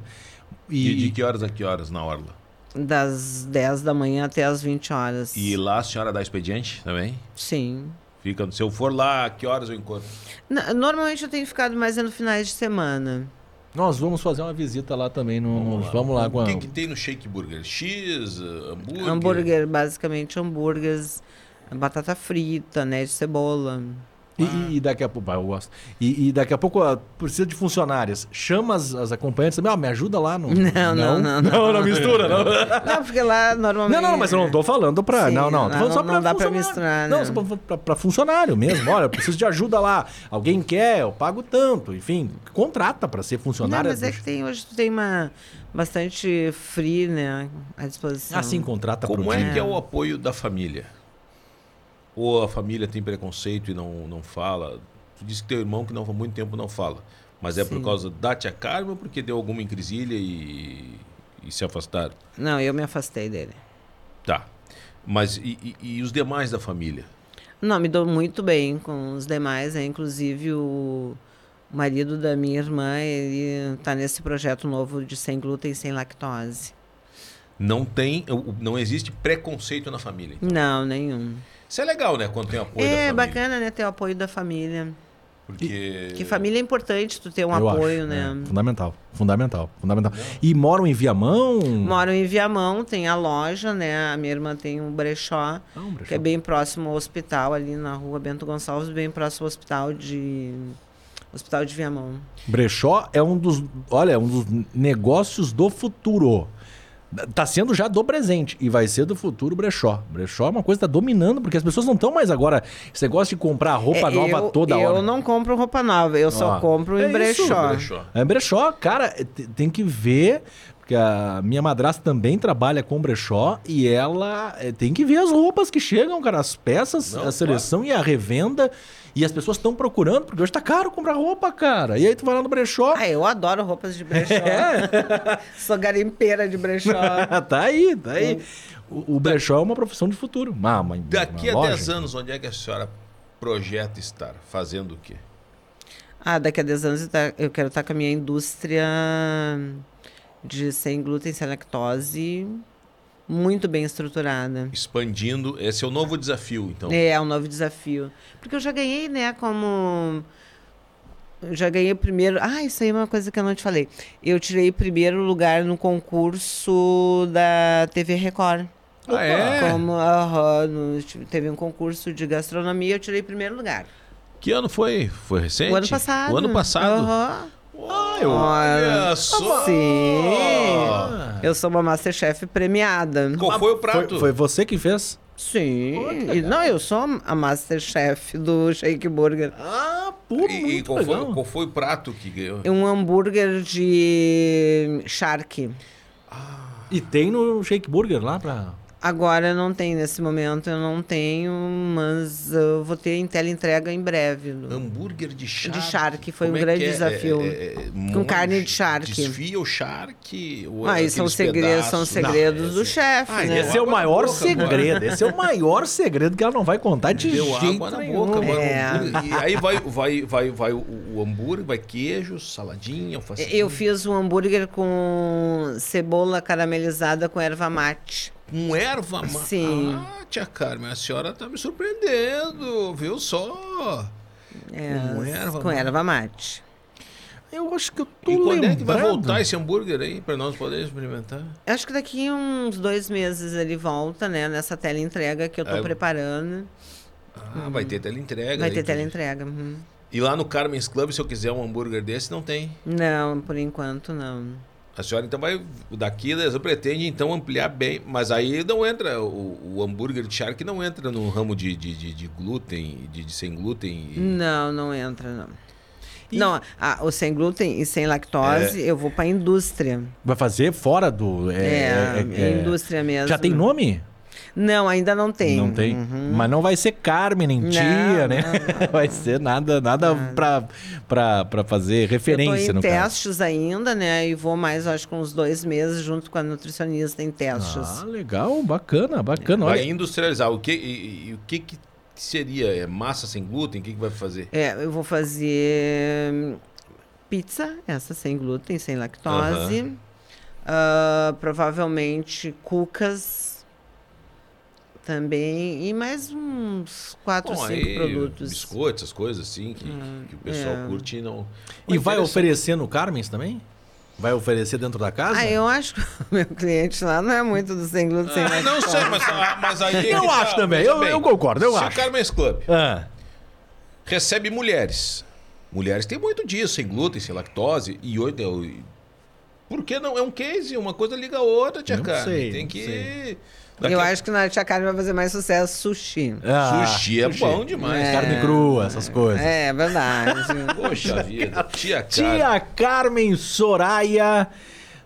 [SPEAKER 5] E de que horas a que horas na Orla?
[SPEAKER 6] das 10 da manhã até as 20 horas.
[SPEAKER 5] E lá a senhora dá expediente também?
[SPEAKER 6] Sim.
[SPEAKER 5] Fica, se eu for lá, a que horas eu encontro?
[SPEAKER 6] Na- Normalmente eu tenho ficado mais é no finais de semana.
[SPEAKER 4] Nós vamos fazer uma visita lá também. No, vamos, lá. com a...
[SPEAKER 5] O que, que tem no Shake Burger? X, eh, hambúrguer?
[SPEAKER 6] Hambúrguer, basicamente hambúrgueres, batata frita, né, de cebola.
[SPEAKER 4] E-
[SPEAKER 5] Ah.
[SPEAKER 4] E, e daqui a pouco, bah, eu gosto. E, e daqui a pouco ah, precisa de funcionárias. Chama as, as acompanhantes também, ó, me ajuda lá no.
[SPEAKER 6] Não, não,
[SPEAKER 4] não.
[SPEAKER 6] não, não.
[SPEAKER 4] não mistura, não.
[SPEAKER 6] Não, porque lá normalmente...
[SPEAKER 4] Não, não, mas eu não tô falando pra.
[SPEAKER 6] Sim,
[SPEAKER 4] não, não. Tô
[SPEAKER 6] não,
[SPEAKER 4] falando só
[SPEAKER 6] não
[SPEAKER 4] pra
[SPEAKER 6] dá pra
[SPEAKER 4] funcionário.
[SPEAKER 6] misturar,
[SPEAKER 4] Não,
[SPEAKER 6] né?
[SPEAKER 4] só pra, pra- pra funcionário mesmo. Olha, eu preciso de ajuda lá. Alguém quer, eu pago tanto. Enfim, contrata pra ser
[SPEAKER 6] Não,
[SPEAKER 4] funcionária.
[SPEAKER 6] mas é que tem, hoje tu tem uma bastante free, né, à disposição.
[SPEAKER 4] Assim,
[SPEAKER 6] Tá
[SPEAKER 4] contrata pro
[SPEAKER 5] Como
[SPEAKER 4] dia.
[SPEAKER 5] é que é o apoio da família? Ou a família tem preconceito e não, não fala? Tu disse que teu irmão que não há muito tempo não fala. Mas é por
[SPEAKER 6] Sim.
[SPEAKER 5] causa da tia Carmen ou porque deu alguma encruzilha e, e se afastaram?
[SPEAKER 6] Não, eu me afastei dele.
[SPEAKER 5] Tá. Mas e, e- e os demais da família?
[SPEAKER 6] Não, me dou muito bem com os demais, né? inclusive o marido da minha irmã, ele tá nesse projeto novo de sem glúten e sem lactose.
[SPEAKER 5] Não tem, o- o- não existe preconceito na família.
[SPEAKER 6] Não, nenhum.
[SPEAKER 5] Isso é legal, né? Quando tem apoio da
[SPEAKER 6] é
[SPEAKER 5] família.
[SPEAKER 6] bacana, né, ter o apoio da família.
[SPEAKER 5] Porque
[SPEAKER 6] Que família é importante tu ter um
[SPEAKER 4] Eu
[SPEAKER 6] apoio,
[SPEAKER 4] acho,
[SPEAKER 6] né?
[SPEAKER 4] é. Fundamental, fundamental, fundamental. E moram em Viamão?
[SPEAKER 6] Moro em Viamão, tem a loja, né? A minha irmã tem um brechó,
[SPEAKER 4] Ah, um brechó.
[SPEAKER 6] que é bem próximo ao hospital, ali na rua Bento Gonçalves, bem próximo ao hospital de. Hospital de Viamão.
[SPEAKER 4] Brechó é um dos, olha, é um dos negócios do futuro. Tá sendo já do presente e vai ser do futuro brechó. Brechó é uma coisa que tá dominando, porque as pessoas não estão mais agora. Esse negócio de comprar roupa
[SPEAKER 6] É,
[SPEAKER 4] nova
[SPEAKER 6] eu,
[SPEAKER 4] toda
[SPEAKER 6] eu
[SPEAKER 4] hora.
[SPEAKER 6] não compro roupa nova, eu
[SPEAKER 4] Ó,
[SPEAKER 6] só compro em
[SPEAKER 4] é isso,
[SPEAKER 6] brechó.
[SPEAKER 5] brechó.
[SPEAKER 4] É brechó, cara, te- tem que ver. Porque a minha madrasta também trabalha com brechó e ela eh, tem que ver as roupas que chegam, cara, as peças,
[SPEAKER 5] Não,
[SPEAKER 4] a seleção e a revenda. E as pessoas estão procurando, porque hoje tá caro comprar roupa, cara. E aí tu vai lá no brechó.
[SPEAKER 6] Ah, eu adoro roupas de brechó.
[SPEAKER 4] É?
[SPEAKER 6] Sou garimpeira de brechó.
[SPEAKER 4] tá aí, tá aí. O, o brechó é uma profissão de futuro. Uma, uma,
[SPEAKER 5] Daqui
[SPEAKER 4] uma
[SPEAKER 5] a
[SPEAKER 4] loja.
[SPEAKER 5] 10 anos, onde é que a senhora projeta estar? Fazendo o quê?
[SPEAKER 6] Ah, daqui a 10 anos eu tá- eu quero estar com a minha indústria de sem glúten, sem lactose, muito bem estruturada.
[SPEAKER 5] Expandindo. Esse é o novo desafio, então.
[SPEAKER 6] É, é um novo desafio. Porque eu já ganhei, né, como. Eu já ganhei o primeiro. Ah, isso aí é uma coisa que eu não te falei. Eu tirei primeiro lugar no concurso da TV Record.
[SPEAKER 5] Ah, é?
[SPEAKER 6] Como, aham, no- teve um concurso de gastronomia, eu tirei primeiro lugar.
[SPEAKER 5] Que ano foi? Foi recente?
[SPEAKER 6] O ano passado.
[SPEAKER 5] O ano passado.
[SPEAKER 6] Aham.
[SPEAKER 5] Olha só!
[SPEAKER 6] Sim.
[SPEAKER 5] Ah.
[SPEAKER 6] Eu sou uma Masterchef premiada.
[SPEAKER 5] Qual foi o
[SPEAKER 4] Foi,
[SPEAKER 5] prato?
[SPEAKER 4] foi você que fez?
[SPEAKER 6] Sim. E não, eu sou a Masterchef do Shake Burger.
[SPEAKER 4] Ah, pô,
[SPEAKER 5] E, e qual, foi, qual foi o prato que ganhou?
[SPEAKER 6] Um hambúrguer de shark.
[SPEAKER 4] E tem no Shake Burger lá pra.
[SPEAKER 6] Agora eu não tenho, nesse momento eu não tenho, mas eu vou ter em tela entrega em breve.
[SPEAKER 5] Hambúrguer de charque.
[SPEAKER 6] De charque, foi
[SPEAKER 5] Como
[SPEAKER 6] um
[SPEAKER 5] é
[SPEAKER 6] grande
[SPEAKER 5] que é?
[SPEAKER 6] desafio. Com carne de charque.
[SPEAKER 5] Desfia o charque. ou é
[SPEAKER 6] Ah, isso são
[SPEAKER 5] aqueles
[SPEAKER 6] segredos, são
[SPEAKER 5] pedaços.
[SPEAKER 6] segredos
[SPEAKER 5] Não,
[SPEAKER 6] do chefe,
[SPEAKER 5] Ah,
[SPEAKER 6] né?
[SPEAKER 5] esse
[SPEAKER 4] Esse é o
[SPEAKER 5] Água na
[SPEAKER 4] maior
[SPEAKER 5] boca agora.
[SPEAKER 4] segredo. Esse é o maior segredo que ela não vai contar de
[SPEAKER 5] Deu
[SPEAKER 4] jeito
[SPEAKER 5] água na
[SPEAKER 4] nenhum.
[SPEAKER 5] boca, mano.
[SPEAKER 6] É.
[SPEAKER 5] E aí vai, vai, vai, vai o, o hambúrguer, vai queijo, saladinha, alfacinha.
[SPEAKER 6] Eu fiz um hambúrguer com cebola caramelizada com erva mate.
[SPEAKER 5] Com erva mate.
[SPEAKER 6] Sim.
[SPEAKER 5] Ah, tia Carmen, a senhora tá me surpreendendo, viu só?
[SPEAKER 6] É,
[SPEAKER 5] Com erva
[SPEAKER 6] com
[SPEAKER 5] mate.
[SPEAKER 6] erva mate.
[SPEAKER 4] Eu acho que eu tô
[SPEAKER 5] E quando
[SPEAKER 4] lembrando.
[SPEAKER 5] é que vai voltar esse hambúrguer aí pra nós podermos experimentar?
[SPEAKER 6] Acho que daqui uns dois meses ele volta, né? Nessa tela entrega que eu tô
[SPEAKER 5] É.
[SPEAKER 6] preparando.
[SPEAKER 5] Ah, vai ter tela entrega. né?
[SPEAKER 6] Vai ter tela entrega. uhum.
[SPEAKER 5] E lá no Carmen's Club, se eu quiser um hambúrguer desse, não tem.
[SPEAKER 6] Não, por enquanto não.
[SPEAKER 5] A senhora então vai. Daqui você pretende então ampliar bem. Mas aí não entra. O, o hambúrguer de charque não entra no ramo de, de, de, de glúten, de, de sem glúten. e-
[SPEAKER 4] Hum,
[SPEAKER 6] Não, não entra, não. Não, a- o sem glúten e sem lactose, eu vou pra indústria.
[SPEAKER 4] Vai fazer fora do. É,
[SPEAKER 6] É,
[SPEAKER 4] é- é-
[SPEAKER 6] indústria mesmo.
[SPEAKER 4] Já tem nome?
[SPEAKER 6] Não, ainda não tem.
[SPEAKER 4] Não tem. Mas não vai ser Carmen nem
[SPEAKER 6] Uhum. Não,
[SPEAKER 4] tia, né?
[SPEAKER 6] não,
[SPEAKER 4] Vai ser nada, nada pra, pra, pra fazer
[SPEAKER 6] eu
[SPEAKER 4] referência
[SPEAKER 6] tô em
[SPEAKER 4] no
[SPEAKER 6] testes ainda, né? E vou mais, acho que uns dois meses junto com a nutricionista em testes.
[SPEAKER 4] caso. Ah, legal, bacana, bacana.
[SPEAKER 5] Vai
[SPEAKER 4] Olha,
[SPEAKER 5] industrializar. O que, e, e o que, que seria? É massa sem glúten? O que, que vai fazer?
[SPEAKER 6] É, eu vou fazer hum, pizza, essa sem glúten, sem lactose. Ah, provavelmente cucas também. E mais uns quatro,
[SPEAKER 5] Bom,
[SPEAKER 6] cinco
[SPEAKER 5] aí,
[SPEAKER 6] produtos.
[SPEAKER 5] Biscoitos, essas coisas assim que, que o pessoal
[SPEAKER 6] é.
[SPEAKER 5] curte e não.
[SPEAKER 4] Hum, e vai
[SPEAKER 5] Interessante.
[SPEAKER 4] oferecer no Carmen's também? Vai oferecer dentro da casa?
[SPEAKER 6] Ah, eu acho que o meu cliente lá não é muito do sem glúten, sem
[SPEAKER 5] Ah,
[SPEAKER 6] lactose.
[SPEAKER 5] não sei, mas, ah, mas aí. é que
[SPEAKER 4] né? Eu
[SPEAKER 5] tá.
[SPEAKER 4] acho também,
[SPEAKER 5] Veja
[SPEAKER 4] eu- eu concordo, eu
[SPEAKER 5] se
[SPEAKER 4] acho.
[SPEAKER 5] o é Carmen's Club
[SPEAKER 4] Ah,
[SPEAKER 5] recebe mulheres. Mulheres têm muito disso, sem glúten, sem lactose. E hoje. eu- Por que não? É um case, uma coisa liga a outra, tia
[SPEAKER 4] Não
[SPEAKER 5] Carmen.
[SPEAKER 4] sei,
[SPEAKER 5] Tem
[SPEAKER 4] não
[SPEAKER 5] que.
[SPEAKER 4] sei.
[SPEAKER 5] Daqui
[SPEAKER 6] Eu
[SPEAKER 5] a-
[SPEAKER 6] acho que na Tia Carmen vai fazer mais sucesso sushi.
[SPEAKER 4] ah,
[SPEAKER 5] Sushi é bom demais.
[SPEAKER 4] Carne crua, essas coisas.
[SPEAKER 6] É, é verdade.
[SPEAKER 5] Poxa vida, tia Carmen.
[SPEAKER 4] Tia Carmen Soraya.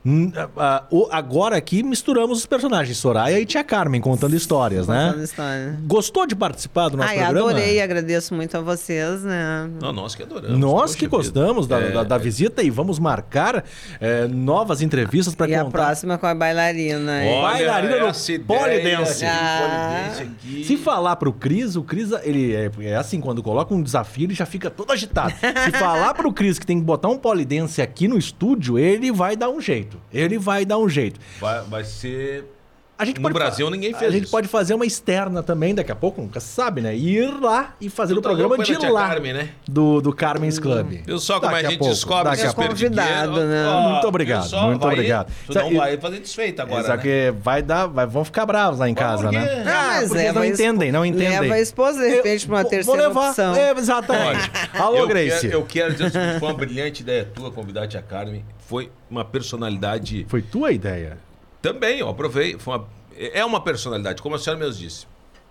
[SPEAKER 4] Hum, ah, o- Agora aqui misturamos os personagens, Soraya e Tia Carmen, contando histórias,
[SPEAKER 6] Contando
[SPEAKER 4] né?
[SPEAKER 6] história.
[SPEAKER 4] Gostou de participar do nosso
[SPEAKER 6] Ai,
[SPEAKER 4] programa?
[SPEAKER 6] adorei, agradeço muito a vocês, né?
[SPEAKER 5] Não, nós que adoramos.
[SPEAKER 4] Nós
[SPEAKER 5] poxa
[SPEAKER 4] que
[SPEAKER 5] vida.
[SPEAKER 4] gostamos da,
[SPEAKER 5] É.
[SPEAKER 4] da- da visita e vamos marcar é, novas entrevistas para
[SPEAKER 6] e
[SPEAKER 4] contar.
[SPEAKER 6] a próxima com a bailarina. hein?
[SPEAKER 4] Bailarina no
[SPEAKER 5] essa ideia
[SPEAKER 4] Polydance.
[SPEAKER 5] de
[SPEAKER 6] Ah.
[SPEAKER 5] Polydance aqui.
[SPEAKER 4] Se falar pro Cris, o Cris, ele é, é assim, quando coloca um desafio, ele já fica todo agitado. Se falar pro Cris que tem que botar um polidense aqui no estúdio, ele vai dar um jeito. Ele vai dar um jeito.
[SPEAKER 5] Vai, vai ser.
[SPEAKER 4] A gente
[SPEAKER 5] No
[SPEAKER 4] pode
[SPEAKER 5] Brasil, ninguém fez
[SPEAKER 4] A gente
[SPEAKER 5] isso.
[SPEAKER 4] pode fazer uma externa também daqui a pouco, nunca se sabe, né? Ir lá e fazer o
[SPEAKER 5] tá
[SPEAKER 4] programa
[SPEAKER 5] louco
[SPEAKER 4] de
[SPEAKER 5] pela tia
[SPEAKER 4] lá
[SPEAKER 5] Carmen, né?
[SPEAKER 4] do, do Carmen's Club.
[SPEAKER 5] Viu só como é
[SPEAKER 4] Daqui
[SPEAKER 5] a gente
[SPEAKER 4] pouco,
[SPEAKER 5] descobre
[SPEAKER 4] daqui a
[SPEAKER 5] esses
[SPEAKER 4] pouco.
[SPEAKER 6] Convidado, né?
[SPEAKER 5] Ó,
[SPEAKER 4] Muito
[SPEAKER 5] viu
[SPEAKER 4] obrigado,
[SPEAKER 5] só?
[SPEAKER 4] muito
[SPEAKER 5] Vai-
[SPEAKER 4] obrigado.
[SPEAKER 5] Tu
[SPEAKER 4] Isso
[SPEAKER 5] não
[SPEAKER 4] aí- é
[SPEAKER 5] vai fazer desfeita agora.
[SPEAKER 4] Só
[SPEAKER 5] né? é.
[SPEAKER 4] que vai dar, vai- vão ficar bravos lá em
[SPEAKER 5] Mas
[SPEAKER 4] casa,
[SPEAKER 5] por quê?
[SPEAKER 4] né?
[SPEAKER 5] Não,
[SPEAKER 4] Ah, porque eles não
[SPEAKER 6] leva a espo-
[SPEAKER 4] entendem, não entendem.
[SPEAKER 6] Leva a esposa, de repente, pra uma
[SPEAKER 4] Vou-
[SPEAKER 6] terceira
[SPEAKER 4] vou levar.
[SPEAKER 6] opção.
[SPEAKER 4] É, exatamente. Alô,
[SPEAKER 5] eu
[SPEAKER 4] Grace.
[SPEAKER 5] Quero, eu quero dizer o seguinte, foi uma brilhante ideia tua convidar a tia Carmen. Foi uma personalidade.
[SPEAKER 4] Foi tua ideia.
[SPEAKER 5] Também, eu aprovei. Foi uma- é uma personalidade, como a senhora mesmo disse.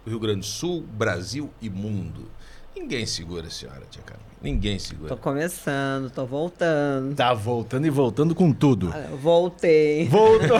[SPEAKER 5] Rio Grande do Sul, Brasil e mundo. Ninguém segura a senhora, tia Carmen. Ninguém segura.
[SPEAKER 6] Tô começando, tô voltando.
[SPEAKER 4] Tá voltando e voltando com tudo.
[SPEAKER 6] Voltei.
[SPEAKER 4] Voltou.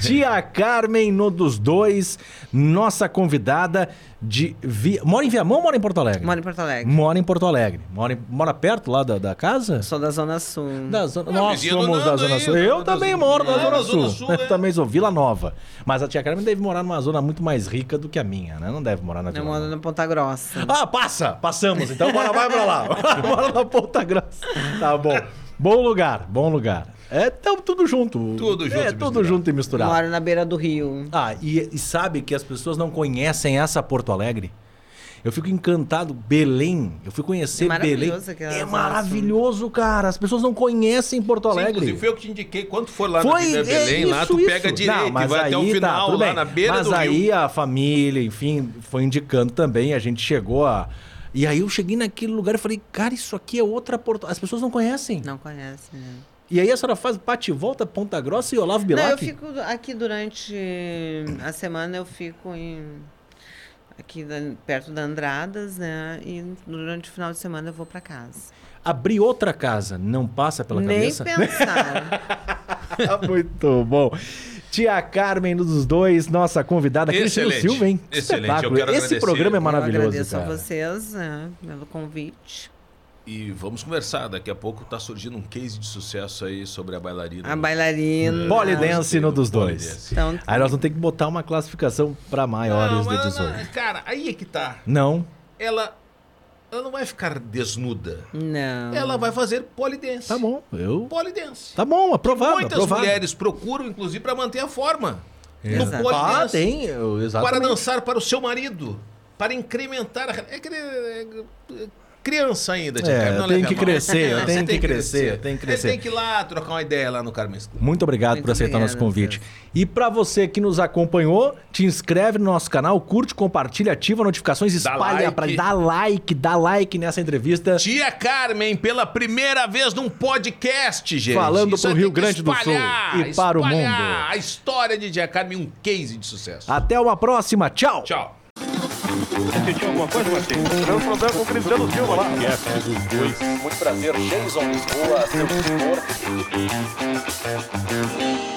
[SPEAKER 4] Tia Carmen, no dos dois, nossa convidada de... Vi... Mora em Viamão ou mora em Porto Alegre?
[SPEAKER 6] Moro em Porto Alegre.
[SPEAKER 4] Mora em Porto Alegre. Mora, em- mora perto lá da, da casa?
[SPEAKER 6] Sou da Zona Sul.
[SPEAKER 4] Da zona...
[SPEAKER 5] Ah,
[SPEAKER 4] Nós
[SPEAKER 5] vizinho do
[SPEAKER 4] somos da
[SPEAKER 5] Nando
[SPEAKER 4] Zona
[SPEAKER 5] aí,
[SPEAKER 4] Sul.
[SPEAKER 5] da-
[SPEAKER 4] Eu
[SPEAKER 5] da-
[SPEAKER 4] também moro na
[SPEAKER 5] É,
[SPEAKER 4] Zona
[SPEAKER 5] da Zona
[SPEAKER 4] Sul.
[SPEAKER 5] Sul,
[SPEAKER 4] Eu
[SPEAKER 5] né?
[SPEAKER 4] também sou Vila Nova. Mas a tia Carmen deve morar numa zona muito mais rica do que a minha, né? Não deve morar na
[SPEAKER 6] Eu
[SPEAKER 4] Vila Nova.
[SPEAKER 6] moro na Ponta Grossa.
[SPEAKER 4] Ah, passa! Passamos, então bora, vai pra lá. bora na Ponta Grossa. Tá bom. Bom lugar, bom lugar. É, tamo tudo junto.
[SPEAKER 5] Tudo junto
[SPEAKER 4] É,
[SPEAKER 5] e
[SPEAKER 4] tudo
[SPEAKER 5] misturado.
[SPEAKER 4] junto e misturado.
[SPEAKER 6] Moro na beira do rio.
[SPEAKER 4] Ah, e, e sabe que as pessoas não conhecem essa Porto Alegre? Eu fico encantado. Belém, eu fui conhecer
[SPEAKER 6] É maravilhoso
[SPEAKER 4] Belém.
[SPEAKER 6] aquela
[SPEAKER 4] É
[SPEAKER 6] zona
[SPEAKER 4] maravilhoso, cara. As pessoas não conhecem Porto
[SPEAKER 5] Sim,
[SPEAKER 4] Alegre.
[SPEAKER 5] inclusive, foi eu que te indiquei. Quando for lá
[SPEAKER 4] Foi,
[SPEAKER 5] na Avenida Belém,
[SPEAKER 4] é
[SPEAKER 5] lá tu
[SPEAKER 4] isso,
[SPEAKER 5] pega
[SPEAKER 4] isso.
[SPEAKER 5] direito
[SPEAKER 4] Não,
[SPEAKER 5] e
[SPEAKER 4] mas
[SPEAKER 5] vai até o
[SPEAKER 4] aí tá,
[SPEAKER 5] final,
[SPEAKER 4] tudo
[SPEAKER 5] lá
[SPEAKER 4] bem.
[SPEAKER 5] na beira
[SPEAKER 4] Mas
[SPEAKER 5] do
[SPEAKER 4] aí
[SPEAKER 5] rio.
[SPEAKER 4] a família, enfim, foi indicando também, a gente chegou a... E aí eu cheguei naquele lugar e falei, cara, isso aqui é outra Porto... As pessoas não conhecem.
[SPEAKER 6] Não conhece, né?
[SPEAKER 4] E aí a senhora faz bate e volta, Ponta Grossa e Olavo Bilac.
[SPEAKER 6] Não, eu fico aqui durante a semana, eu fico em- aqui da- perto da Andradas, né? E durante o final de semana eu vou pra casa.
[SPEAKER 4] Abrir outra casa não passa pela
[SPEAKER 6] Nem
[SPEAKER 4] cabeça?
[SPEAKER 6] pensar.
[SPEAKER 4] Muito bom. Tia Carmen um dos dois, nossa convidada, Cristina
[SPEAKER 5] Excelente,
[SPEAKER 4] Silva, hein? Que
[SPEAKER 5] excelente. Eu
[SPEAKER 4] espetáculo.
[SPEAKER 5] quero
[SPEAKER 4] Esse
[SPEAKER 5] agradecer.
[SPEAKER 4] programa é
[SPEAKER 5] Eu
[SPEAKER 6] Eu
[SPEAKER 4] maravilhoso,
[SPEAKER 6] agradeço
[SPEAKER 4] cara.
[SPEAKER 6] a vocês né, pelo convite.
[SPEAKER 5] E vamos conversar. Daqui a pouco tá surgindo um case de sucesso aí sobre a bailarina.
[SPEAKER 6] A bailarina.
[SPEAKER 4] Polydance no dos
[SPEAKER 5] Polydance.
[SPEAKER 4] dois.
[SPEAKER 6] Então,
[SPEAKER 4] Aí nós vamos ter que botar uma classificação pra
[SPEAKER 5] Não,
[SPEAKER 4] maiores
[SPEAKER 5] ela
[SPEAKER 4] de 18.
[SPEAKER 5] não- cara, aí é que tá.
[SPEAKER 4] Não.
[SPEAKER 5] Ela, ela não vai ficar desnuda.
[SPEAKER 6] não.
[SPEAKER 5] Ela vai fazer polidense.
[SPEAKER 4] Tá bom, eu.
[SPEAKER 5] Polidense.
[SPEAKER 4] Tá bom, aprovado.
[SPEAKER 5] Muitas
[SPEAKER 4] aprovado.
[SPEAKER 5] mulheres procuram, inclusive, para manter a forma. No
[SPEAKER 6] Exato.
[SPEAKER 4] Ah,
[SPEAKER 5] polidense.
[SPEAKER 4] tem, eu-
[SPEAKER 5] para
[SPEAKER 4] exatamente.
[SPEAKER 5] dançar para o seu marido. Para incrementar a... É, cri- é criança ainda, tia
[SPEAKER 4] É,
[SPEAKER 5] Carmen, não
[SPEAKER 4] eu tenho
[SPEAKER 5] leva
[SPEAKER 4] que
[SPEAKER 5] a mão.
[SPEAKER 4] crescer, eu
[SPEAKER 5] Você
[SPEAKER 4] tenho
[SPEAKER 5] tem
[SPEAKER 4] que crescer, eu tenho que
[SPEAKER 5] Você
[SPEAKER 4] crescer.
[SPEAKER 5] tem que ir lá trocar uma ideia lá no Carmen Escura.
[SPEAKER 4] Muito obrigado
[SPEAKER 6] Muito
[SPEAKER 4] por aceitar nosso
[SPEAKER 6] obrigada,
[SPEAKER 4] convite. E pra você que nos acompanhou, te inscreve no nosso canal, curte, compartilha, ativa notificações, espalha
[SPEAKER 5] like.
[SPEAKER 4] pra dá like, dá like nessa entrevista.
[SPEAKER 5] Tia Carmen, pela primeira vez num podcast, gente.
[SPEAKER 4] Falando
[SPEAKER 5] Isso
[SPEAKER 4] pro
[SPEAKER 5] aí tem
[SPEAKER 4] Rio
[SPEAKER 5] que
[SPEAKER 4] Grande do Sul
[SPEAKER 5] espalhar,
[SPEAKER 4] e para o
[SPEAKER 5] espalhar
[SPEAKER 4] mundo. Ah.
[SPEAKER 5] A história de Tia Carmen, um case de sucesso.
[SPEAKER 4] Até uma próxima, tchau.
[SPEAKER 5] Tchau.
[SPEAKER 1] Sentiu alguma coisa, Marcinho?
[SPEAKER 2] Tivemos problema com o Cristiano Silva lá.
[SPEAKER 1] Podcast dos dois.
[SPEAKER 3] Muito prazer, Jason Lisboa, seu escritor.